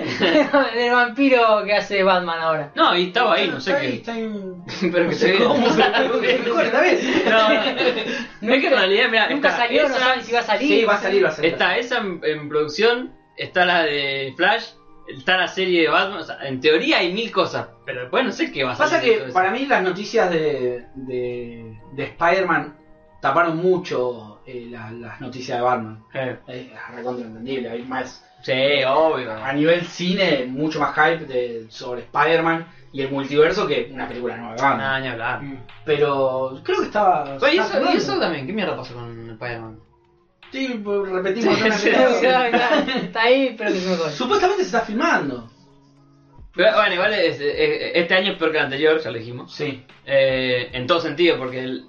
Speaker 3: del vampiro que hace Batman ahora.
Speaker 1: No, y estaba ahí, no sé
Speaker 2: Está ahí,
Speaker 1: qué.
Speaker 2: está ahí un-
Speaker 1: Pero que se ve.
Speaker 2: ¿Cómo?
Speaker 1: No,
Speaker 2: Mejor, esta vez.
Speaker 1: no es que en realidad, mira,
Speaker 3: Nunca
Speaker 1: está
Speaker 3: salió, no
Speaker 1: esa-
Speaker 3: saben si va a salir.
Speaker 2: Ah, Sí, va a salir, va a salir.
Speaker 1: Está esa en, en producción, está la de Flash, está la serie de Batman, o sea, en teoría hay mil cosas, pero después no sé qué va a
Speaker 2: Pasa
Speaker 1: salir de
Speaker 2: que
Speaker 1: todo eso.
Speaker 2: para mí las noticias de, de, de Spider-Man taparon mucho eh, la- las noticias de Batman.
Speaker 1: Eh,
Speaker 2: Es recontra entendible, hay más.
Speaker 1: Sí, obvio.
Speaker 3: Ah,
Speaker 2: A nivel cine, mucho más hype de- sobre Spider-Man y el multiverso que una película nueva de Batman.
Speaker 1: Nada, Ah, ni hablar.
Speaker 3: Mm.
Speaker 2: Pero creo que estaba.
Speaker 1: Oye, ¿y
Speaker 2: estaba
Speaker 1: eso, y
Speaker 2: jugando.
Speaker 1: eso también, ¿qué mierda pasó con Spider-Man?
Speaker 2: Sí, pues, repetimos. una
Speaker 1: Sí,
Speaker 2: película.
Speaker 1: sí.
Speaker 3: Claro, claro, Está ahí, pero que se me corre.
Speaker 2: Supuestamente se está filmando.
Speaker 1: Pero, bueno, igual es- eh, este año es peor que el anterior, ya lo dijimos.
Speaker 2: Sí.
Speaker 1: Eh, en todo sentido, porque el-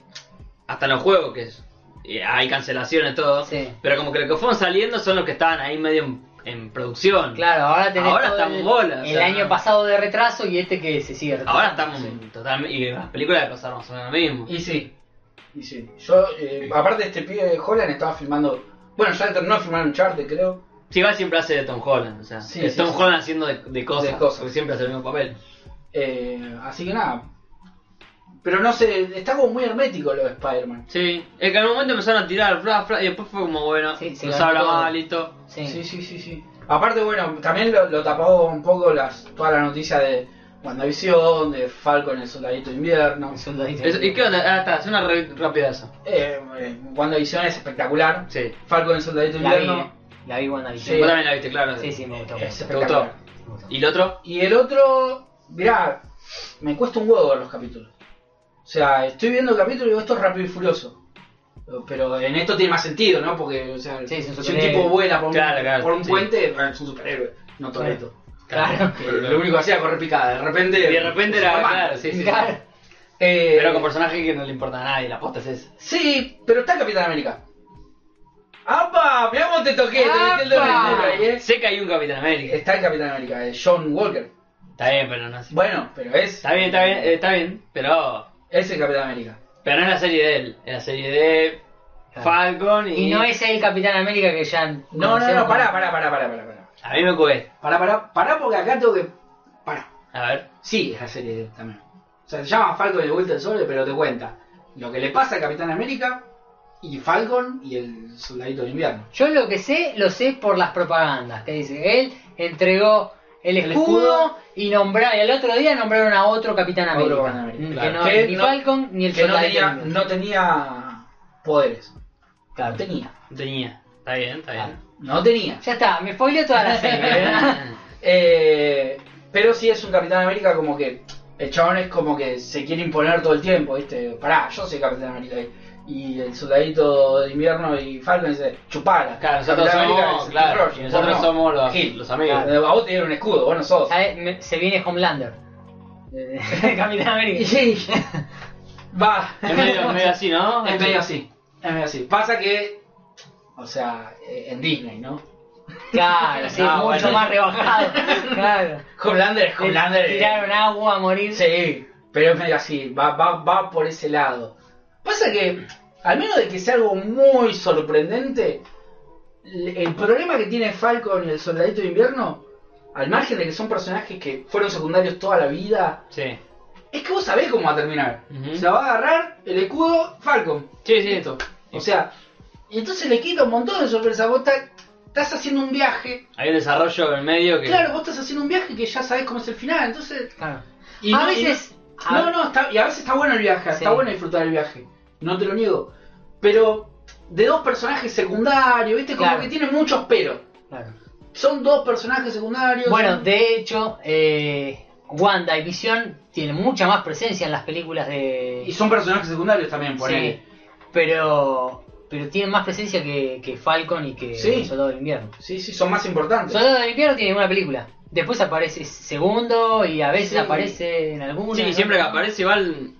Speaker 1: hasta en los juegos que es- eh, hay cancelaciones, todo.
Speaker 3: Sí.
Speaker 1: Pero como que los que fueron saliendo son los que estaban ahí medio en, en producción.
Speaker 3: Claro, ahora tenés
Speaker 1: Ahora
Speaker 3: todo
Speaker 1: estamos
Speaker 3: el,
Speaker 1: bolas, o
Speaker 3: el
Speaker 1: sea,
Speaker 3: año
Speaker 1: no.
Speaker 3: pasado de retraso y este que se sigue retrasando.
Speaker 1: Ahora estamos
Speaker 3: Sí.
Speaker 1: totalmente. Y las películas le pasaron más o menos lo mismo.
Speaker 2: Y sí. Y sí. Yo, eh, aparte de este pibe de Holland, estaba filmando. Bueno, ya terminó de filmar un charter, creo.
Speaker 1: Sí, igual siempre hace de Tom Holland. O sea,
Speaker 2: Sí,
Speaker 1: es
Speaker 2: sí,
Speaker 1: Tom
Speaker 2: sí.
Speaker 1: Holland haciendo de, de cosas.
Speaker 2: De cosas.
Speaker 1: Porque siempre hace el mismo papel.
Speaker 2: Eh, así que nada. Pero no sé, está como muy hermético lo de Spider-Man.
Speaker 1: Sí, es que en un momento empezaron a tirar, fla, fla, y después fue como bueno,
Speaker 3: Sí, se
Speaker 1: no se
Speaker 3: ganó
Speaker 1: habla
Speaker 3: todo.
Speaker 1: más, listo.
Speaker 3: Sí.
Speaker 2: Sí, sí, sí, sí. Aparte, bueno, también lo, lo tapó un poco las, toda la noticia de WandaVision, de Falcon, el soldadito de invierno.
Speaker 3: El soldadito.
Speaker 1: Eso- ¿Y qué onda? Ah, está, hace una re- rápida eso.
Speaker 2: Eh, eh, WandaVision es espectacular.
Speaker 1: Sí.
Speaker 2: Falcon, el soldadito de
Speaker 3: La vi,
Speaker 2: invierno.
Speaker 3: la vi buena
Speaker 2: Sí.
Speaker 1: Vos también la viste, claro.
Speaker 3: Sí, sí, me gustó.
Speaker 2: Es
Speaker 1: ¿Te gustó?
Speaker 2: espectacular.
Speaker 3: Me gustó.
Speaker 1: ¿Y el otro?
Speaker 2: Y el otro, mirá, me cuesta un huevo ver los capítulos. O sea, estoy viendo capítulos y digo, esto es rápido y furioso. Pero en esto tiene más sentido, ¿no? Porque, o sea,
Speaker 3: Sí, es un
Speaker 2: si un
Speaker 3: superhéroe.
Speaker 2: tipo vuela por un,
Speaker 1: Claro, claro,
Speaker 2: por un
Speaker 1: sí.
Speaker 2: puente, es un superhéroe, no Toreto.
Speaker 3: Claro.
Speaker 2: Lo único que hacía era correr picada, de repente.
Speaker 1: Y de repente era.
Speaker 2: Superman.
Speaker 1: Claro, sí, sí.
Speaker 3: Claro.
Speaker 2: Eh,
Speaker 1: Pero con personaje que no le importa a nadie, la posta es esa.
Speaker 2: Sí, pero está Capitán América. ¡Apa! Mirá cómo te toqué, te metí el dedo en el culo ahí, eh.
Speaker 1: Ah. Sé que hay un Capitán América.
Speaker 2: Está el Capitán América, eh, John Walker.
Speaker 1: Está bien, pero no sé.
Speaker 2: Bueno, pero es.
Speaker 1: Está bien, está bien, eh, está bien, pero.
Speaker 2: Es el Capitán América.
Speaker 1: Pero no es la serie de él, es la serie de.
Speaker 3: Claro.
Speaker 1: Falcon y.
Speaker 3: Y no es el Capitán América que ya.
Speaker 2: No, no, no, pará, pará, pará, pará, pará, pará.
Speaker 1: A mí me cuesta.
Speaker 2: Pará, pará, pará, porque acá tengo que. Pará.
Speaker 1: A ver.
Speaker 2: Sí, es la serie de- también. O sea, se llama Falcon y el Vuelta del Sol, pero te cuenta lo que le pasa a Capitán América y Falcon y el Soldadito de Invierno.
Speaker 3: Yo lo que sé, lo sé por las propagandas que dice. Él entregó el
Speaker 2: El
Speaker 3: escudo,
Speaker 2: escudo.
Speaker 3: y nombraron, y al otro día nombraron a otro Capitán
Speaker 2: Otro
Speaker 3: América.
Speaker 2: Capitán América,
Speaker 3: Mm,
Speaker 2: claro.
Speaker 3: Que no,
Speaker 2: Que
Speaker 3: ni
Speaker 2: no-
Speaker 3: Falcon ni el
Speaker 2: que no
Speaker 3: soldado
Speaker 2: tenía, no tenía poderes. No tenía.
Speaker 1: Tenía. Está bien, está bien.
Speaker 2: No tenía.
Speaker 3: Ya está, me spoileó toda la serie. ¿verdad?
Speaker 2: Ah. Eh, pero sí es un Capitán América como que el chabón es como que se quiere imponer todo el tiempo, ¿viste? Pará, yo soy Capitán América. Y el soldadito de invierno y Falcon dice, chupala.
Speaker 1: Claro, nosotros
Speaker 2: Capitán América
Speaker 1: somos,
Speaker 2: es
Speaker 1: claro,
Speaker 2: Steve Rogers,
Speaker 1: y nosotros
Speaker 2: vos no.
Speaker 1: somos los,
Speaker 2: Gil.
Speaker 1: los amigos.
Speaker 2: Claro, A vos te dieron un escudo, vos no sos.
Speaker 3: ¿Sabes? eh, Me- se viene Homelander. Eh, Capitán
Speaker 2: Y
Speaker 3: América.
Speaker 2: sí. Va.
Speaker 1: Es medio, es medio así, ¿no?
Speaker 2: Es medio así. Es medio así. Pasa que, o sea, eh, en Disney, ¿no?
Speaker 3: Claro, sí,
Speaker 5: No,
Speaker 3: mucho
Speaker 5: bueno.
Speaker 3: más rebajado. Claro.
Speaker 5: Homelander es Homelander. eh.
Speaker 3: Tiraron agua a morir.
Speaker 5: Sí.
Speaker 2: Pero es medio así, va, va, va por ese lado. Pasa que, al menos de que sea algo muy sorprendente, l- el problema que tiene Falcon y el Soldadito de Invierno, al margen de que son personajes que fueron secundarios toda la vida,
Speaker 1: Sí.
Speaker 2: es que vos sabés cómo va a terminar.
Speaker 1: Ujú.
Speaker 2: Se la va a agarrar el escudo Falcon.
Speaker 1: Sí, sí.
Speaker 2: Listo. O sea, y entonces le quita un montón de sorpresa. Vos ta- estás haciendo un viaje.
Speaker 1: Hay un desarrollo en el medio que.
Speaker 2: Claro, vos estás haciendo un viaje que ya sabés cómo es el final. Entonces,
Speaker 3: Claro.
Speaker 2: y
Speaker 3: a
Speaker 2: no- y no-
Speaker 3: veces. a-
Speaker 2: No, no, está- y a veces está bueno el viaje,
Speaker 3: Ah. Sí.
Speaker 2: está bueno disfrutar el viaje, no te lo niego. Pero de dos personajes secundarios, ¿viste? Como
Speaker 3: Claro.
Speaker 2: que tiene muchos pero.
Speaker 3: Claro.
Speaker 2: Son dos personajes secundarios.
Speaker 3: Bueno,
Speaker 2: son-
Speaker 3: de hecho, eh, Wanda y Visión tienen mucha más presencia en las películas de.
Speaker 2: Y son personajes secundarios también, por
Speaker 3: Sí, pero, pero tienen más presencia que, que Falcon y que
Speaker 2: Sí.
Speaker 3: Soldado del Invierno.
Speaker 2: Sí, sí, son más importantes.
Speaker 3: Soldado del Invierno tiene una película. Después aparece segundo y a veces
Speaker 2: Sí.
Speaker 3: aparece en alguna.
Speaker 1: Sí,
Speaker 3: en
Speaker 1: siempre que
Speaker 3: otra.
Speaker 1: aparece igual.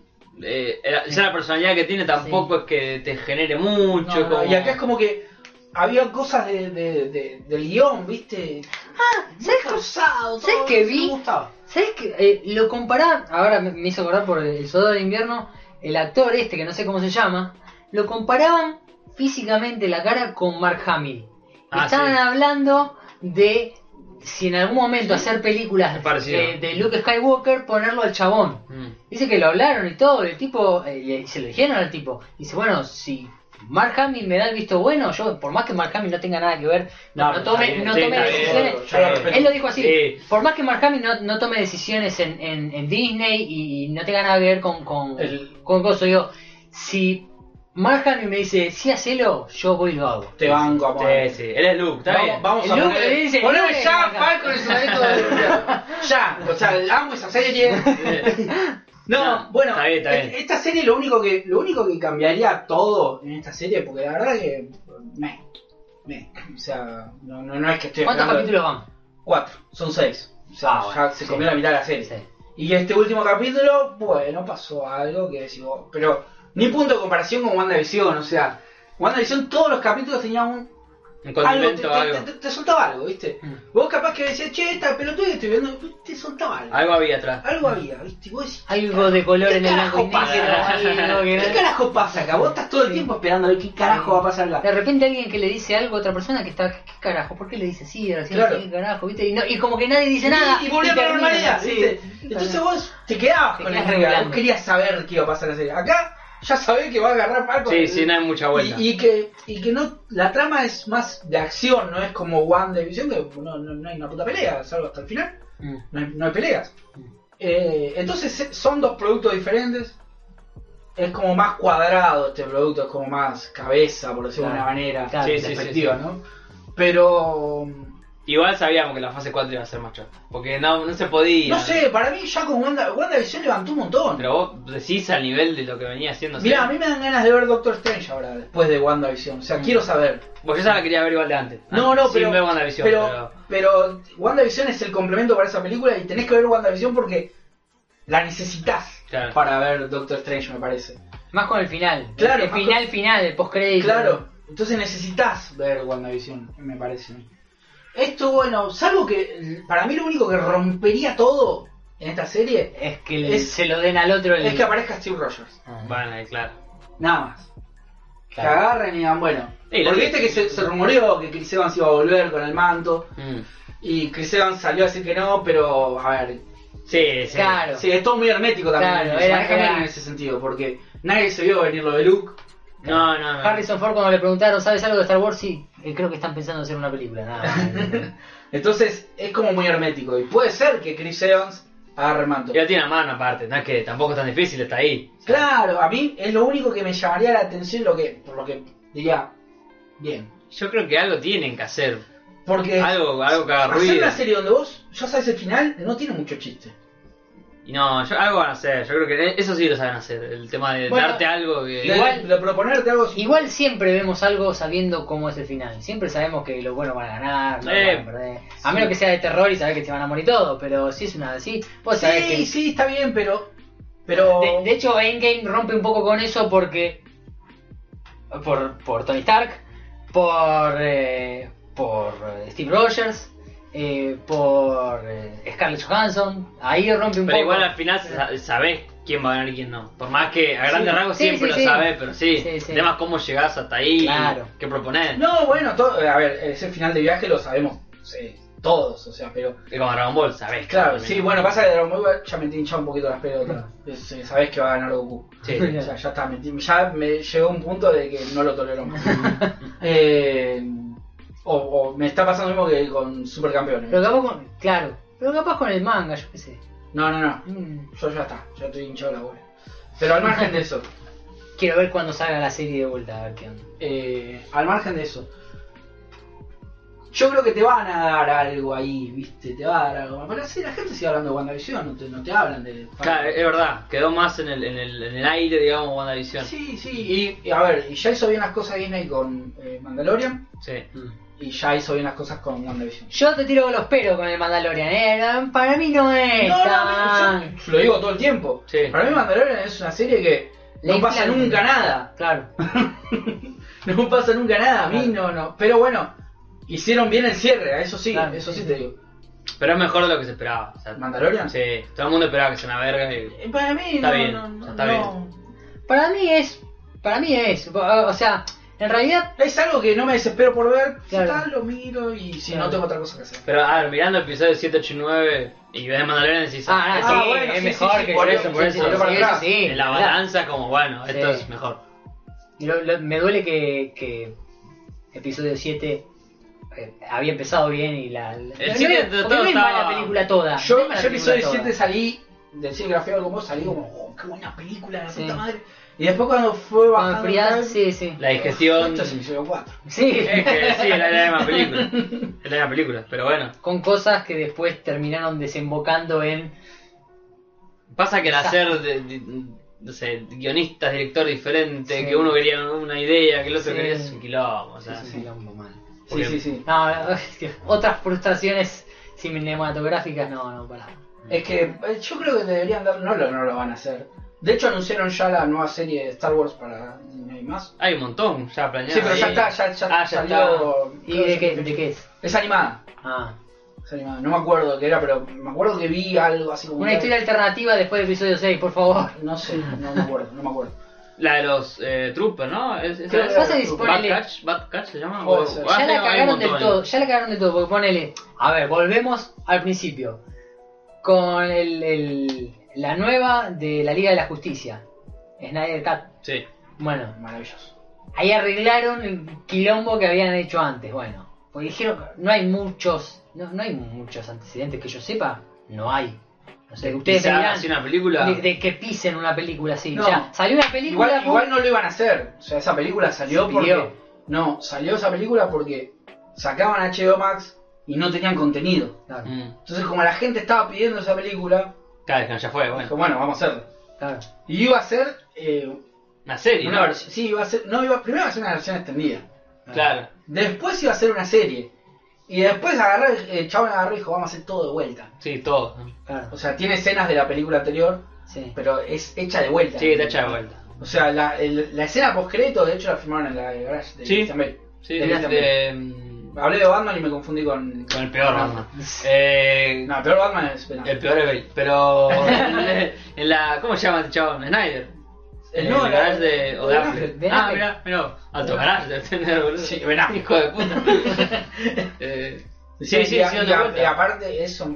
Speaker 1: eh, era- ya la personalidad que tiene tampoco es que te genere mucho.
Speaker 2: No, no,
Speaker 1: como-
Speaker 2: Y acá es como que había cosas de, de, de- del guión, ¿viste? Ah,
Speaker 3: ¿sabes qué-
Speaker 2: cruzado,
Speaker 3: sabes
Speaker 2: todo,
Speaker 3: qué
Speaker 2: no
Speaker 3: vi?
Speaker 2: Me gustaba.
Speaker 3: ¿Sabes qué? Eh, lo comparaba, ahora me- me hizo acordar por el Soldado de Invierno, el actor este que no sé cómo se llama, lo comparaban físicamente la cara con Mark Hamill.
Speaker 1: Ah,
Speaker 3: Estaban
Speaker 1: sí.
Speaker 3: hablando de si en algún momento hacer películas
Speaker 1: Es parecido.
Speaker 3: de, de Luke Skywalker, ponerlo al chabón.
Speaker 1: Mm.
Speaker 3: Dice que lo hablaron y todo, el tipo, eh, le- se lo dijeron al tipo. Dice, bueno, si Mark Hamill me da el visto bueno, yo, por más que Mark Hamill no tenga nada que ver, no, no
Speaker 1: está
Speaker 3: tome,
Speaker 1: bien,
Speaker 3: no
Speaker 1: sí,
Speaker 3: tome
Speaker 1: está bien,
Speaker 3: decisiones.
Speaker 1: yo lo respeto.
Speaker 3: Él lo dijo así,
Speaker 1: Sí.
Speaker 3: por más que Mark Hamill no, no tome decisiones en, en- en Disney y, y no tenga nada que ver con, con,
Speaker 2: El-
Speaker 3: con cosas, digo, si Mark Hamill me dice, sí, hacelo, yo voy y lo hago.
Speaker 2: Te banco, amor.
Speaker 1: Sí, sí. Él es Luke, está bien.
Speaker 2: Vamos, vamos a
Speaker 3: El Luke
Speaker 2: poner,
Speaker 3: le dice,
Speaker 2: poneme
Speaker 3: "Dale,
Speaker 2: ya
Speaker 3: acá".
Speaker 2: Falcon y Soldadito de Invierno. Ya, o sea, amo esa serie. No,
Speaker 1: No,
Speaker 2: bueno,
Speaker 1: está bien, está bien.
Speaker 2: e- esta serie lo único que lo único que cambiaría todo en esta serie, porque la verdad que me, me, o sea, no, no, no es que estoy
Speaker 3: ¿Cuántos
Speaker 2: esperando-
Speaker 3: capítulos van?
Speaker 2: Cuatro, son seis. O sea,
Speaker 3: Ah, bueno,
Speaker 2: ya se
Speaker 3: sí.
Speaker 2: comió la mitad de la serie. Y este último capítulo, bueno, pasó algo que decís vos, pero ni punto de comparación con WandaVision, o sea, WandaVision todos los capítulos tenían un
Speaker 1: Un
Speaker 2: algo, te,
Speaker 1: condimento,
Speaker 2: te-
Speaker 1: algo.
Speaker 2: te- te soltaba algo, ¿viste?
Speaker 3: Mm.
Speaker 2: Vos capaz que decías, che, esta pelotuda que estoy viendo, te soltaba algo.
Speaker 1: Algo había atrás.
Speaker 2: Algo había, ¿viste? Y vos decís,
Speaker 3: Algo de color
Speaker 2: ¿Qué
Speaker 3: en el blanco y
Speaker 2: carajo
Speaker 3: negro,
Speaker 2: pasa?
Speaker 3: algo que-
Speaker 2: ¿Qué carajo pasa acá? Vos estás todo el tiempo esperando a ver qué carajo va a pasar acá.
Speaker 3: De repente alguien que le dice algo a otra persona que está, ¿qué carajo? ¿Por qué le dice así? De repente,
Speaker 2: Claro.
Speaker 3: ¿Qué carajo? ¿Viste? Y, no- y como que nadie dice nada.
Speaker 2: Y, y volvió a la
Speaker 3: termina,
Speaker 2: normalidad,
Speaker 3: sí.
Speaker 2: ¿viste? Entonces vos te quedabas
Speaker 3: Te
Speaker 2: con
Speaker 3: quedás
Speaker 2: el regalo,
Speaker 3: regulando.
Speaker 2: vos querías saber qué iba a pasar en la serie. Acá ya sabés que va a agarrar Paco.
Speaker 1: Sí, sí, no hay mucha vuelta.
Speaker 2: Y, y que, y que no, la trama es más de acción, no es como One Division, que no, no- no hay una puta pelea, salvo hasta el final,
Speaker 3: Mm.
Speaker 2: no hay, no hay peleas.
Speaker 3: Mm.
Speaker 2: Eh, entonces eh, son dos productos diferentes, es como más cuadrado este producto, es como más cabeza, por decirlo de
Speaker 3: Claro.
Speaker 2: una manera,
Speaker 3: Claro.
Speaker 1: Sí, sí, sí,
Speaker 2: perspectiva, ¿no? Pero...
Speaker 1: Igual sabíamos que la fase 4 iba a ser más chota. Porque no, no se podía.
Speaker 2: No sé, para mí ya con Wanda, WandaVision levantó un montón.
Speaker 1: Pero vos decís al nivel de lo que venía haciendo.
Speaker 2: Mirá, a
Speaker 1: ¿sí?
Speaker 2: mí me dan ganas de ver Doctor Strange ahora, después de WandaVision. O
Speaker 1: Mm.
Speaker 2: sea, quiero saber.
Speaker 1: Vos yo ya la quería ver igual de antes.
Speaker 2: No, no,
Speaker 1: Sin
Speaker 2: pero,
Speaker 1: ver WandaVision,
Speaker 2: pero, pero WandaVision es el complemento para esa película y tenés que ver WandaVision porque la necesitas
Speaker 1: Claro.
Speaker 2: para ver Doctor Strange, me parece.
Speaker 3: Más con el final.
Speaker 2: Claro,
Speaker 3: El
Speaker 2: más
Speaker 3: final, final, el postcrédito.
Speaker 2: Claro, entonces necesitas ver WandaVision, me parece. Esto, bueno, salvo que para mí lo único que rompería todo en esta serie
Speaker 3: Es que le-
Speaker 2: Es-
Speaker 3: se lo den al otro. el-
Speaker 2: es que aparezca Steve Rogers.
Speaker 3: Ah,
Speaker 1: Van a claro.
Speaker 2: Nada más.
Speaker 3: claro.
Speaker 2: Que agarren y digan, bueno.
Speaker 1: Sí, la-
Speaker 2: porque viste que se, se rumoreó que Chris Evans iba a volver con el manto.
Speaker 1: Mm.
Speaker 2: Y Chris Evans salió a decir que no, pero a ver.
Speaker 1: Sí, sí.
Speaker 3: Claro.
Speaker 2: Sí, es todo muy hermético también.
Speaker 3: Claro,
Speaker 2: se
Speaker 3: era-
Speaker 2: maneja bien
Speaker 3: era-
Speaker 2: en ese sentido, porque nadie se vio venir lo de Luke.
Speaker 1: No, no, no.
Speaker 3: Harrison Ford cuando le preguntaron, ¿sabes algo de Star Wars? Sí, eh, creo que están pensando hacer una película. Nada más.
Speaker 2: Entonces, es como muy hermético. Y puede ser que Chris Evans agarre el manto.
Speaker 1: Ya tiene la mano aparte, no es que tampoco es tan difícil, está ahí.
Speaker 2: Claro, a mí es lo único que me llamaría la atención, lo que, por lo que diría, bien.
Speaker 1: Yo creo que algo tienen que hacer.
Speaker 2: Porque
Speaker 1: Algo, algo que haga
Speaker 2: Eh, hacer
Speaker 1: ruido.
Speaker 2: una serie donde vos ya sabes el final no tiene mucho chiste.
Speaker 1: Y no, yo- algo van a hacer. Yo creo que eso sí lo saben hacer. El tema de
Speaker 2: Bueno,
Speaker 1: darte algo que.
Speaker 2: Igual,
Speaker 3: Igual-
Speaker 2: de, de proponerte algo
Speaker 3: Igual siempre vemos algo sabiendo cómo es el final. Siempre sabemos que los buenos van a ganar, los
Speaker 1: Eh,
Speaker 3: van a perder. A menos que sea de terror y sabés que se van a morir todos, pero si es una así, vos sabés
Speaker 2: Sí,
Speaker 3: que
Speaker 2: sí, está bien, pero. Pero.
Speaker 3: De, de hecho, Endgame rompe un poco con eso porque. Por, por Tony Stark, por. eh, por eh, Steve Rogers, eh, por eh, Scarlett Johansson. Ahí rompe un
Speaker 1: Pero
Speaker 3: poco.
Speaker 1: igual al final sa- sabés quién va a ganar y quién no. Por más que a grandes
Speaker 3: Sí.
Speaker 1: rasgos
Speaker 3: Sí,
Speaker 1: siempre
Speaker 3: sí,
Speaker 1: lo
Speaker 3: sí.
Speaker 1: sabés, pero sí.
Speaker 3: Sí, sí.
Speaker 1: El tema es cómo llegás hasta ahí,
Speaker 3: Claro.
Speaker 1: qué proponer.
Speaker 2: No, bueno, todo- a ver, ese final de viaje lo sabemos sí, todos, o sea, pero.
Speaker 1: Y como Dragon Ball, sabés. que
Speaker 2: Claro,
Speaker 1: también.
Speaker 2: sí, bueno, pasa que Dragon Ball ya me hinchado un poquito las pelotas. Sí, sabés que va a ganar Goku.
Speaker 1: Sí.
Speaker 2: O sea, ya está, me, ya me llegó un punto de que no lo tolero más. Eh, o, o me está pasando lo mismo que con Supercampeones.
Speaker 3: Pero capaz con, claro, pero capaz con el manga, yo qué sé.
Speaker 2: No, no, no.
Speaker 3: Mm,
Speaker 2: Yo ya está, ya estoy hinchado la bola. Pero al margen de eso,
Speaker 3: Quiero ver cuando salga la serie de vuelta, a ver qué onda.
Speaker 2: eh, al margen de eso, yo creo que te van a dar algo ahí, ¿viste? Te va a dar algo. Pero sí, la gente sigue hablando de WandaVision, no te, no te hablan de.
Speaker 1: Claro, eh, es verdad. Quedó más en el, en el, en el aire, digamos, WandaVision. Sí.
Speaker 2: Sí, sí, y, y a ver, y ya hizo bien las cosas Disney con eh, Mandalorian y ya hizo bien las cosas con WandaVision.
Speaker 3: Yo te tiro los peros con el Mandalorian, eh. Para mí no es
Speaker 2: No, no,
Speaker 3: tan-
Speaker 2: yo- yo lo digo todo el tiempo.
Speaker 1: Sí.
Speaker 2: Para mí Mandalorian es una serie que no
Speaker 3: Le
Speaker 2: pasa
Speaker 3: inflan.
Speaker 2: nunca nada.
Speaker 3: Claro.
Speaker 2: no pasa nunca nada, a mí no, no. Pero bueno, hicieron bien el cierre, a eso sí,
Speaker 3: Claro,
Speaker 2: eso sí,
Speaker 3: sí,
Speaker 2: te
Speaker 3: sí.
Speaker 2: digo.
Speaker 1: Pero es mejor de lo que se esperaba. O sea,
Speaker 2: ¿Mandalorian?
Speaker 1: Sí, todo el mundo esperaba que sea una verga. y-
Speaker 2: Eh, Para mí
Speaker 1: Está
Speaker 2: no,
Speaker 1: bien,
Speaker 2: no, no,
Speaker 1: está
Speaker 2: no.
Speaker 3: Para mí es. Para mí es. O sea, en realidad.
Speaker 2: Es algo que no me desespero por ver, si
Speaker 3: Claro.
Speaker 2: tal, lo miro y si
Speaker 3: Claro.
Speaker 2: no tengo otra cosa que hacer.
Speaker 1: Pero a ver, mirando el episodio 789 y ves Mandalorian decís,
Speaker 3: Ah,
Speaker 1: esto-
Speaker 2: ah,
Speaker 3: sí,
Speaker 2: bueno,
Speaker 3: es
Speaker 2: sí,
Speaker 3: mejor
Speaker 2: sí, sí,
Speaker 3: que
Speaker 2: por
Speaker 3: sí,
Speaker 1: eso, por
Speaker 3: sí,
Speaker 1: eso.
Speaker 3: sí,
Speaker 1: Tiró para
Speaker 3: sí,
Speaker 2: atrás.
Speaker 3: sí, sí,
Speaker 1: en la
Speaker 3: claro.
Speaker 1: balanza como, bueno, esto
Speaker 3: Sí.
Speaker 1: es mejor.
Speaker 3: Y lo- lo- me duele que, que episodio 7 eh, había empezado bien y la. la-
Speaker 1: El
Speaker 3: no,
Speaker 1: 7
Speaker 3: no, porque
Speaker 1: todo
Speaker 3: no es mala
Speaker 1: estaba-
Speaker 3: película toda. no es
Speaker 2: Yo,
Speaker 3: mala
Speaker 2: yo
Speaker 3: película
Speaker 2: episodio
Speaker 3: toda.
Speaker 2: 7 salí del cine grafiado como vos, salí como, oh, qué buena película, la
Speaker 3: Sí.
Speaker 2: puta madre. Y después cuando fue
Speaker 3: Con
Speaker 2: bajando...
Speaker 3: frialdad,
Speaker 2: el hype,
Speaker 3: sí, sí.
Speaker 1: La digestión.
Speaker 2: Esto es episodio 4.
Speaker 3: Sí.
Speaker 1: Es que sí, era la misma película. Es la misma película, pero bueno.
Speaker 3: Con cosas que después terminaron desembocando en.
Speaker 1: Pasa que al
Speaker 3: Exacto.
Speaker 1: hacer de- de- no sé, guionistas, director diferente,
Speaker 3: Sí.
Speaker 1: que uno quería una idea, que el otro
Speaker 3: Sí.
Speaker 1: quería es un quilombo. O sea,
Speaker 3: Sí, sí, quilombo mal.
Speaker 2: Sí,
Speaker 1: Porque-
Speaker 2: sí, sí.
Speaker 3: No, otras frustraciones cinematográficas, no, no, para.
Speaker 2: Es que eh, yo creo que deberían dar... No lo, no lo van a hacer. De hecho anunciaron ya la nueva serie de Star Wars para Disney+. Más.
Speaker 1: Hay un montón ya planeado.
Speaker 2: Sí, pero ya
Speaker 1: ahí.
Speaker 2: está, ya, ya,
Speaker 1: Ah, ya
Speaker 2: salió...
Speaker 3: ¿Y de qué, de qué es?
Speaker 2: Es animada.
Speaker 3: Ah,
Speaker 2: Es animada. No me acuerdo qué era, pero me acuerdo que vi algo así como...
Speaker 3: una historia alternativa después de episodio 6, por favor.
Speaker 2: No sé, no me acuerdo, no me acuerdo.
Speaker 1: La de los eh, Troopers, ¿no? ¿Es, esa
Speaker 2: Creo
Speaker 1: es?
Speaker 2: que pasa
Speaker 3: es-
Speaker 1: Bad
Speaker 3: ponele-
Speaker 1: Catch, Bad Catch se llama.
Speaker 2: Puede
Speaker 1: O-
Speaker 2: ser.
Speaker 1: o
Speaker 3: Ya
Speaker 1: hay
Speaker 3: la
Speaker 1: un
Speaker 3: cagaron del
Speaker 1: montón.
Speaker 3: todo, ya la cagaron del todo, porque ponele. A ver, volvemos al principio. Con el, el- la nueva de la Liga de la Justicia. Snyder Cut.
Speaker 1: Sí.
Speaker 3: Bueno,
Speaker 2: Maravilloso.
Speaker 3: Ahí arreglaron el quilombo que habían hecho antes, bueno. Porque dijeron, no hay muchos, no, no hay muchos antecedentes que yo sepa, no hay. No sé, ustedes me
Speaker 1: Quizá
Speaker 3: dirán
Speaker 1: así una película.
Speaker 3: de, de que pisen una película así.
Speaker 2: No.
Speaker 3: O sea, salió una película,
Speaker 2: Igual,
Speaker 3: pum,
Speaker 2: igual no lo iban a hacer. O sea, esa película salió
Speaker 3: Se
Speaker 2: porque.
Speaker 3: pidió.
Speaker 2: No, salió esa película porque sacaban HBO Max y no tenían contenido.
Speaker 3: Claro,
Speaker 1: Mm.
Speaker 2: Entonces, como la gente estaba pidiendo esa película,
Speaker 1: Cada vez que ya fue,
Speaker 2: dijo,
Speaker 1: bueno.
Speaker 2: bueno, vamos a hacerla.
Speaker 3: claro.
Speaker 2: Y iba a ser. eh,
Speaker 1: Una serie,
Speaker 2: una
Speaker 1: ¿no?
Speaker 2: versión. Sí, iba a ser. No, iba, primero iba a ser una versión extendida.
Speaker 1: Claro.
Speaker 2: Después iba a ser una serie. Y después agarré, eh, el chabón agarró y dijo, vamos a hacer todo de vuelta.
Speaker 1: Sí, todo.
Speaker 3: claro,
Speaker 2: O sea, tiene escenas de la película anterior,
Speaker 3: sí.
Speaker 2: pero es hecha de vuelta.
Speaker 1: Sí, te echa de vuelta.
Speaker 2: O sea, la, el- la escena post-crédito, de hecho, la filmaron en la garage de
Speaker 1: Sí.
Speaker 2: Christian Bale.
Speaker 1: Sí,
Speaker 2: De
Speaker 1: de-
Speaker 2: Christian
Speaker 1: de- mm,
Speaker 2: Bale. Hablé de Batman y me confundí con...
Speaker 1: con el peor,
Speaker 2: No,
Speaker 1: Batman. Eh,
Speaker 2: No, pero Batman es... no.
Speaker 1: El peor es Bale, pero en la ¿cómo se llama el chabón? Snyder.
Speaker 2: El-
Speaker 1: En
Speaker 2: Eh, no,
Speaker 1: el
Speaker 2: la-
Speaker 1: garage de o de
Speaker 2: Ben
Speaker 1: Affleck.
Speaker 2: Affleck,
Speaker 3: Ben
Speaker 1: Ah,
Speaker 3: Affleck.
Speaker 1: mirá, mirá, alto garage de tener, boludo.
Speaker 2: Sí, Ben Affleck.
Speaker 1: hijo de puta. eh, sí, sí, sí,
Speaker 2: y, a-
Speaker 1: sí,
Speaker 2: y a-
Speaker 1: otra
Speaker 2: y
Speaker 1: vuelta.
Speaker 2: aparte eso...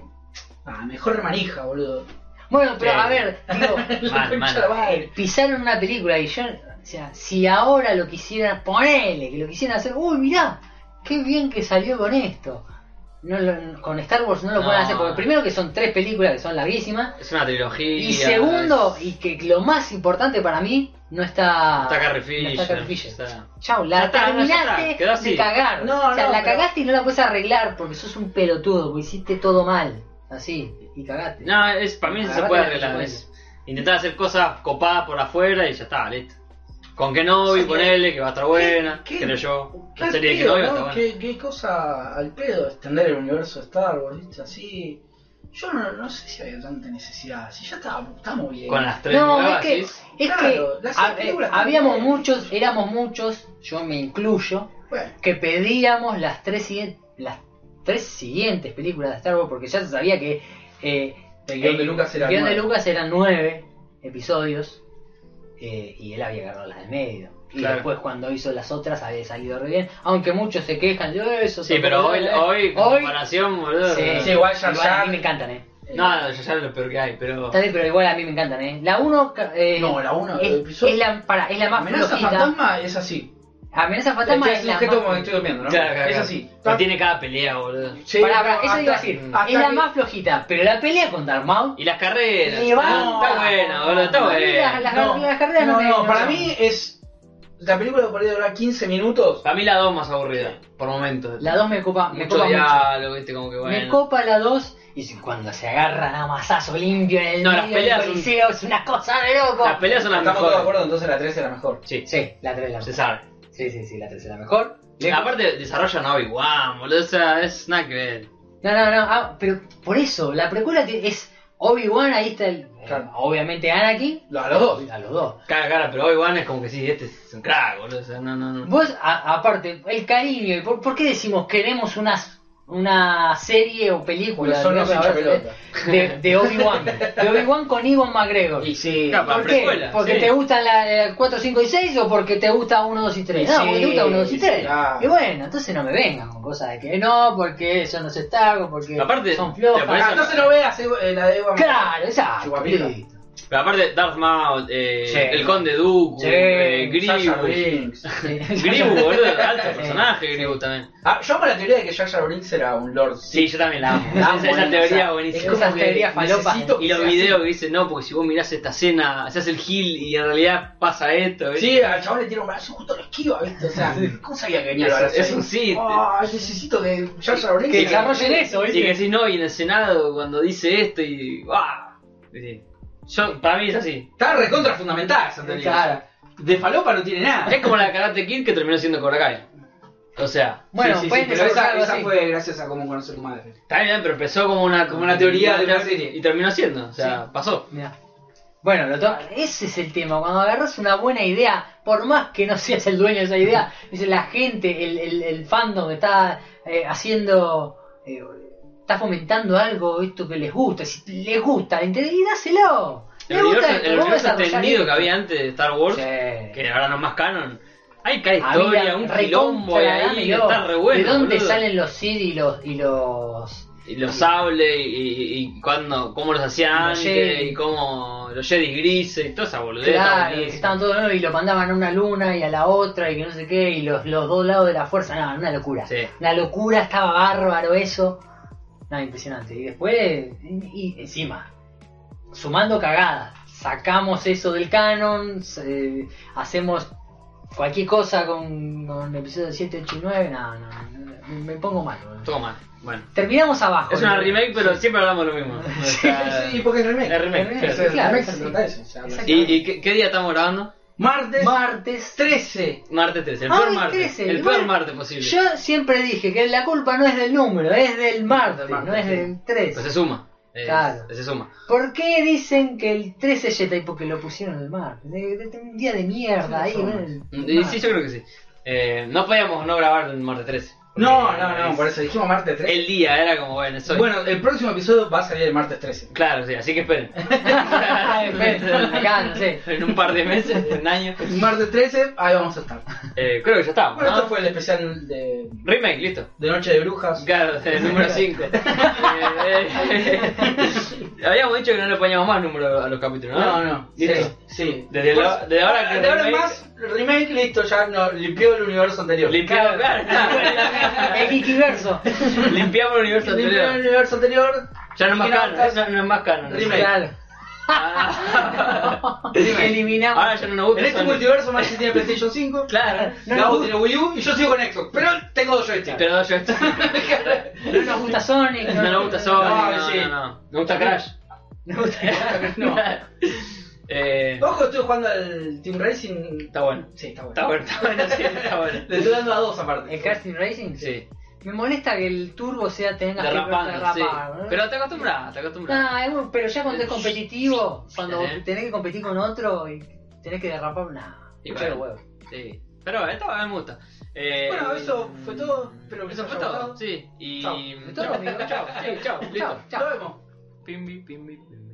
Speaker 2: Ah, mejor manija, boludo.
Speaker 3: Bueno, pero
Speaker 1: Sí.
Speaker 3: a ver, digo,
Speaker 2: La
Speaker 1: Mal,
Speaker 2: concha
Speaker 1: mal.
Speaker 2: de la madre.
Speaker 3: pisaron una película y yo, o sea, si ahora lo quisieran, ponele, que lo quisieran hacer, uy, mirá, qué bien que salió con esto. No lo- con Star Wars no lo
Speaker 1: No.
Speaker 3: pueden hacer, porque primero que son tres películas que son larguísimas,
Speaker 1: Es una trilogía.
Speaker 3: Y segundo, y que lo más importante para mí, no está.
Speaker 1: no está Carrie Fisher.
Speaker 3: No está Carrie Fisher.
Speaker 1: está-
Speaker 3: Chau, la
Speaker 1: Ya está, no, ya
Speaker 3: terminaste
Speaker 1: está, quedó así.
Speaker 3: de cagar.
Speaker 2: No,
Speaker 3: o sea,
Speaker 2: no,
Speaker 3: la
Speaker 2: pero-
Speaker 3: cagaste y no la puedes arreglar porque sos un pelotudo, porque hiciste todo mal. Así, y cagaste.
Speaker 1: No, es para mí no
Speaker 3: La
Speaker 1: se
Speaker 2: Ah,
Speaker 3: verdad
Speaker 1: puede
Speaker 3: que no se
Speaker 1: arreglar.
Speaker 3: puede.
Speaker 1: es intentar hacer cosas copadas por afuera y ya está, listo. Con Kenobi,
Speaker 2: Sí.
Speaker 1: ponele, que va a estar buena,
Speaker 2: qué-
Speaker 1: creo yo. La
Speaker 2: Qué
Speaker 1: serie de
Speaker 2: pedo,
Speaker 1: Kenobi va a
Speaker 2: ¿no?
Speaker 1: estar buena.
Speaker 2: ¿Qué, qué cosa al pedo extender el universo de Star Wars, ¿viste? Así...
Speaker 4: Yo no, no sé si había tanta necesidad. Si ya estábamos, estamos bien.
Speaker 1: Con las tres
Speaker 3: No, es
Speaker 1: nuevas,
Speaker 3: que,
Speaker 1: ¿sí?
Speaker 3: es
Speaker 4: Claro,
Speaker 3: que
Speaker 4: las
Speaker 3: ha-
Speaker 4: películas
Speaker 3: eh, habíamos
Speaker 4: también.
Speaker 3: muchos, éramos muchos, yo me incluyo,
Speaker 4: Bueno,
Speaker 3: que pedíamos las tres, siguien- las tres siguientes películas de Star Wars porque ya se sabía que eh,
Speaker 2: El guión de Lucas era
Speaker 3: el guión de
Speaker 2: nueve.
Speaker 3: Lucas eran nueve episodios eh, y él había agarrado las del medio. Y
Speaker 1: Claro.
Speaker 3: después cuando hizo las otras había salido re bien, aunque muchos se quejan, yo eso eh".
Speaker 1: Sí, pero hoy, hoy, con comparación, boludo.
Speaker 3: sí,
Speaker 2: Sí, igual Jar
Speaker 3: igual a
Speaker 2: Jar-
Speaker 3: mí me encantan, eh.
Speaker 1: No, ya sabes lo peor que hay, pero.
Speaker 3: Está bien, pero igual a mí me encantan, eh. La 1 eh,
Speaker 4: No, la uno, el
Speaker 3: es,
Speaker 4: episodio-
Speaker 3: es la para, es la más
Speaker 4: Amenaza
Speaker 3: flojita.
Speaker 4: fantasma es así.
Speaker 3: Amenaza fantasma
Speaker 2: Estoy
Speaker 3: es la
Speaker 2: sujeto
Speaker 3: más
Speaker 2: como que estoy durmiendo, ¿no?
Speaker 1: Claro, claro,
Speaker 2: es
Speaker 1: claro.
Speaker 2: así.
Speaker 1: No tiene cada pelea, boludo.
Speaker 2: Sí,
Speaker 3: Pará,
Speaker 2: no,
Speaker 3: pará, eso
Speaker 2: hasta
Speaker 3: iba a
Speaker 2: que-
Speaker 3: decir.
Speaker 2: hasta
Speaker 3: Es la
Speaker 2: que-
Speaker 3: más flojita, pero la pelea con Darth Maul.
Speaker 1: Y las carreras.
Speaker 3: Y va-
Speaker 1: Ah, está buena, boludo, está
Speaker 3: No,
Speaker 1: buena.
Speaker 3: mira, Las carreras- las carreras no
Speaker 4: no,
Speaker 3: me-
Speaker 4: no,
Speaker 3: no
Speaker 4: para
Speaker 3: son.
Speaker 4: mí es la película que podría durar 15 minutos.
Speaker 1: Para mí la 2 más aburrida, por momentos.
Speaker 3: La 2 me copa, me
Speaker 1: mucho
Speaker 3: copa mucho.
Speaker 1: diálogo, viste, como que bueno.
Speaker 3: Me copa la 2 y si- cuando se agarran a masazo limpio en el
Speaker 1: No,
Speaker 3: medio
Speaker 1: las
Speaker 3: del
Speaker 1: peleas son-
Speaker 3: coliseo es una cosa de loco.
Speaker 1: Las peleas son las
Speaker 2: Estamos todos de
Speaker 1: mejores.
Speaker 2: acuerdo, entonces la 3 era mejor.
Speaker 1: Sí,
Speaker 3: Sí, la 3 es la
Speaker 1: se
Speaker 3: mejor.
Speaker 1: sabe.
Speaker 3: Sí, sí, sí, la 3 es la mejor. Le-
Speaker 1: Aparte, desarrollan a Obi-Wan, boludo. O sea, es nada que ver.
Speaker 3: No, no, no, ah, pero por eso, la precuela te- es Obi-Wan, ahí está el... eh,
Speaker 4: Claro.
Speaker 3: Obviamente Anakin.
Speaker 4: Lo- A los dos.
Speaker 3: A los dos.
Speaker 1: Cara, cara, pero Obi-Wan es como que sí, este es un crack, boludo. O sea, no, no, no.
Speaker 3: Vos, a- aparte, el cariño, y ¿por, por qué decimos queremos una, una serie o película
Speaker 4: Porque son los
Speaker 3: digamos,
Speaker 4: hinchapelota.
Speaker 3: de, de Obi-Wan? De Obi-Wan con Iwan McGregor.
Speaker 4: Y sí.
Speaker 1: Claro, para
Speaker 3: ¿Por qué?
Speaker 1: precuela,
Speaker 3: ¿Porque
Speaker 1: sí.
Speaker 3: te gustan la, la 4, 5 y 6 o porque te gusta 1, 2 y 3?
Speaker 4: Y
Speaker 3: no, porque te
Speaker 4: sí,
Speaker 3: gusta 1, 2 y
Speaker 4: y
Speaker 3: 3.
Speaker 4: sí, claro.
Speaker 3: Y bueno, entonces no me vengan con cosas de que no, porque eso no se está, o porque
Speaker 1: Aparte,
Speaker 3: son
Speaker 1: te
Speaker 4: Ah,
Speaker 1: pones-
Speaker 3: flojas.
Speaker 4: entonces no veas eh, eh, la de Eva.
Speaker 3: Claro, exacto.
Speaker 4: Chupapija.
Speaker 3: listo.
Speaker 1: Pero aparte, Darth Maul, eh,
Speaker 3: Sí.
Speaker 1: el Conde Dooku,
Speaker 3: Sí.
Speaker 1: eh,
Speaker 4: Sasha
Speaker 1: Grievous.
Speaker 4: Brinks.
Speaker 1: Grievous, boludo, alto
Speaker 3: Sí.
Speaker 1: personaje, Grievous también.
Speaker 4: Ah, yo con la teoría de que Jar Jar Brinks era un lord.
Speaker 1: Sí, yo también la amo.
Speaker 3: La
Speaker 1: esa,
Speaker 3: amo,
Speaker 1: esa
Speaker 3: eh,
Speaker 1: teoría
Speaker 3: o sea,
Speaker 1: buenísima.
Speaker 3: es esas teorías falopas.
Speaker 4: necesito que
Speaker 1: Y los
Speaker 4: sea
Speaker 1: videos que dicen, no, porque si vos mirás esta escena, se hace el gil y en realidad pasa esto.
Speaker 4: así.
Speaker 1: ¿ves?
Speaker 4: Sí, al chabón le tiene un brazo justo lo esquiva, ¿viste? O sea, ¿cómo sabía que venía el
Speaker 1: Es-
Speaker 4: brazo?
Speaker 1: es
Speaker 4: ahí?
Speaker 1: un sí.
Speaker 4: Ah, necesito que Jar Jar Brinks.
Speaker 3: Que
Speaker 1: Sí, claro.
Speaker 3: desarrollen eso,
Speaker 1: Y que
Speaker 3: ¿viste?
Speaker 1: decís, no, y en el Senado cuando dice esto y. ¡Bah! Sí. Yo, para mí es así.
Speaker 2: Está recontra fundamentada esa teoría.
Speaker 3: Claro.
Speaker 2: De falopa no tiene nada.
Speaker 1: Es como la de Karate Kid que terminó siendo Cobra Kai. O sea,
Speaker 3: Bueno,
Speaker 2: sí, sí,
Speaker 3: pueden
Speaker 2: sí, pero esa,
Speaker 3: desarrollar algo
Speaker 2: esa
Speaker 3: así.
Speaker 2: fue gracias a cómo conocer tu madre.
Speaker 1: está bien, pero empezó como una, como una teoría de una serie. Y terminó siendo, o sea, pasó.
Speaker 3: Mirá. Bueno, lo to- ese es el tema. Cuando agarras una buena idea, por más que no seas el dueño de esa idea, dice la gente, el, el, el fandom que está eh, haciendo, eh, está fomentando algo, esto que les gusta. Si les gusta, ente- y dáselo.
Speaker 1: El
Speaker 3: Les
Speaker 1: universo,
Speaker 3: gusta esto,
Speaker 1: el
Speaker 3: vos
Speaker 1: universo
Speaker 3: desarrollá
Speaker 1: extendido
Speaker 3: esto.
Speaker 1: que había antes de Star Wars,
Speaker 3: Sí.
Speaker 1: que ahora no es más canon. Hay cada
Speaker 3: Había
Speaker 1: historia, un
Speaker 3: recontra,
Speaker 1: quilombo de ahí, que
Speaker 3: dámelo.
Speaker 1: está re bueno.
Speaker 3: ¿De dónde
Speaker 1: boludo.
Speaker 3: salen los Sith y los, y los
Speaker 1: Y los sables y, y, y cuándo, cómo los hacían
Speaker 3: Los
Speaker 1: antes,
Speaker 3: Jedi.
Speaker 1: y cómo los Jedi grises, y toda esa boludez. está
Speaker 3: Claro, que
Speaker 1: buenísimo.
Speaker 3: estaban todos nuevos y lo mandaban a una luna y a la otra y que no sé qué, y los, los dos lados de la fuerza, nada, una locura.
Speaker 1: Sí.
Speaker 3: Una locura, estaba bárbaro eso. Nada, impresionante. Y después, y encima, sumando cagadas, sacamos eso del canon, eh, hacemos cualquier cosa con, con episodio 7, 8 y 9, nada, no, no, me, me pongo mal. boludo.
Speaker 1: Toma, bueno.
Speaker 3: Terminamos abajo.
Speaker 1: Es una
Speaker 3: ¿no?
Speaker 1: remake, pero siempre hablamos lo mismo. O sea,
Speaker 4: Sí, porque es remake.
Speaker 1: es remake.
Speaker 4: Es
Speaker 1: claro.
Speaker 4: el
Speaker 3: Claro,
Speaker 4: remake
Speaker 3: sí.
Speaker 4: se trata de eso. o sea,
Speaker 3: Exacto.
Speaker 1: ¿Y, y qué, qué día estamos grabando?
Speaker 4: Martes
Speaker 3: Martes
Speaker 4: 13.
Speaker 1: Martes 13, el
Speaker 3: Ah,
Speaker 1: peor
Speaker 3: el
Speaker 1: martes.
Speaker 3: 13,
Speaker 1: el
Speaker 3: igual.
Speaker 1: peor martes posible.
Speaker 3: Yo siempre dije que la culpa no es del número, es del martes,
Speaker 2: martes,
Speaker 3: no es
Speaker 2: sí.
Speaker 3: del 13.
Speaker 1: Pues se suma. eh,
Speaker 3: Claro.
Speaker 1: Se suma.
Speaker 3: ¿Por qué dicen que el 13 es Jedi? Porque lo pusieron el martes. De- de- de- un día de mierda ahí.
Speaker 4: Sí,
Speaker 3: ¿no? El-
Speaker 1: Y sí, yo creo que sí. Eh, no podíamos no grabar el martes 13. porque
Speaker 2: No, no, no,
Speaker 1: es-
Speaker 2: por eso dijimos martes 13.
Speaker 1: El día era como, bueno, soy.
Speaker 2: Bueno, el próximo episodio va a salir el martes 13.
Speaker 1: Claro, sí, así que esperen.
Speaker 3: Acá, no sé.
Speaker 1: En un par de meses, en un año.
Speaker 4: El martes 13, ahí vamos a estar.
Speaker 1: Eh, creo que ya estamos.
Speaker 4: Bueno,
Speaker 1: ¿no?
Speaker 4: esto fue el especial de,
Speaker 1: Remake, listo.
Speaker 4: de Noche de Brujas.
Speaker 1: Claro, el número 5. eh. habíamos dicho que no le poníamos más número a los capítulos, ¿no?
Speaker 2: No, no. Sí,
Speaker 1: Listo.
Speaker 2: sí.
Speaker 1: Desde, la- desde ahora que
Speaker 2: De ahora en
Speaker 1: remake-
Speaker 2: más, remake listo, ya no, limpió el universo anterior.
Speaker 1: Limpiamos,
Speaker 3: El Wikiverso.
Speaker 1: limpiamos el universo
Speaker 4: Limpió el
Speaker 1: anterior.
Speaker 4: universo anterior.
Speaker 1: Ya no es más canon,
Speaker 4: Gigantes.
Speaker 1: no, no es más canon.
Speaker 2: Remake.
Speaker 3: Claro.
Speaker 1: Ah.
Speaker 3: Eliminamos.
Speaker 1: Ahora ya no nos gusta.
Speaker 2: En este
Speaker 1: Sony.
Speaker 2: multiverso, Maxi tiene PlayStation 5.
Speaker 1: Claro.
Speaker 3: No
Speaker 2: Gabo
Speaker 3: nos gusta-
Speaker 2: tiene Wii U y yo sigo con Xbox. Pero tengo dos joysticks.
Speaker 1: Pero no, yo esto.
Speaker 3: no nos gusta Sonic.
Speaker 1: No nos gusta Sony,
Speaker 2: Ah,
Speaker 1: no,
Speaker 2: sí.
Speaker 1: no, no. Nos gusta Crash.
Speaker 3: No nos gusta-
Speaker 2: No. Oh,
Speaker 1: Eh,
Speaker 4: Ojo, estoy jugando al Team Racing.
Speaker 1: está bueno.
Speaker 4: Sí, está bueno.
Speaker 1: Está bueno, está bueno, sí, está bueno.
Speaker 2: Le estoy dando a dos aparte.
Speaker 3: ¿El Casting Racing?
Speaker 1: Sí.
Speaker 3: Me molesta que el turbo sea tenga
Speaker 1: Derrapando, sí.
Speaker 3: derrapar, ¿no?
Speaker 1: Pero te acostumbras, te acostumbras.
Speaker 3: Nah, es un- Ah, pero ya cuando es competitivo, cuando
Speaker 1: Ajá.
Speaker 3: tenés que competir con otro y tenés que derrapar, nada.
Speaker 1: Y bueno. Sí. Pero esta va, me gusta. Eh,
Speaker 2: Bueno, eso fue todo. Espero que
Speaker 1: Eso
Speaker 2: les
Speaker 1: fue
Speaker 2: haya
Speaker 1: todo,
Speaker 2: gustado.
Speaker 1: sí. Y.
Speaker 2: Chao.
Speaker 3: Todo, amigo. Chao, sí, chao,
Speaker 1: Listo.
Speaker 3: chao, chao.
Speaker 2: Nos vemos.
Speaker 1: Pimbi, pimbi, pimbi.